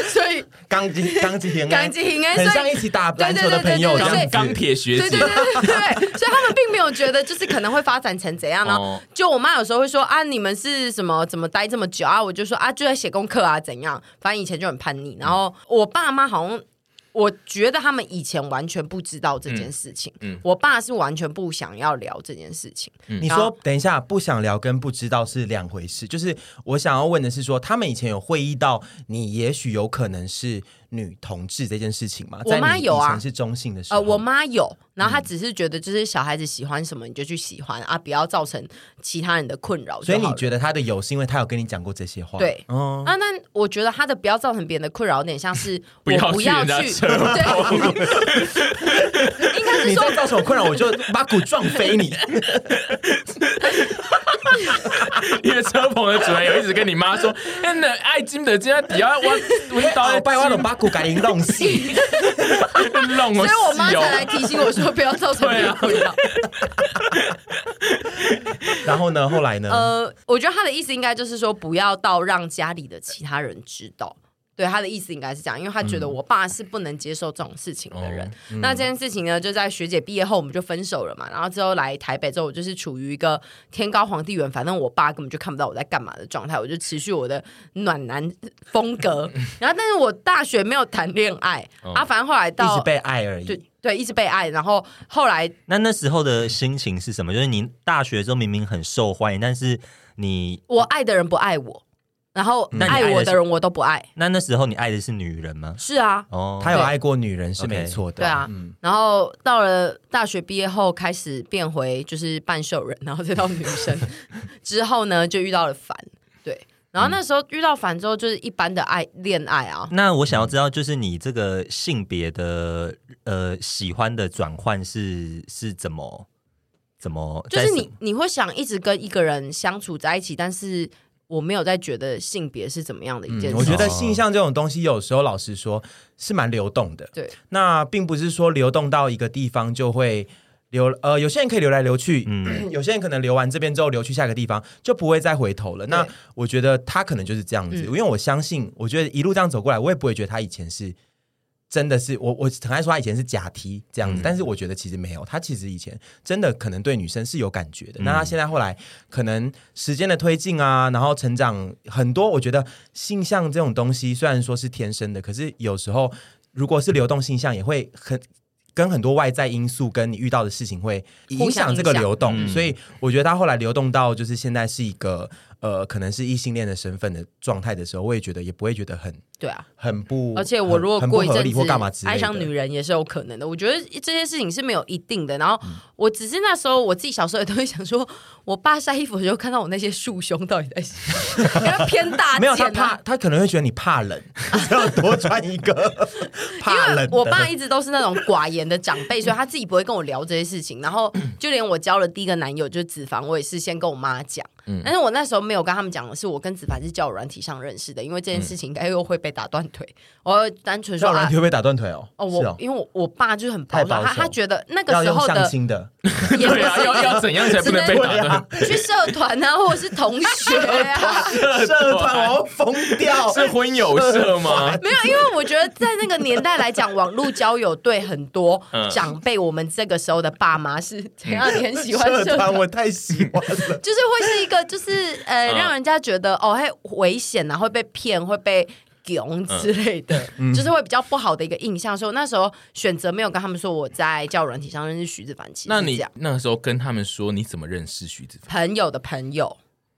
Speaker 1: 所以
Speaker 2: 钢筋钢筋平安，
Speaker 1: 钢筋平安哎所
Speaker 2: 很
Speaker 1: 以
Speaker 2: 像一起打篮球的朋友
Speaker 1: 对
Speaker 2: 这
Speaker 1: 对
Speaker 2: 样
Speaker 3: 钢
Speaker 2: 子。
Speaker 3: 钢铁学
Speaker 1: 对
Speaker 3: 姐
Speaker 1: 对对，对对，所以他们并没有觉得就是可能会发展成怎
Speaker 2: <laughs>
Speaker 1: 样呢？
Speaker 3: 哦
Speaker 1: 就我妈有时候会说啊，你们是什么怎么待这么久啊？我就说啊，就在写功课啊，怎样？反正以前就很叛
Speaker 2: 嗯
Speaker 1: 逆。然后我爸妈好像。我觉得他们以前完全不知道这件事情，
Speaker 3: 嗯嗯
Speaker 1: 我爸是完全不想要聊这件事情，
Speaker 2: 你说等一下，不想聊跟不知道是两回事。就是我想要问的是说，他们以前有会议到你，也许有可能是女同志这件事情吗？
Speaker 1: 我妈
Speaker 2: 在你
Speaker 1: 有啊
Speaker 2: 以前是中性的时候，
Speaker 1: 呃，我妈有，然
Speaker 2: 嗯
Speaker 1: 后她只是觉得就是小孩子喜欢什么你就去喜欢啊，不要造成其他人的困扰就
Speaker 2: 所
Speaker 1: 好
Speaker 2: 以
Speaker 1: 了。
Speaker 2: 你觉得她的有是因为她有跟你讲过这些话？
Speaker 1: 对
Speaker 2: 嗯，
Speaker 1: 啊，那我觉得他的不要造成别人的困扰，有点像是 <laughs>
Speaker 3: 不要
Speaker 1: 我不
Speaker 3: 去
Speaker 1: 要
Speaker 3: 人家
Speaker 1: 去，
Speaker 3: 车
Speaker 1: 对，应该但
Speaker 2: <laughs>
Speaker 1: 是
Speaker 2: 你
Speaker 1: 说
Speaker 2: 再造成我困扰，我就把鼓撞飞 <laughs> 你。
Speaker 3: 因为车棚的主人有一直跟你妈说：“哎，那爱金的今天底下我我
Speaker 2: 老
Speaker 3: 倒
Speaker 2: 拜我把鼓给你弄
Speaker 1: <laughs>
Speaker 2: 死。
Speaker 3: 弄
Speaker 1: 所
Speaker 3: 我
Speaker 1: 以我妈
Speaker 3: 室友
Speaker 1: 才来提醒我说不要造成别人困扰。
Speaker 2: 然后呢？后来呢？
Speaker 1: 呃，我觉得他的意思应该就是说，不要到让家里的其他人知道。对他的意思应该是这样，因为他觉得我爸是不能接受这种事情的人。
Speaker 4: 嗯
Speaker 1: 那这件事情呢，就在学姐毕业后我们就分手了嘛。然后之后来台北之后，我就是处于一个天高皇帝远，反正我爸根本就看不到我在干嘛的状态，我就持续我的暖男风
Speaker 4: <laughs>
Speaker 1: 格。然后，但是我大学没有谈恋爱、啊，反正后来
Speaker 2: 一
Speaker 1: 到
Speaker 2: 直被爱而
Speaker 1: 对
Speaker 4: 嗯
Speaker 2: 已。
Speaker 1: 对一直被爱，然后后来
Speaker 4: 那那时候的心情是什么？就是你大学的时候明明很受欢迎，但是你
Speaker 1: 我爱的人不爱我，然后
Speaker 4: 那你爱
Speaker 1: 爱
Speaker 4: 的
Speaker 1: 我的
Speaker 4: 是
Speaker 1: 人我都不爱。
Speaker 4: 那那时候你爱的是女人吗？
Speaker 1: 是啊，
Speaker 4: 哦，
Speaker 2: 他有爱过女人是没错的。
Speaker 1: 对啊，
Speaker 2: 嗯
Speaker 1: 然后到了大学毕业后，开始变回就是半兽人， <laughs> 然后再到女生 <laughs> 之后呢，就遇到了凡，对，然后那时候遇到凡之后，就是一般的爱恋爱啊，
Speaker 2: 嗯
Speaker 4: 那我想要知道，就是你这个性别的呃喜欢的转换是是怎么怎么？
Speaker 1: 就是
Speaker 4: 在
Speaker 1: 你
Speaker 4: 什
Speaker 1: 你会想一直跟一个人相处在一起，但是我没有在觉得性别是怎么样的一件
Speaker 2: 嗯
Speaker 1: 事，
Speaker 2: 我觉得
Speaker 4: 哦
Speaker 2: 性向这种东西，有时候老实说是蛮流动的。
Speaker 1: 对，
Speaker 2: 那并不是说流动到一个地方就会流，呃，有些人可以流来流去，
Speaker 4: 嗯
Speaker 2: <clears throat> 有些人可能流完这边之后流去下一个地方就不会再回头了。那
Speaker 1: 对
Speaker 2: 我觉得他可能就是这样子，
Speaker 1: 嗯
Speaker 2: 因为我相信，我觉得一路这样走过来，我也不会觉得他以前是。真的是我，我很爱说他以前是假踢这样子，但是我觉得其实没有，他其实以前真的可能对女生是有感觉的。那他现在后来可能时间的推进啊，然后成长很多，我觉得性向这种东西虽然说是天生的，可是有时候如果是流动性向，也会很跟很多外在因素跟你遇到的事情会
Speaker 1: 互
Speaker 2: 影
Speaker 1: 相
Speaker 2: 响这个
Speaker 1: 影响
Speaker 2: 流动，
Speaker 4: 嗯
Speaker 2: 所以我觉得他后来流动到就是现在是一个呃，可能是异性恋的身份的状态的时候，我也觉得也不会觉得很
Speaker 1: 对啊，
Speaker 2: 很不，
Speaker 1: 而且我如果
Speaker 2: 很很
Speaker 1: 过
Speaker 2: 不
Speaker 1: 一
Speaker 2: 合
Speaker 1: 阵
Speaker 2: 理或干嘛
Speaker 1: 子
Speaker 2: 之类的
Speaker 1: 爱上女人也是有可能的。我觉得这些事情是没有一定的。然后
Speaker 2: 嗯
Speaker 1: 我只是那时候我自己小时候也都会想说，我爸晒衣服的时候看到我那些束胸到底在，要偏大件啊、
Speaker 2: 没有他怕，他可能会觉得你
Speaker 1: <laughs>
Speaker 2: 怕冷，要多穿一个怕
Speaker 1: 因为
Speaker 2: 冷的。
Speaker 1: 我爸一直都是那种寡言的长辈，所以他自己不会跟我聊这些事情。然后就连我交了第一个男友就是子凡，我也是先跟我妈讲。
Speaker 2: 嗯
Speaker 1: 但是我那时候没有跟他们讲的是，我跟子凡是交友软体上认识的，因为这
Speaker 2: 嗯
Speaker 1: 件事情应该又会被打断腿。我单纯说
Speaker 2: 叫人
Speaker 1: 啊，
Speaker 2: 腿会打断腿哦，
Speaker 1: 哦，
Speaker 2: 是
Speaker 1: 我因为我我爸就是很保守，
Speaker 2: 太保守
Speaker 1: 他他觉得那
Speaker 2: 要
Speaker 1: 个时
Speaker 2: 用
Speaker 1: 候
Speaker 2: 相
Speaker 1: 的
Speaker 2: 亲的，
Speaker 1: 也不
Speaker 3: 对啊，要
Speaker 1: 是
Speaker 3: 要怎样才不能被打
Speaker 1: <laughs>
Speaker 2: 对
Speaker 3: 断
Speaker 2: 啊？
Speaker 1: 去社团啊，或者是同学
Speaker 3: <laughs>
Speaker 1: 啊。
Speaker 2: <laughs> 社团我要疯掉，
Speaker 3: 是婚友社
Speaker 1: <laughs>
Speaker 3: 吗？
Speaker 1: 没有，因为我觉得在那个年代来讲，网络交友对很多
Speaker 3: 嗯
Speaker 1: 长辈，我们这个时候的爸妈是怎样？你很喜欢
Speaker 2: 社
Speaker 1: 社团
Speaker 2: 团，我太喜欢了。
Speaker 1: 就是会是一个，就是呃，
Speaker 3: 嗯
Speaker 1: 让人家觉得哦，嘿，危险啊，会被骗，会被囧
Speaker 3: 嗯
Speaker 1: 之类的，<laughs>
Speaker 2: 嗯
Speaker 1: 就是会比较不好的一个印象。所以我那时候选择没有跟他们说我在交友软体上认识徐子凡，其实
Speaker 3: 那
Speaker 1: 是这
Speaker 3: 你
Speaker 1: 样
Speaker 3: 那时候跟他们说你怎么认识徐子凡？
Speaker 1: 朋友的朋友，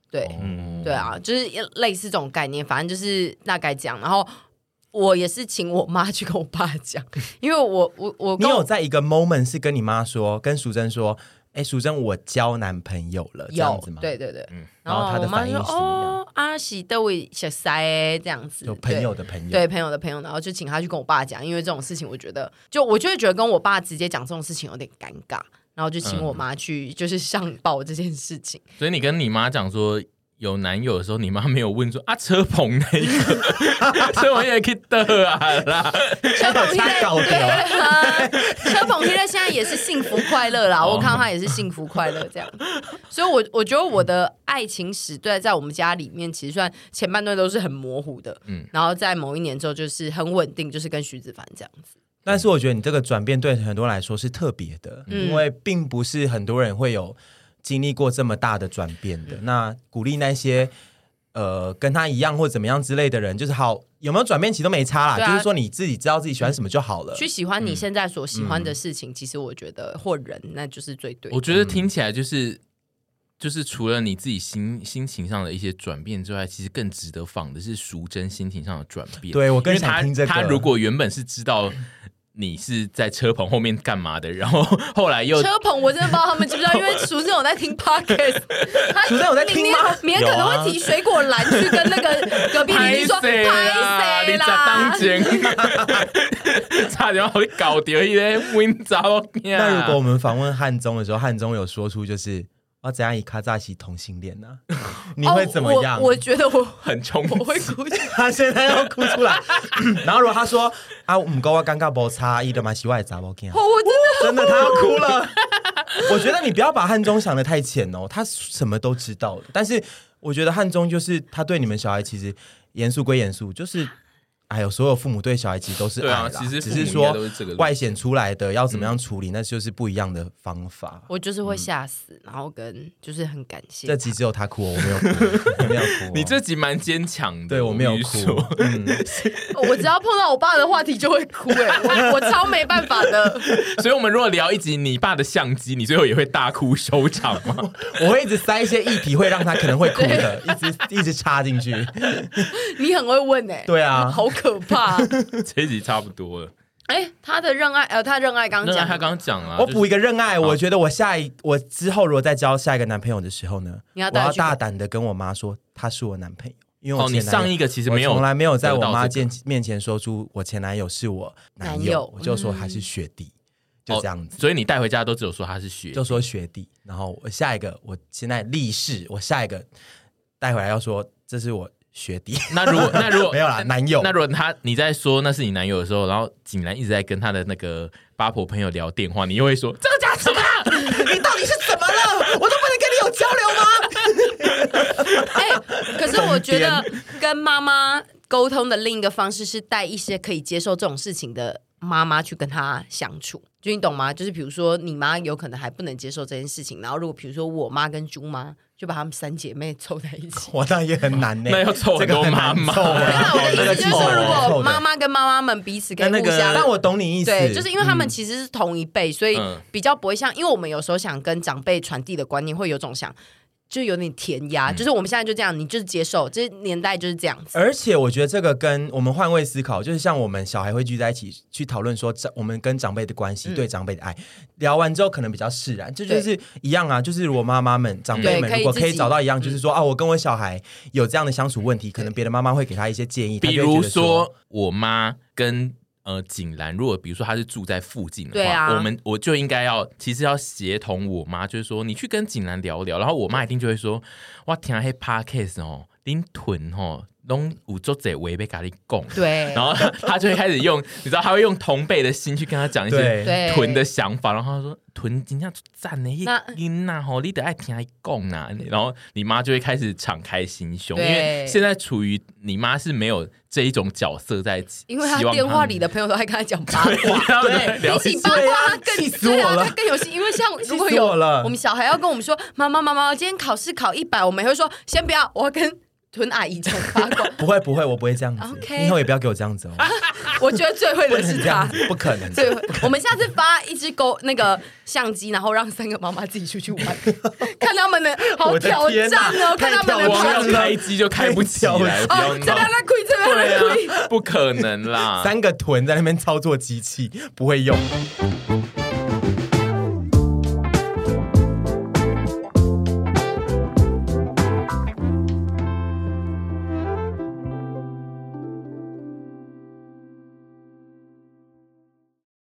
Speaker 1: 对，
Speaker 2: 哦
Speaker 3: 嗯，
Speaker 1: 对啊，就是类似这种概念，反正就是大概这样。然后我也是请我妈去跟我爸讲， <laughs> 因为我我我
Speaker 2: 你
Speaker 1: 跟
Speaker 2: 有
Speaker 1: 我
Speaker 2: 在一个 moment 是跟你妈说，跟淑珍说，哎，淑珍，我交男朋友了，这样
Speaker 1: 有
Speaker 2: 子吗？嗯
Speaker 1: 对，对对，
Speaker 2: 然后她
Speaker 1: 我
Speaker 2: 的
Speaker 1: 妈
Speaker 2: 反
Speaker 1: 就
Speaker 2: 应
Speaker 1: 说
Speaker 2: 是怎么样？
Speaker 1: 哦，阿喜的位小塞这样子，
Speaker 2: 有朋
Speaker 1: 对
Speaker 2: 友的朋友，
Speaker 1: 对朋友的朋友，然后就请他去跟我爸讲，因为这种事情，我觉得就我就会觉得跟我爸直接讲这种事情有点尴尬，然后就请
Speaker 2: 嗯
Speaker 1: 我妈去就是上报这件事情。
Speaker 3: 所以你跟你妈讲说有男友的时候，你妈没有问说啊车棚那一个，
Speaker 2: <laughs>
Speaker 3: 车棚也可以得啊啦。
Speaker 2: 嗯
Speaker 1: 车棚现在
Speaker 2: 差搞
Speaker 1: 对
Speaker 2: 掉
Speaker 1: 啊，车棚现在现在也是幸福快乐啦，我看到他也是幸福快乐这样，所以我我觉得我的爱情史对，在我们家里面其实算前半段都是很模糊的，嗯
Speaker 3: 嗯，
Speaker 1: 然后在某一年之后就是很稳定，就是跟徐子凡这样子，
Speaker 2: 但是我觉得你这个转变对很多人来说是特别的，
Speaker 1: 嗯
Speaker 2: 因为并不是很多人会有经历过这么大的转变
Speaker 3: 嗯
Speaker 2: 的。那鼓励那些呃跟他一样或怎么样之类的人，就是好有没有转变其实都没差啦，
Speaker 1: 对啊
Speaker 2: 就是说你自己知道自己喜欢什么就好了。
Speaker 1: 去喜欢你现在所喜欢的事情，其实我觉得或人那就是最对的
Speaker 3: 我觉得听起来就是就是除了你自己心心情上的一些转变之外，其实更值得仿的是淑珍心情上的转变。
Speaker 2: 对我
Speaker 3: 因
Speaker 2: 更
Speaker 3: 为
Speaker 2: 想
Speaker 3: 他
Speaker 2: 听这个。
Speaker 3: 他如果原本是知道你是在车棚后面干嘛的，然后后来又
Speaker 1: 车棚我真的不知道他们知不知道，因为淑珍有在听 podcast，她
Speaker 2: 淑珍有在听吗
Speaker 1: 明天明天可能会提水果篮去跟那个隔壁邻居说
Speaker 3: 拍谁
Speaker 1: 拍
Speaker 3: 啊啊，你咋当前？ <laughs> 差点把我搞掉一个啊 win 糟
Speaker 2: 那
Speaker 1: 啊
Speaker 2: 如果我们访问汉中的时候，汉中有说出就是我怎样以卡扎西同性恋呢、 <laughs> 你会怎么样？
Speaker 1: 哦我我觉得我 <laughs>
Speaker 3: 很冲
Speaker 1: 我会哭泣。
Speaker 2: 他现在要哭出来。 <laughs> 然后如果他说啊，唔够我尴尬无差，伊的嘛是我的查某囝
Speaker 1: 哦，， <laughs> 我真的
Speaker 2: 真的他要哭了。 <laughs> 我觉得你不要把汉中想的太浅哦，他什么都知道的。但是我觉得汉中就是他对你们小孩其实严肃归严肃，
Speaker 3: <sighs>
Speaker 2: 就是。哎呦，所有父母对小孩其实都是爱
Speaker 3: 对啊
Speaker 2: 啦，
Speaker 3: 其实
Speaker 2: 只
Speaker 3: 父母
Speaker 2: 是
Speaker 3: 应该
Speaker 2: 说
Speaker 3: 都是这个路
Speaker 2: 外显出来的要怎么样处理，那就是不一样的方法。
Speaker 3: 嗯
Speaker 1: 我就是会吓死，然后跟就是很感谢
Speaker 2: 这
Speaker 1: 他。
Speaker 2: 集只有他哭、哦，我没有哭，我没有哭哦、
Speaker 3: <laughs> <laughs> 你这集蛮坚强的，
Speaker 2: 对我没有
Speaker 3: 必
Speaker 2: 哭
Speaker 3: 须说， <laughs>
Speaker 2: 嗯，
Speaker 1: 哦我只要碰到我爸的话题就会哭、哎，
Speaker 2: <laughs>
Speaker 1: 我我超没办法的。
Speaker 3: 所以我们如果聊一集你爸的相机，你最后也会大哭收场
Speaker 2: <laughs>
Speaker 3: 吗？
Speaker 2: 我会一直塞一些议题，会让他可能会哭
Speaker 3: <laughs>
Speaker 2: 的，一直一直插进去。
Speaker 1: <laughs> 你很会问哎、
Speaker 2: 对啊
Speaker 1: 好可怕、
Speaker 3: 这一集差不多了。
Speaker 1: <laughs> 哎、他的热爱，呃，他热爱刚
Speaker 3: 那
Speaker 1: 刚讲，
Speaker 3: 他刚刚讲了，
Speaker 2: 我
Speaker 3: 啊就是
Speaker 2: 补一个热爱，
Speaker 3: 好
Speaker 2: 我觉得我下一我之后如果再交下一个男朋友的时候呢，
Speaker 1: 你要
Speaker 2: 我
Speaker 1: 带他
Speaker 2: 要
Speaker 1: 去
Speaker 2: 大胆的跟我妈说他是我男朋友，因为我
Speaker 3: 哦，你
Speaker 2: 前男友
Speaker 3: 上一个其实没有，
Speaker 2: 我从来没有在我妈
Speaker 3: 见
Speaker 2: 见面前说出我前男友是我男
Speaker 1: 男友
Speaker 2: 友，我就说他是学弟，
Speaker 3: 哦
Speaker 2: 就这样子。
Speaker 3: 所以你带回家都只有说他是学
Speaker 2: 就说学弟，然后我下一个，我现在立誓，我下一个带回来要说这是我学
Speaker 1: <laughs>
Speaker 2: 弟，
Speaker 3: 那如果那如
Speaker 2: <laughs>
Speaker 3: 果
Speaker 2: 没有啦，男友
Speaker 3: 那如果他你在说那是你男友的时候，然后景然一直在跟他的那个八婆朋友聊电话，你又会说这个假什么啊？
Speaker 2: 你到底是怎么了？我都不能跟你有交流
Speaker 3: <laughs>
Speaker 2: 吗？
Speaker 1: 哎、可是我觉得跟妈妈沟通的另一个方式是带一些可以接受这种事情的妈妈去跟她相处，就你懂吗？就是比如说你妈有可能还不能接受这件事情，然后如果比如说我妈跟猪妈，就把她们三姐妹凑在一
Speaker 2: <laughs>
Speaker 1: 起。
Speaker 2: 我那也很难呢、
Speaker 3: 那要凑
Speaker 2: 这
Speaker 3: 很
Speaker 2: 个
Speaker 3: 多
Speaker 2: 很
Speaker 3: 妈
Speaker 2: 难
Speaker 3: 妈
Speaker 2: 凑欸
Speaker 1: 对啊，我的
Speaker 2: 这个
Speaker 1: 意思就是
Speaker 2: 凑
Speaker 1: 说，
Speaker 2: 欸
Speaker 1: 如
Speaker 2: 凑
Speaker 1: 果
Speaker 2: 的
Speaker 1: 妈妈跟妈妈们彼此可以
Speaker 2: 那那
Speaker 1: 互相，
Speaker 2: 个，嗯但我懂你意思，
Speaker 1: 对，就是因为他们其实是同一辈，所以
Speaker 3: 嗯
Speaker 1: 比较不会像，因为我们有时候想跟长辈传递的观念，会有种想，就有点填鸭，
Speaker 2: 嗯
Speaker 1: 就是我们现在就这样，你就是接受，这年代就是这样子。
Speaker 2: 而且我觉得这个跟我们换位思考，就是像我们小孩会聚在一起去讨论说长我们跟长辈的关系、
Speaker 1: 嗯
Speaker 2: 对长辈的爱，聊完之后可能比较释然，这就是一样啊。就是如果妈妈们、长辈们
Speaker 1: 对
Speaker 2: 如果
Speaker 1: 可以自
Speaker 2: 可以
Speaker 1: 己嗯
Speaker 2: 找到一样，就是说啊，我跟我小孩有这样的相处问题，可能别的妈妈会给他一些建议，
Speaker 3: 比
Speaker 2: 她就会觉
Speaker 3: 如
Speaker 2: 得
Speaker 3: 说我妈跟呃景兰，如果比如说她是住在附近的
Speaker 1: 对
Speaker 3: 话，
Speaker 1: 啊
Speaker 3: 我们我就应该要其实要协同我妈，就是说你去跟景兰聊聊，然后我妈一定就会说，哇，听黑 podcast 哦，恁屯哦，拢有作者违被咖喱供。
Speaker 1: 对
Speaker 3: 然，后她她就会开始用，你知道，她会用同辈的心去跟她讲一些
Speaker 2: 对
Speaker 1: 对
Speaker 3: 屯的想法，然后他说屯今天赞呢，
Speaker 1: 那
Speaker 3: 因呐吼，你得爱听爱讲呐，然后你妈就会开始敞开心胸，因
Speaker 1: 对
Speaker 3: 为现在处于你妈是没有这一种角色在，
Speaker 1: 因为他
Speaker 3: 希望
Speaker 1: 电话
Speaker 3: 们 <laughs>
Speaker 1: 里的朋友都在跟他讲八
Speaker 2: <laughs>
Speaker 1: 卦。
Speaker 3: 他们都在聊
Speaker 1: 比
Speaker 3: 一
Speaker 1: 起八
Speaker 3: 些
Speaker 1: 卦，他更
Speaker 2: 气死我
Speaker 1: 对啊，
Speaker 2: 了
Speaker 1: 他更有心，因为像如果
Speaker 2: <laughs> 气死
Speaker 1: 有
Speaker 2: 我了
Speaker 1: 们小孩要跟我们说，妈妈妈妈，今天考试考一百，我们也会说先不要，我要跟屯阿姨讲八
Speaker 2: <laughs>
Speaker 1: 卦。
Speaker 2: 不会不会，我不会这样子
Speaker 1: OK
Speaker 2: 你以后也不要给我这样子哦，
Speaker 1: 我觉得最会
Speaker 2: 不
Speaker 1: 的
Speaker 2: 能
Speaker 1: 是啊他。 <laughs>
Speaker 2: 这样子，不可能。
Speaker 1: 对，我们下次发一只狗那个相机，然后让三个妈妈自己出去玩，看他们的好
Speaker 2: 我的
Speaker 1: 挑
Speaker 2: 天
Speaker 1: 战
Speaker 2: 哪
Speaker 1: 哦，看
Speaker 2: 太
Speaker 1: 他们的
Speaker 2: 挑战
Speaker 3: 光
Speaker 1: 挑
Speaker 3: 要
Speaker 1: 战
Speaker 2: 了
Speaker 3: 开机就开不起
Speaker 1: <laughs>
Speaker 3: 来，不要
Speaker 1: 哦，这
Speaker 3: 闹啊
Speaker 1: 边，在亏，这边在亏。
Speaker 3: 对啊，不可能啦，
Speaker 2: 三个臀在那边操作机器不会用。